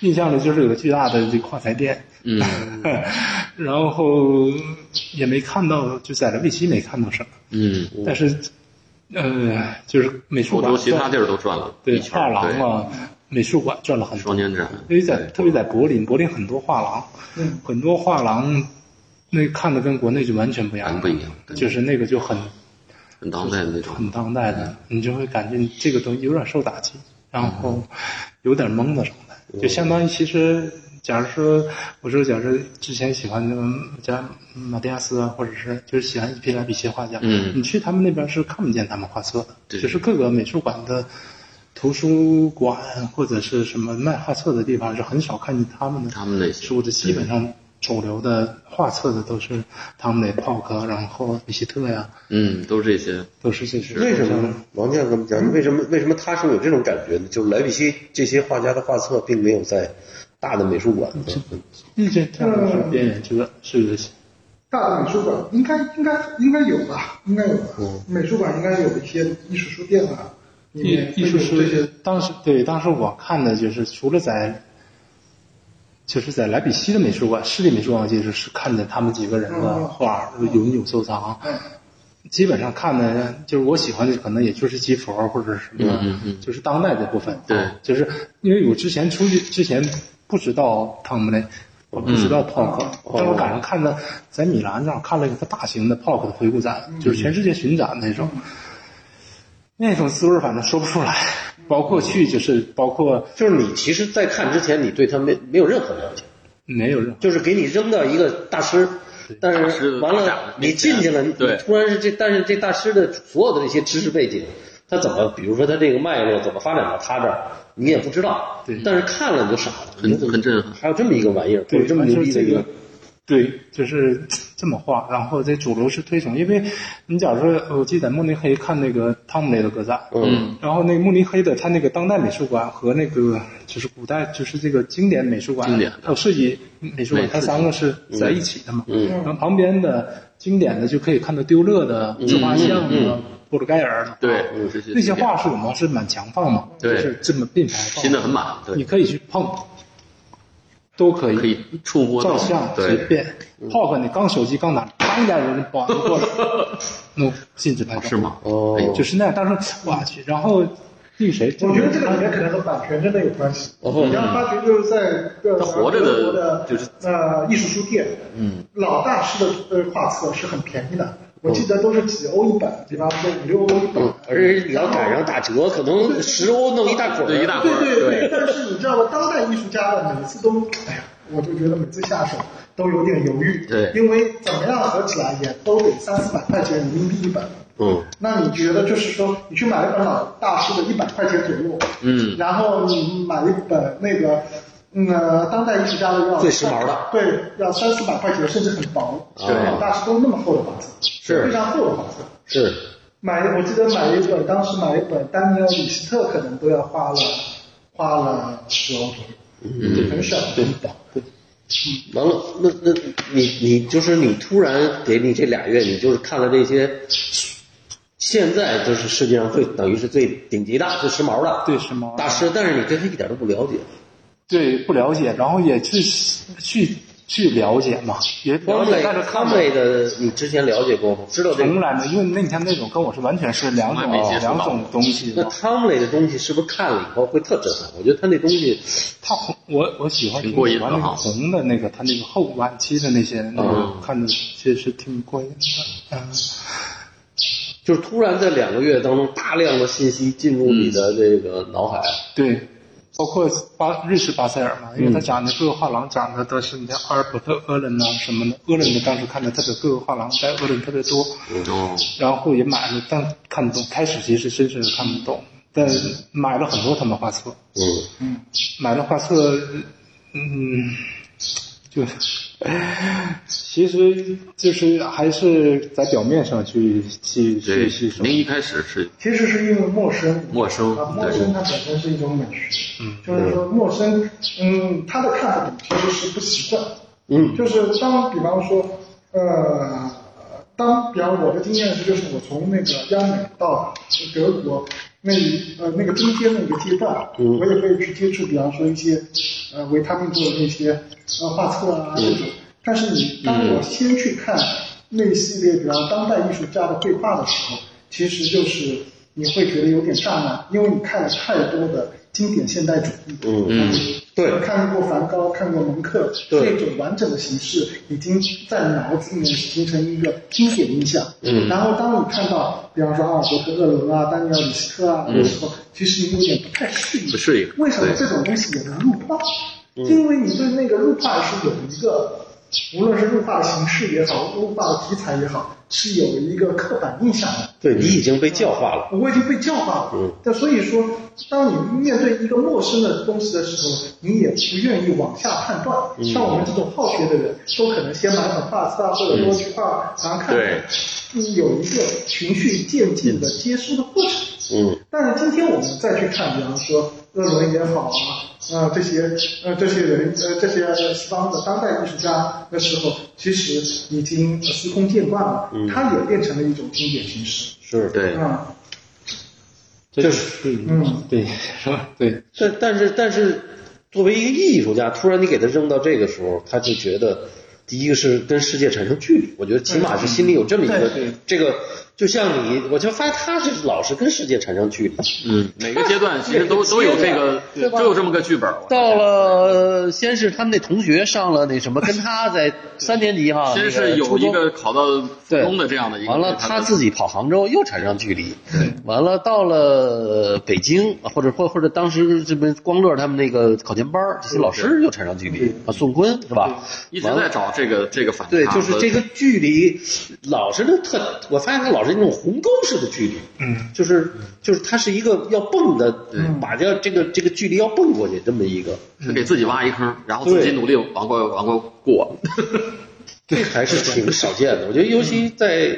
S3: 印象里就是有个巨大的这跨材店，
S2: 嗯，
S3: 然后也没看到，就在莱比锡没看到什么，
S2: 嗯，
S3: 但是呃，就是美术
S2: 欧
S3: 馆
S2: 洲其他
S3: 转
S2: 地儿都转了
S3: 对
S2: 一圈
S3: 画
S2: 儿，
S3: 廊
S2: 对，
S3: 啊，美术馆转了很多
S2: 双。年展，
S3: 因为在特别在柏林，柏林很多画廊，
S4: 嗯
S3: 很多画廊那看的跟国内就完全不一样，
S2: 完不一样对
S3: 就是那个就很
S2: 很当代的那种。
S3: 很当代的，你就会感觉这个东西有点受打击，然后有点懵的状
S2: 嗯
S3: 态，就相当于其实。假如说，我说，假如之前喜欢的加马蒂亚斯啊，或者是就是喜欢伊皮莱比奇画家，
S2: 嗯
S3: 你去他们那边是看不见他们画册的，
S2: 对
S3: 就是各个美术馆的图书馆或者是什么卖画册的地方是很少看见他们的
S2: 他们那些
S3: 书的，基本上主流的画册的都是他们的泡哥，啊然后比希特呀，
S2: 嗯，都是这些。
S3: 都是这些。
S7: 为什么呢？嗯王健跟我们讲，为什么为什么他是有这种感觉呢？就是莱比锡这些画家的画册并没有在大的美术馆呢，
S3: 那这这样
S4: 嗯
S3: 是边缘之是
S4: 大的美术馆应该应该应该有吧，应该有吧。美术馆应该有一些艺术书店啊，里
S3: 艺
S4: 面
S3: 艺术
S4: 会有这
S3: 是
S4: 些
S3: 当时对当时我看的就是除了在。就是在莱比锡的美术馆，市立美术馆，我记得是看见他们几个人的画，有有收藏，基本上看的，就是我喜欢的，可能也就是集佛或者什么，
S2: 嗯嗯
S3: 就是当代的部分。啊
S2: 对
S3: 就是因为我之前出去之前不知道汤姆雷，我不知道 POC，、但我赶上看到在米兰那儿看了一个大型的 POC 的回顾展，就是全世界巡展那种。那种滋味儿反正说不出来，包括去就是包括
S7: 就是你其实，在看之前，你对他没没有任何了解，
S3: 没有任何
S7: 就是给你扔到一个大师，但
S2: 大师
S7: 是完
S2: 大师
S7: 了你进去了，你
S2: 对
S7: 突然是这，但是这大师的所有的这些知识背景，他怎么，比如说他这个脉络怎么发展到他这儿，你也不知道，
S3: 对
S7: 但是看了你就傻了，
S2: 很
S7: 你就怎么
S2: 很震撼
S7: 还有这么一个玩意儿，或
S3: 对，
S7: 者这么牛逼的
S3: 这
S7: 一
S3: 个
S7: 个，，
S3: 对，就是这么画。然后这主流是推崇，因为你假如说，我记得在慕尼黑看那个汤姆雷的歌展，
S7: 嗯，
S3: 然后那个慕尼黑的他那个当代美术馆和那个就是古代就是这个经典美术馆，
S2: 经典
S3: 还有设计美术馆
S2: 美，
S3: 它三个是在一起的嘛，
S7: 嗯
S3: 然后旁边的经典的就可以看到丢勒的自画像啊，波尔盖尔的，
S2: 对，这些
S3: 那些
S2: 经典
S3: 画是我们是满墙放嘛，
S2: 对
S3: 就是这么并排放，
S2: 拼的很满，对，
S3: 你可以去碰，都可以，
S2: 可以触摸
S3: 照
S2: 到，
S3: 相随
S2: 对，嗯
S3: 便。浩哥，你刚手机刚拿，当一下人保安就 过来，no 禁止拍照，
S2: 是？吗？
S7: 哦
S2: 哎呦
S3: 就是那样，当时我去，然后那个谁，
S4: 我觉得这个里面可能和版权真的有关系。你要
S2: 嗯
S4: 发哦觉就是在呃
S2: 它活着的
S4: 德国的
S2: 就是
S4: 呃艺术书店，嗯，老大师的呃画册是很便宜的，我记得都是几欧一本，比方说五六欧一本。
S7: 而且你要赶上打折，可能十欧弄一大捆儿，啊
S2: 对，一大块
S4: 对
S2: 儿，
S4: 对
S2: 对，
S4: 但是你知道吗？当代艺术家的每次都，哎呀，我就觉得每次下手都有点犹豫，
S2: 对
S4: 因为怎么样合起来也都得三四百块钱人民币一本。
S7: 嗯，
S4: 那你觉得就是说，你去买一本老大师的一百块钱左右，
S2: 嗯，
S4: 然后你买一本那个，嗯，呃当代艺术家的要
S7: 最时髦的，
S4: 对，要三四百块钱，甚至很薄，
S7: 对
S4: 老大师都那么厚的画册，
S7: 是
S4: 非常厚的画册。
S7: 是，
S4: 买，我记得买一本，当时买一本丹尼尔·李希特，可能都要花了花了十欧左右，嗯，很少很薄。
S7: 完了，那那你你就是你突然给你这俩月，你就是看了这些，现在就是世界上最等于是最顶级的、最时髦的，
S3: 对时髦的
S7: 大师，但是你对他一点都不了解，
S3: 对不了解，然后也去去去了解嘛，也了
S7: 方
S3: 解，
S7: 类
S3: 但是看
S7: 方
S3: 不
S7: 类的，你之前了解过吗？知道这
S3: 从
S7: 个？
S3: 来没，因为那你看那种跟我是完全是两种
S2: 从来没接触到
S3: 两种东西
S7: 那
S3: 的。
S7: 汤类的东西是不是看了以后会特震撼？我觉得他那东西，
S3: 它红，我我喜欢
S2: 挺过瘾
S3: 喜
S2: 的
S3: 欢那个
S2: 哈嗯
S3: 红的那个，它那个后晚期的那些那个看着确实挺过瘾的，嗯。
S7: 就是突然在两个月当中，大量的信息进入你的这个脑海，
S3: 对，包括巴瑞士巴塞尔嘛，因为他讲的各个画廊讲的都是你像阿尔伯特·鄂伦呐什么的，鄂伦的当时看的特别，各个画廊在鄂伦特别多，
S2: 哦，
S3: 然后也买了，但看不懂。开始其实真是看不懂，但买了很多他们画册，
S7: 嗯，
S3: 买了画册，嗯，就其实就是还是在表面上去去
S2: 对
S3: 去吸，收
S2: 您。一开始是
S4: 其实是因为陌生，
S2: 陌生
S4: 啊，陌
S2: 对
S4: 生它本身是一种美学，嗯，就是说陌生，嗯，他的看法其实是不习惯，嗯，就是当比方说，呃，当比方我的经验是，就是我从那个央美到德国那一呃那个中间那个阶段，我也会去接触，比方说一些呃维他命做的那些呃画册啊这种，但是你当我先去看那一系列，比方当代艺术家的绘画的时候，其实就是你会觉得有点障碍，因为你看了太多的经典现代主义，嗯
S2: 嗯，
S7: 对
S4: 看过梵高，看过蒙克，
S7: 对
S4: 这种完整的形式已经在脑子里面形成一个经典印象。嗯，然后当你看到，比方说阿尔伯特·厄伦啊、丹尼尔·里斯特啊的时候，其实你有点不太适应，
S2: 嗯不适应
S4: 为什么
S2: 对嗯
S4: 这种东西也能入画？因为你对那个入画是有一个，无论是入画的形式也好，入画的题材也好，是有一个刻板印象的。
S7: 对你已经被教化了。
S4: 我已经被教化了。但所以说，当你面对一个陌生的东西的时候，你也不愿意往下判断。
S2: 嗯
S4: 像我们这种好学的人，都可能先买本画册啊，或者多去画廊看看。
S2: 对
S4: 你有一个循序渐进的接收的过程。
S7: 嗯，
S4: 但是今天我们再去看，比方说鄂伦也好啊，啊这些呃这些人呃这些西方的当代艺术家的时候，其实已经司空见惯了，它也变成了一种经典形式。
S7: 是
S2: 嗯对，
S4: 啊，
S3: 这就是
S4: 嗯
S3: 对是吧？对，
S7: 但但是但是，作为一个艺术家，突然你给他扔到这个时候，他就觉得，第一个是跟世界产生距离。我觉得起码是心里有这么一个
S4: 对对
S7: 这个，就像你，我就发现他是老是跟世界产生距离。
S2: 嗯，每个阶段其实都都有这个，都有这么个剧本。我
S1: 到了，先是他们那同学上了那什么，跟他在三年级哈，
S2: 先
S1: 那
S2: 是有
S1: 初
S2: 一
S1: 中
S2: 个考到附中的这样的一个，
S1: 完了，他自己跑杭州又产生距离。完了，到
S7: 呃
S1: 了北京，或者或或者当时这边光乐他们那个考前班儿这些老师又产生距离啊，宋坤是吧？
S2: 一直
S1: 完
S2: 在
S1: 了，
S2: 找这个这个反差。
S7: 对，就是这个距离，老是那特，我发现他老是那种鸿沟式的距离，
S3: 嗯，
S7: 就是就是他是一个要蹦的
S2: 对，
S7: 把这这个这个距离要蹦过去这么一个，
S2: 和给自己挖一坑，然后自己
S7: 对
S2: 努力往过往过过。
S7: 这还是挺少见的。我觉得，尤
S3: 嗯
S7: 其在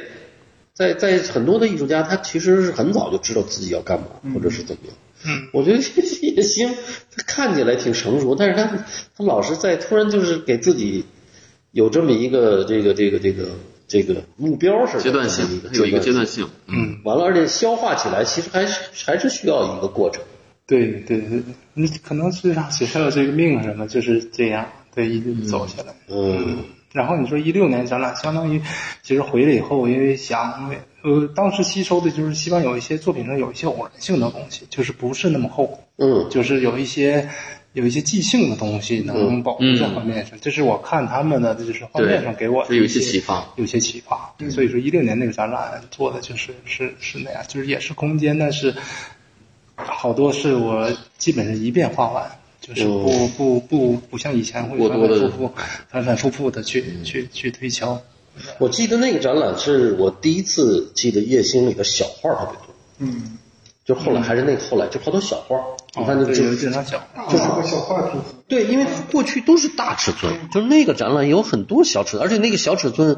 S7: 在在很多的艺术家，他其实是很早就知道自己要干嘛，或者是怎么样。
S3: 嗯，
S7: 我觉得也行，他看起来挺成熟，但是他他老是在突然就是给自己有这么一个这个这个这个这个目标似的
S2: 阶段性
S7: 这么一，
S2: 它有一个阶
S7: 段
S2: 段性。嗯，
S7: 性。完了，而且消化起来其实还是还是需要一个过程。
S3: 对对对，你可能是让学校的这个命啊什么就是这样，对，一直走下来。
S7: 嗯，
S3: 然后你说一六年展览，相当于其实回来以后，我因为想，呃，当时吸收的就是希望有一些作品上有一些偶然性的东西，就是不是那么厚，
S7: 嗯，
S3: 就是有一些有一些即兴的东西能保留在画面上。这是我看他们的，就是画面上给我
S2: 嗯
S3: 的
S2: 对这有一
S3: 一
S2: 些启发，嗯
S3: 有一些启发。所以说一六年那个展览做的就是是是那样，就是也是空间，但是好多是我基本上一遍画完，就是不、不不不像以前会
S2: 过
S3: 反
S2: 多
S3: 反
S2: 的
S3: 复复、反反复复的去、去去推敲。
S7: 我记得那个展览是我第一次记得叶星里的小画特别多。
S4: 嗯，
S7: 就后来还是那个后来，就好多小花儿，你看
S3: 哦
S7: 那个
S3: 对，
S7: 就
S3: 有经常小，
S4: 大画和小画组合。
S1: 对，因为过去都是大尺寸，就是那个展览有很多小尺寸，而且那个小尺寸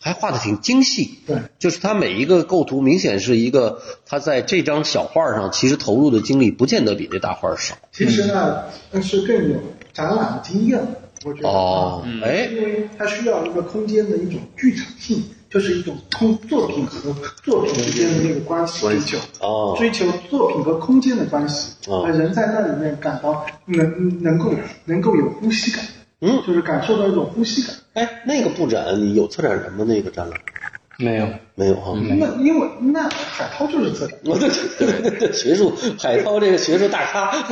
S1: 还画的挺精细。
S4: 对，
S1: 就是它每一个构图明显是一个，他在这张小画上其实投入的精力不见得比这大画少。
S4: 其实呢，
S7: 嗯
S4: 是更有展览的经验了，我觉得。啊
S1: 哦，哎，
S4: 因为它需要一个空间的一种剧场性，就是一种空作品和作品之间的那个关系追求，
S7: 哦
S4: 追求作品和空间的关系，
S7: 哦
S4: 呃人在那里面感到能能够能够有呼吸感，
S7: 嗯，
S4: 就是感受到一种呼吸感。
S7: 哎，那个布展你有策展人吗？那个展览
S3: 没有。
S7: 没有哈、
S4: 那因为那海涛就是策展，
S7: 我这这这学 术海涛这个学术大咖，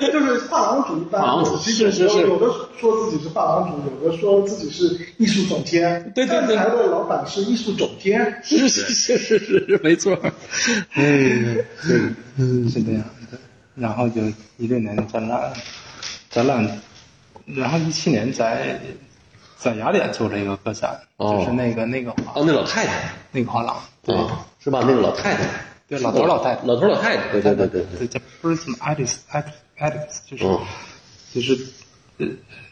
S4: 就是画廊主一般，
S2: 画廊主
S4: 其实
S7: 是是是
S4: 有的说自己是画廊主，有的说自己是艺术总监，
S7: 对对对
S4: 站台的老板是艺术总监，
S1: 是是是是是，没错。
S3: 是这样的。然后就一六年的展览，展览，然后一七年在在雅典做了一个个展，
S1: 哦
S3: 就是那个那个画
S7: 哦，那老太太，
S3: 那个画廊，
S7: 对、是吧？那个老太太，
S3: 对老头老太太
S7: 老头老太太，对对对对
S3: 对，
S7: 对，
S3: 叫 Person Alex Alex Alex，就是、
S7: 嗯
S3: 就是呃，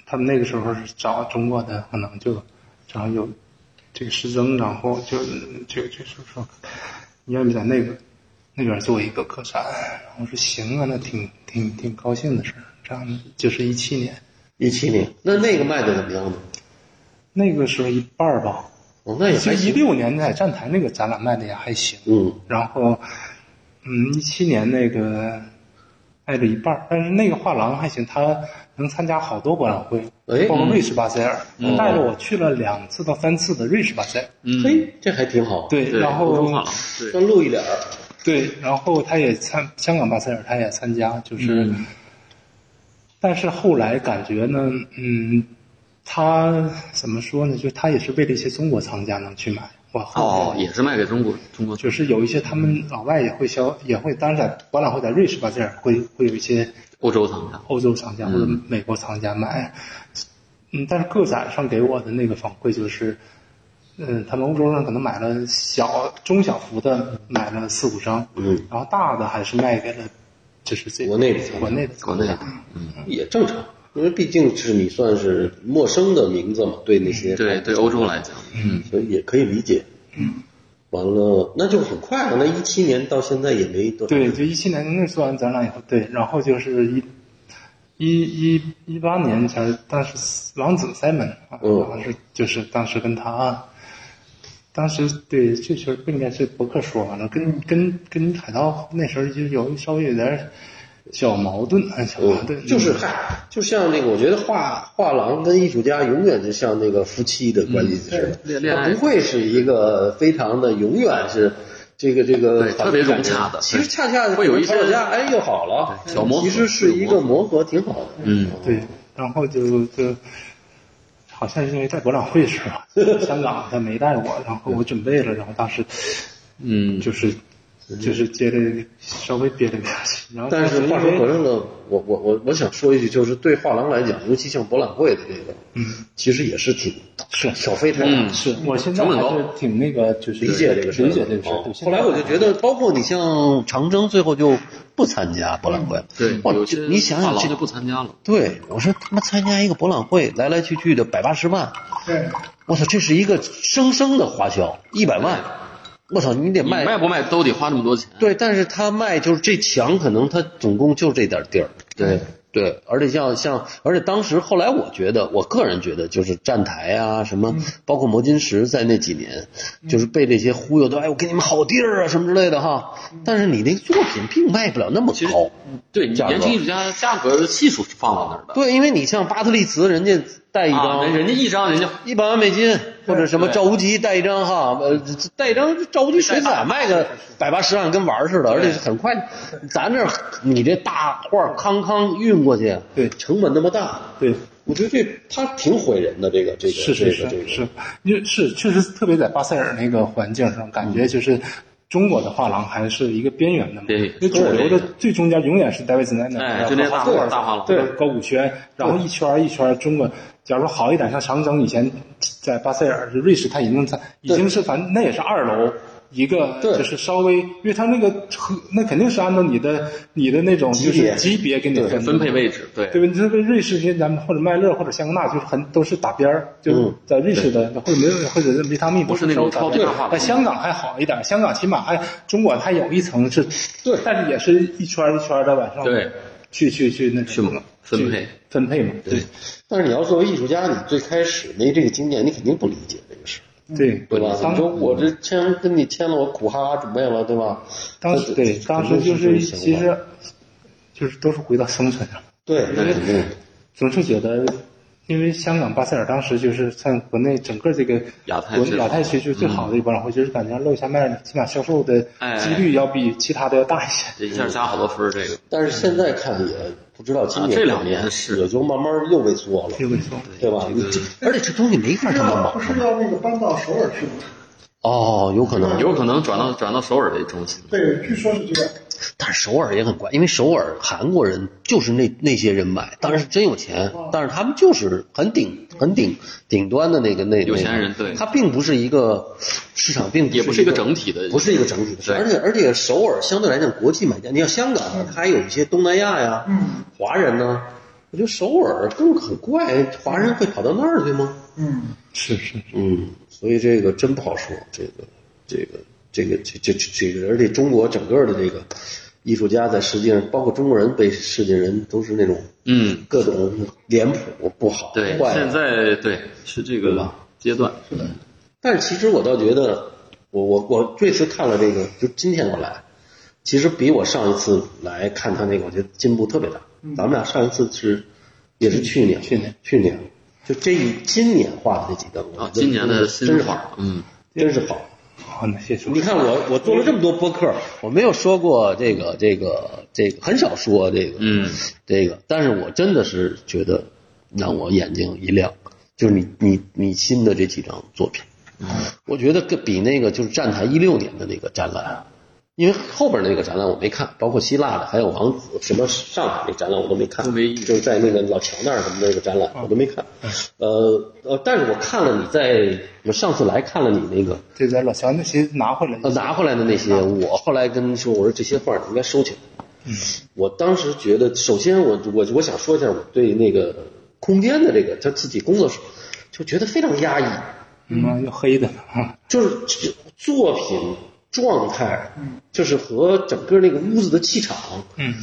S3: 他们那个时候是找中国的，可能就然后有这个师曾，然后就就就是说，你愿不在那个那边做一个客栈？然后说行啊，那挺挺挺高兴的事儿。这样就是一七年，
S7: 一七年，那那个卖的怎么样呢？
S3: 那个时候一半儿吧，
S7: 哦，那也
S3: 其
S7: 还
S3: 实一
S7: 行，
S3: 六年在站台那个展览卖的也还行，
S7: 嗯，
S3: 然后，嗯，一七年那个卖了一半儿，但是那个画廊还行，他能参加好多博览会，
S7: 哎
S3: 包括瑞士巴塞尔，带着我去了两次到三次的瑞士巴塞尔，
S2: 嗯，
S7: 嘿，这还挺好，，
S3: 对，
S2: 对，
S3: 然
S2: 欧洲画
S3: 后
S2: 廊，对，
S7: 算露一脸儿，
S3: 对，然后他也参香港巴塞尔，他也参加，就是，
S2: 嗯
S3: 但是后来感觉呢，嗯，他怎么说呢？就他也是为了一些中国藏家能去买，我后来
S2: 哦，也是卖给中国中国
S3: 就是有一些他们老外也会销，也会当然在博览会在瑞士吧，这样会会有一些
S2: 欧洲藏家。
S3: 欧洲厂家或者
S7: 嗯
S3: 美国厂家买。嗯，但是个展上给我的那个反馈就是，嗯，他们欧洲上可能买了小中小幅的买了四五张，
S7: 嗯，
S3: 然后大的还是卖给了，就是这
S7: 国内的厂家
S3: 国内的
S2: 国内的，
S7: 也正常，因为毕竟是你算是陌生的名字嘛，对那些
S2: 对对，欧洲来讲，
S7: 所以也可以理解。完了，那就很快了。那一七年到现在也没多少。
S3: 对，就一七年那做完展览以后，对，然后就是一。一一一八年前儿，当时王子 Simon 啊，
S7: 嗯
S3: 当时就是当时跟他，当时对这事儿不应该是博客说完了，跟跟跟海盗那时候就有稍微有点儿小矛盾，啊，小矛盾，
S7: 嗯，就是嗨，就像那个，我觉得画画廊跟艺术家永远就像那个夫妻的关系似
S2: 对
S7: 的，
S2: 恋
S7: 它
S2: 爱
S7: 不会是一个非常的永远是这个这个
S2: 对特别融洽的
S7: 其实恰恰
S2: 会有一些
S7: 吵架，哎，又好了，
S2: 对小磨合
S7: 其实是一个磨合，挺好的。
S2: 嗯，
S3: 对，然后就就好像是因为在博览会是 吧？香港他没带我，然后我准备了，然后当时
S2: 嗯，
S3: 就是就是接了稍微憋了点儿气，然后
S7: 但是
S3: 因
S7: 话说回
S3: 为
S7: 来了，我我我我想说一句，就是对画廊来讲，尤其像博览会的这个，嗯，其实也是挺
S3: 是
S7: 小费太大。
S2: 嗯
S3: 是我现在
S2: 成本
S3: 还
S2: 高
S3: 是挺那个，就是
S7: 理解这个事儿，
S3: 理解这个事儿。对，
S7: 哦后来我就觉得，包括你像长征，最后就不参加博览
S3: 嗯
S7: 会。
S2: 对，
S7: 哇
S2: 有些
S7: 你想
S2: 画
S7: 想
S2: 廊
S7: 这
S2: 就不参加了。
S7: 对，我说他妈参加一个博览会，来来去去的百八十万，
S4: 对，
S7: 我操，这是一个生生的花销，一百万，我操，你得
S2: 你
S7: 卖。
S2: 卖不卖都得花这么多钱。
S7: 对，但是他卖就是这墙，可能他总共就这点地儿。
S2: 对
S7: 对，而且像像，而且当时后来我觉得，我个人觉得就是站台啊什
S2: 嗯
S7: 么，包括摩金石在那几年，就是被这些忽悠的，哎，我给你们好地儿啊什么之类的哈。但是你那个作品并卖不了那么
S2: 嗯其实嗯
S7: 高，
S2: 对，你
S7: 价格
S2: 年轻艺术家的价格系数是放到那儿的。
S7: 对，因为你像巴特利茨，人家带一
S2: 啊，
S7: 张
S2: 人人家一张人家
S7: 一百万美金，或者什么
S2: 对
S7: 赵无极带一张哈，呃，带一张赵无极水彩卖个百八十万跟玩儿似的，而且是很快。咱这儿你这大画儿康康运过去，
S3: 对
S7: 成本那么大，
S3: 对，
S7: 我觉得这他挺毁人的，这个这个
S3: 是是是是，因为是确实特别在巴塞尔那个环境上，感觉就是。中国的画廊还是一个边缘的嘛，
S2: 对
S3: 因为主流的最中间永远是 David
S7: 嗯
S3: Snyder，
S2: 哎
S3: 然后
S2: 就那大
S3: 赫尔
S2: 大画廊
S3: 对啊高古轩，然后一圈儿一圈儿中国，假如说好一点，像长征以前在巴塞尔，就瑞士，它已经在已经是反那也是二楼一个，
S7: 对
S3: 就是稍微，因为它那个那肯定是按照你的你的那种就
S7: 级别
S3: 是级别给你分
S2: 分
S3: 的
S2: 配位置，对
S3: 对吧？你这个瑞士，这咱们或者麦乐或者香格纳，就是很都是打边儿，就是在瑞士的、或者没有或者是维他命
S2: 不
S3: 都
S2: 是那种
S3: 稍
S2: 超
S3: 微打边儿
S2: 大化的
S3: 但香港还好一点，香港起码还中国它有一层是，对，但是也是一圈儿一圈儿的往上
S2: 对
S3: 去去去那
S2: 去
S3: 什
S2: 嘛
S3: 么
S2: 分配
S3: 去分配嘛，对
S7: 但是你要作为艺术家，你最开始没这个经验，你肯定不理解这个事儿。
S3: 对
S7: 对吧？
S3: 当
S7: 你说我这签跟你签了，我苦哈哈准备了，对吧？
S3: 当时对当时就
S7: 肯
S3: 是
S7: 定这种
S3: 其
S7: 想法
S3: 实就是都是回到生存上，
S7: 对，那肯定
S3: 总是觉得，因为香港巴塞尔当时就是算国内整个这个
S2: 亚太
S3: 国
S2: 之
S3: 亚太区就是最好的一个博览会，就是感觉露下麦起码销售的几
S2: 哎
S3: 率要比其他的要大一些。
S2: 这一下加好多分儿，这个
S7: 但是现在看也不知道今年、
S2: 啊这两年是
S7: 也就慢慢又萎缩了，
S3: 这个说，
S7: 对吧？你这而且这东西没法
S4: 不是
S7: 这么
S4: 要不
S7: 买
S4: 是要那个搬到首尔去吗？
S7: 哦，有可能。
S2: 有可能转到转到首尔这中心。
S4: 对，据说是这样。
S7: 但是首尔也很怪，因为首尔韩国人就是那那些人买，当然是真有钱，但是他们就是很顶很顶顶端的那个那
S2: 有钱
S7: 那个
S2: 人对
S7: 他并不是一个市场，并不
S2: 也不是
S7: 是
S2: 一个整体的，
S7: 不是一个整体的市场，
S2: 对
S7: 而且而且啊首尔相对来讲国际买家，你像香港，它还有一些东南亚呀，
S4: 嗯，
S7: 华人呢，我觉得首尔更很怪，华人会跑到那儿去吗？
S4: 嗯，
S3: 是是，
S7: 嗯，所以这个真不好说，这个，这个，这个，这这这这个，而且中国整个的这个艺术家在世界上，包括中国人被世界人都是那种
S2: 嗯，
S7: 各种脸谱不好，
S2: 对，
S7: 坏
S2: 现在对是这个阶段，
S7: 但是其实我倒觉得，我我我这次看了这个，就今天我来，其实比我上一次来看他那个，我觉得进步特别大。咱们俩上一次是也是去年，
S3: 去年
S7: 去年，就这一今年画的这几个，我
S2: 啊，
S7: 觉得
S2: 今年的
S7: 真
S2: 新
S7: 是
S2: 画
S7: 好，，
S2: 嗯，
S7: 真是好。
S3: 好，哦那谢谢。
S7: 你看我，我做了这么多播客，我没有说过这个这个这个，很少说这个，
S2: 嗯，
S7: 这个，但是我真的是觉得让我眼睛一亮，就是你你你新的这几张作品，
S2: 嗯
S7: 我觉得跟比那个就是站台一六年的那个展览，因为后边那个展览我没看，包括希腊的，还有王子什么上海那展览我都没看
S2: 都没意，义
S7: 就是在那个老乔那儿什么那个展览我都没看，
S2: 哦
S7: 呃呃，但是我看了你在我上次来看了你那个。
S3: 这在老乔那些拿回来，
S7: 呃，拿回来的那些，我后来跟说，我说这些画儿你应该收起来。我当时觉得，首先我我我想说一下我对那个空间的这个他自己工作室，就觉得非常压抑，
S3: 嗯，妈又黑的呢啊，
S7: 就是这作品状态，就是和整个那个屋子的气场，
S3: 嗯，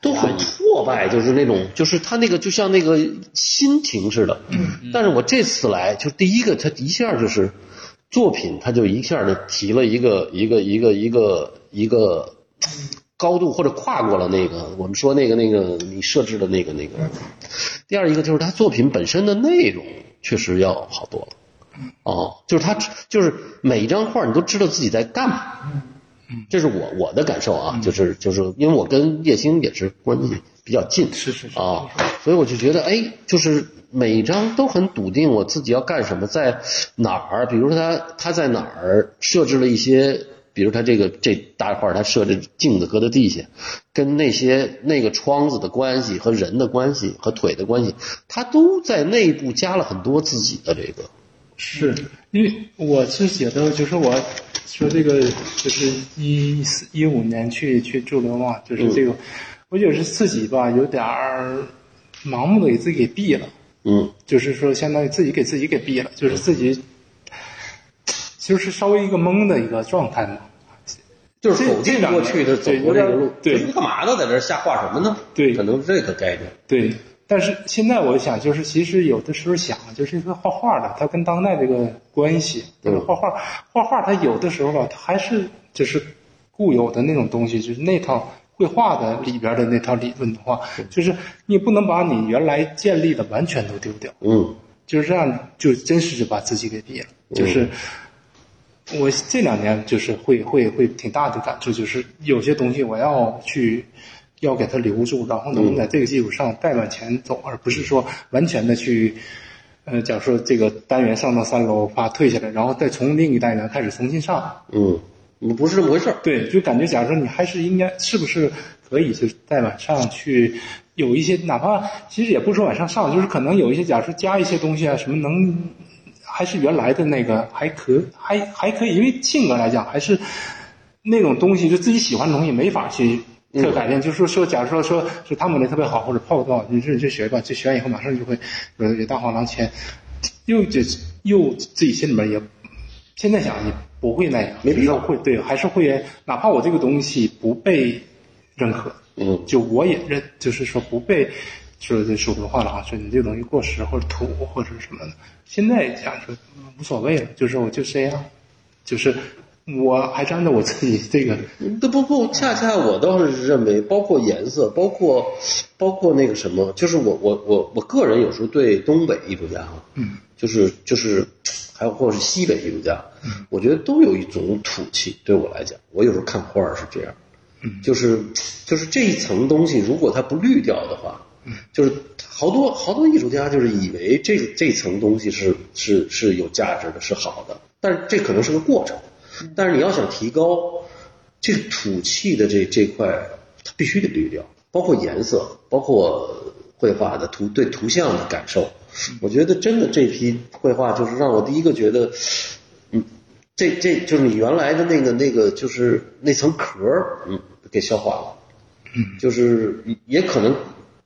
S7: 都很挫败，就是那种，就是他那个就像那个心情似的。嗯，但是我这次来，就第一个，他一下就是作品，他就一下就提了一个一个一个一个一个高度，或者跨过了那个我们说那个那个你设置的那个那个。第二一个就是他作品本身的内容确实要好多了。哦，就是他，就是每一张画你都知道自己在干嘛。
S3: 嗯
S7: 这是我我的感受啊，就是就是因为我跟叶星也是关系比较近，
S3: 是是是
S7: 啊，所以我就觉得哎，就是每一张都很笃定我自己要干什么，在哪儿，比如说他他在哪儿设置了一些。比如他这个这大块儿，他设置镜子搁在地下，跟那些那个窗子的关系和人的关系和腿的关系，他都在内部加了很多自己的这个
S3: 是因为我是觉得，就是我说这个，就是一四一五年去去驻留嘛，就是这个，我就是自己吧，有点儿盲目的给自己给毙了，
S7: 嗯
S3: 就是说相当于自己给自己给毙了，就是自己就是稍微一个懵的一个状态嘛。
S7: 就是
S3: 这
S7: 走进
S3: 这两
S7: 过
S3: 个
S7: 去的，走
S3: 对
S7: 过
S3: 有
S7: 这
S3: 点
S7: 个路，
S3: 对
S7: 就是干嘛呢？在这儿瞎画什么呢？
S3: 对
S7: 可能是这个概念。
S3: 对，但是现在我想，就是其实有的时候想，就是说画画的，它跟当代这个关系，就是画画，画画它有的时候吧，啊它还是就是固有的那种东西，就是那套绘画的里边的那套理论的话，就是你不能把你原来建立的完全都丢掉，
S7: 嗯
S3: 就是这样，就真是就把自己给毙了，就是。我这两年就是会会会挺大的感触，就是有些东西我要去要给它留住，然后能在这个基础上再往前走，而不是说完全的去，呃，假如说这个单元上到三楼，啪退下来，然后再从另一个单元开始重新上。
S7: 嗯，不是这么回事儿。
S3: 对，就感觉假如说你还是应该是不是可以就是再往上去有一些，哪怕其实也不说往上上，就是可能有一些，假如说加一些东西啊什么能。还是原来的那个，还可还还可以，因为性格来讲，还是那种东西，就自己喜欢的东西没法去特改变。就是说说，假如说说说他们的特别好，或者泡泡特好，你就就学吧，就学完以后马上就会有有大黄狼签，又就又自己心里面也现在想也不会那样，没必要会对，还是会哪怕我这个东西不被认可，
S7: 嗯
S3: 就我也认，就是说不被说这说文化了啊，说你这个东西过时或者土或者什么的。现在讲说嗯无所谓了，就是我就这样，就是我还是按照我自己这个，
S7: 这不不，恰恰我倒是认为，包括颜色，包括包括那个什么，就是我我我我个人有时候对东北艺术家啊，嗯，就是就是，还有或者是西北艺术家，我觉得都有一种土气。对我来讲，我有时候看花儿是这样，就是就是这一层东西，如果它不滤掉的话，就是好多好多艺术家就是以为这这层东西是是是有价值的，是好的，但是这可能是个过程。但是你要想提高这土气的这这块，它必须得滤掉，包括颜色，包括绘画的图对图像的感受。我觉得真的这批绘画就是让我第一个觉得，嗯，这这就是你原来的那个那个就是那层壳
S3: 嗯
S7: 儿，嗯，给消化了。就是也可能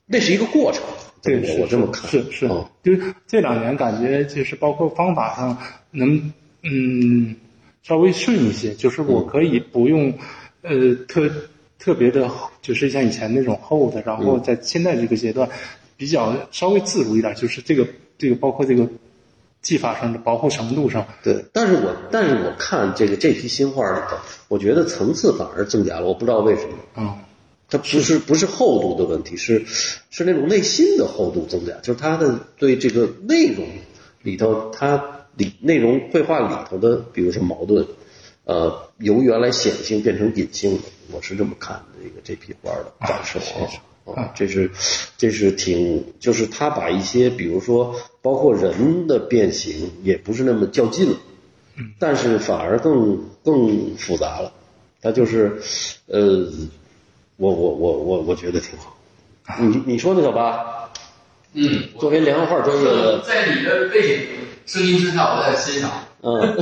S7: 那是一个过程，
S3: 对，
S1: 我
S3: 是
S1: 我这么看，
S3: 是是
S7: 啊
S1: 嗯，
S3: 就是这两年感觉就是包括方法上能嗯稍微顺一些，就是我可以不用、呃特特别的，就是像以前那种厚的，然后在现在这个阶段比较稍微自如一点，就是这个这个包括这个技法上的薄厚程度上，
S7: 对，但是我但是我看这个这批新画里头，我觉得层次反而增加了，我不知道为什么。
S3: 嗯，
S7: 它不是不是厚度的问题，是是那种内心的厚度增加，就是他的对这个内容里头，他里内容绘画里头的，比如说矛盾，呃，由原来显性变成隐性了，我是这么看这个这批画的感受啊。啊，这是，这是挺，就是他把一些，比如说，包括人的变形，也不是那么较劲了，但是反而更更复杂了。它就是，呃，我我我我我觉得挺好。你你说呢，小八？
S2: 嗯，
S7: 作为连环画专业的，
S2: 呃在你的背景声音之下，我在欣赏。
S7: 嗯，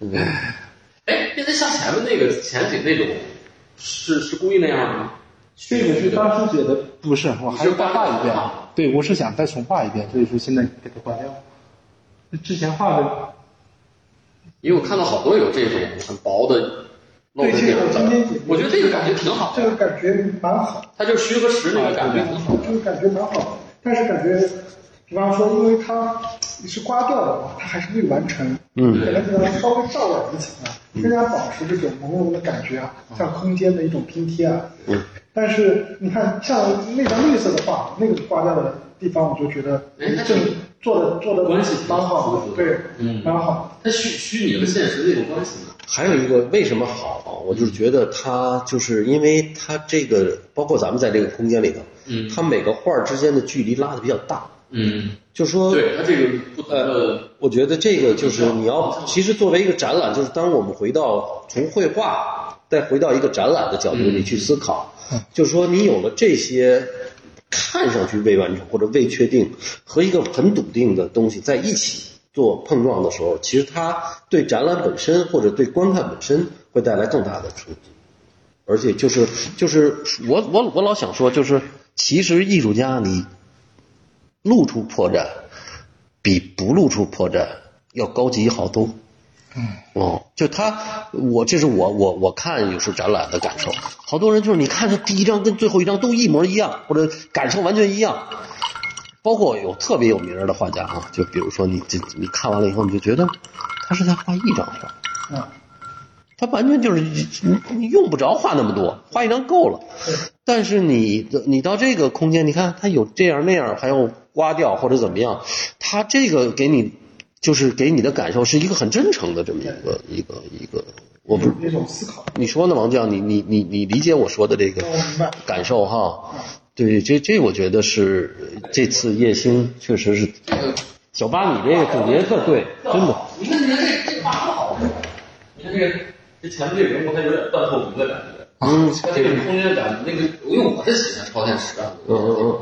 S2: 哎，那那像前面那个前景那种，是是故意那样的吗？
S3: 这个是当时觉得不是，我还要再画一
S2: 你是
S3: 遍
S2: 画了。
S3: 对，我是想再重画一遍，所以说现在给它关掉。之前画的，
S2: 因为我看到好多有这种很薄的露
S4: 对
S2: 的
S4: 这
S2: 那
S4: 个
S2: 种
S4: 今天
S2: 的
S4: 姐，
S2: 我觉得这个感觉挺好
S4: 这
S2: 的，
S4: 个啊感觉蛮好。
S2: 它就虚和实那个感觉挺好的。
S4: 就是感觉蛮好的，但是感觉，比方说，因为它你是刮掉的嘛，它还是未完成，嗯，可能给它稍微照染一层啊，让它保持这种朦胧的感觉啊，像空间的一种拼贴啊，嗯，但是你看，像那张绿色的画，那个刮掉的地方，我就觉得
S2: 哎那
S4: 这
S2: 是
S4: 做的做的
S2: 关系
S4: 蛮好
S2: 挺
S4: 的，
S2: 好
S4: 对，
S2: 嗯
S4: 蛮好
S2: 它虚虚拟和现实那种关系呢？
S7: 还有一个为什么好啊？我就是觉得它就是因为它这个，包括咱们在这个空间里头，
S2: 嗯
S7: 它每个画儿之间的距离拉的比较大，
S2: 嗯，
S7: 就说
S2: 对，它这个不同的
S7: 呃，我觉得这个就是你要，其实作为一个展览，就是当我们回到从绘画再回到一个展览的角度里去思考，就是说你有了这些看上去未完成或者未确定和一个很笃定的东西在一起做碰撞的时候，其实它对展览本身或者对观看本身会带来更大的冲击。而且就是就是我我我老想说，就是其实艺术家你露出破绽，比不露出破绽要高级好多。嗯，哦，就他，我这是我我我看有时候展览的感受，好多人就是你看他第一张跟最后一张都一模一样，或者感受完全一样。包括有特别有名儿的画家啊，就比如说你这你看完了以后，你就觉得他是在画一张画，
S4: 的，啊，
S7: 他完全就是你你你用不着画那么多，画一张够了。但是你的你到这个空间，你看它有这样那样，还有刮掉或者怎么样，它这个给你就是给你的感受是一个很真诚的这么一个一个一个，我不
S4: 那种思考，
S7: 你说呢，王将，你你你你理解我说的这个
S4: 我明白
S7: 感受哈？对，这这我觉得是这次夜星确实是，小八你这个总结特对，真的。
S2: 你看你看这这画不好，你看这个这前面这人物他有点半透明的感觉，啊
S7: 嗯
S2: 他这个空间感，那个因为我是喜欢超现实啊，
S7: 嗯嗯嗯，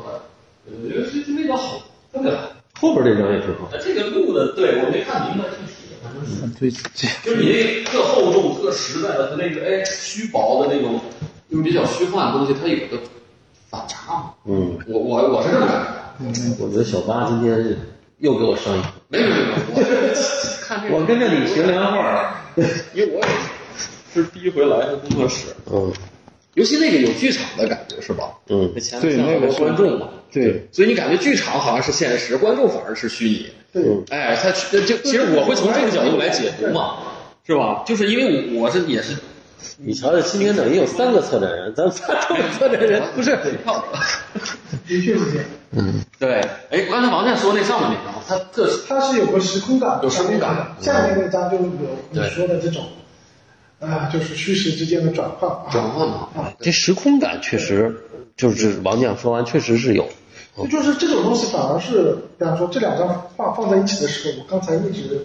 S2: 我觉得这这味道好，特别好。啊
S7: 后边这张也挺好。
S2: 这个录的，对我没看明白具体的，反正是
S3: 对这
S2: 就是你那个特厚重、特实在的和那个哎虚薄的那种，就是比较虚幻的东西，它有个反差嘛。
S7: 嗯，
S2: 我我我是这么感觉啊的，
S7: 我觉得小八今天又给我上瘾。
S2: 没有没有没有，我是 看这个，
S7: 我跟着你学连环画。
S2: 因为我也是第一回来的工作室，
S7: 嗯
S2: 尤其那个有剧场的感觉是吧？
S7: 嗯
S2: 那，前
S3: 对
S2: 面像
S3: 那个
S2: 很多
S3: 是
S2: 观众嘛，
S3: 对
S2: 所以你感觉剧场好像是现实，观众反而是虚拟。
S4: 对，
S2: 哎，他就就其实我会从这个角度来解读嘛，是吧？就是因为我我是也 是
S7: 你瞧瞧，今天等于有三个策展人，咱仨都是策展人，不是？
S2: 跳的。
S4: 的确是这样，
S2: 对，哎，刚才王健说那上面那张，他特是
S4: 它是有个时空感的，
S2: 有时空感的
S4: 下面那张就有你
S2: 对
S4: 说的这种，啊，就是虚实之间的转换啊，
S2: 转换嘛，
S7: 这时空感确实，就是王将说完，确实是有。
S4: 就就是这种东西反而是，比方说这两张画放在一起的时候，我刚才一直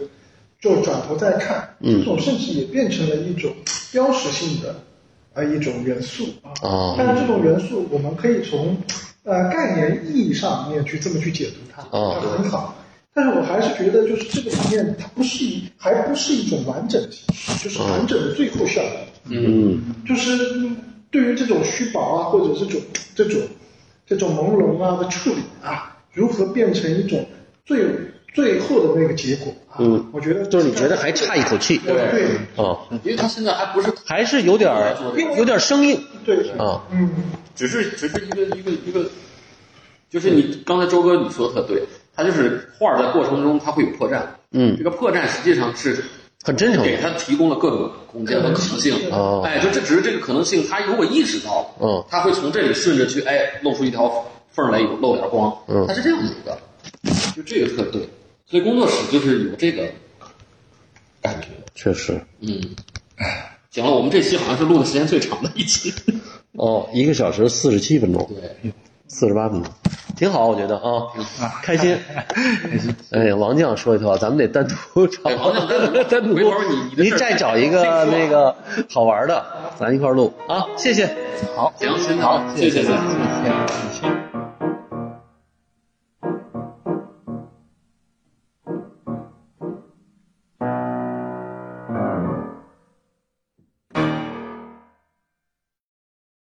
S4: 就转头在看，
S7: 嗯
S4: 这种甚至也变成了一种标识性的呃一种元素啊。
S7: 哦
S4: 但是这种元素我们可以从呃概念意义上面去这么去解读它，
S7: 哦
S4: 它很好。但是我还是觉得，就是这个里面它不是一，还不是一种完整形式，
S7: 哦
S4: 就是完整的最后效果。
S7: 嗯
S4: 就是嗯对于这种虚薄啊，或者这种这种这种朦胧啊的处理啊，如何变成一种最最后的那个结果啊？
S10: 嗯，
S4: 我觉得
S10: 就是你觉得还差一口气
S4: 对对
S7: 啊，
S2: 因为他现在还不是，
S10: 还是有点儿有点儿生硬
S4: 对
S7: 啊，
S4: 嗯，
S2: 只是只是一个一个一个，就是你刚才周哥你说的特对，他就是画儿在过程中他会有破绽，
S10: 嗯
S2: 这，个破绽实际上是
S7: 很真诚
S2: 给他提供了各种空间和可能性。
S7: 哦
S2: 哎，就这只是这个可能性，他如果意识到了，
S7: 嗯
S2: 他会从这里顺着去，哎，露出一条缝儿来，有露点光，
S7: 嗯
S2: 他是这样的一个，就这个特对，所以工作室就是有这个感觉，
S7: 确实
S2: 嗯。行了，我们这期好像是录的时间最长的一期。
S7: 哦，一个小时四十七分钟，
S2: 对，
S7: 四十八分钟，挺好，我觉得啊，开 心。哎，王酱说一套，咱们得单独找
S2: 哎王酱单 独
S7: 单独
S2: 回头你你的事儿
S7: 再找一个
S2: 先说
S7: 那个好玩的，咱一块儿录啊，谢谢。
S2: 行，先到，谢
S11: 谢
S2: 谢。
S11: 谢，谢谢。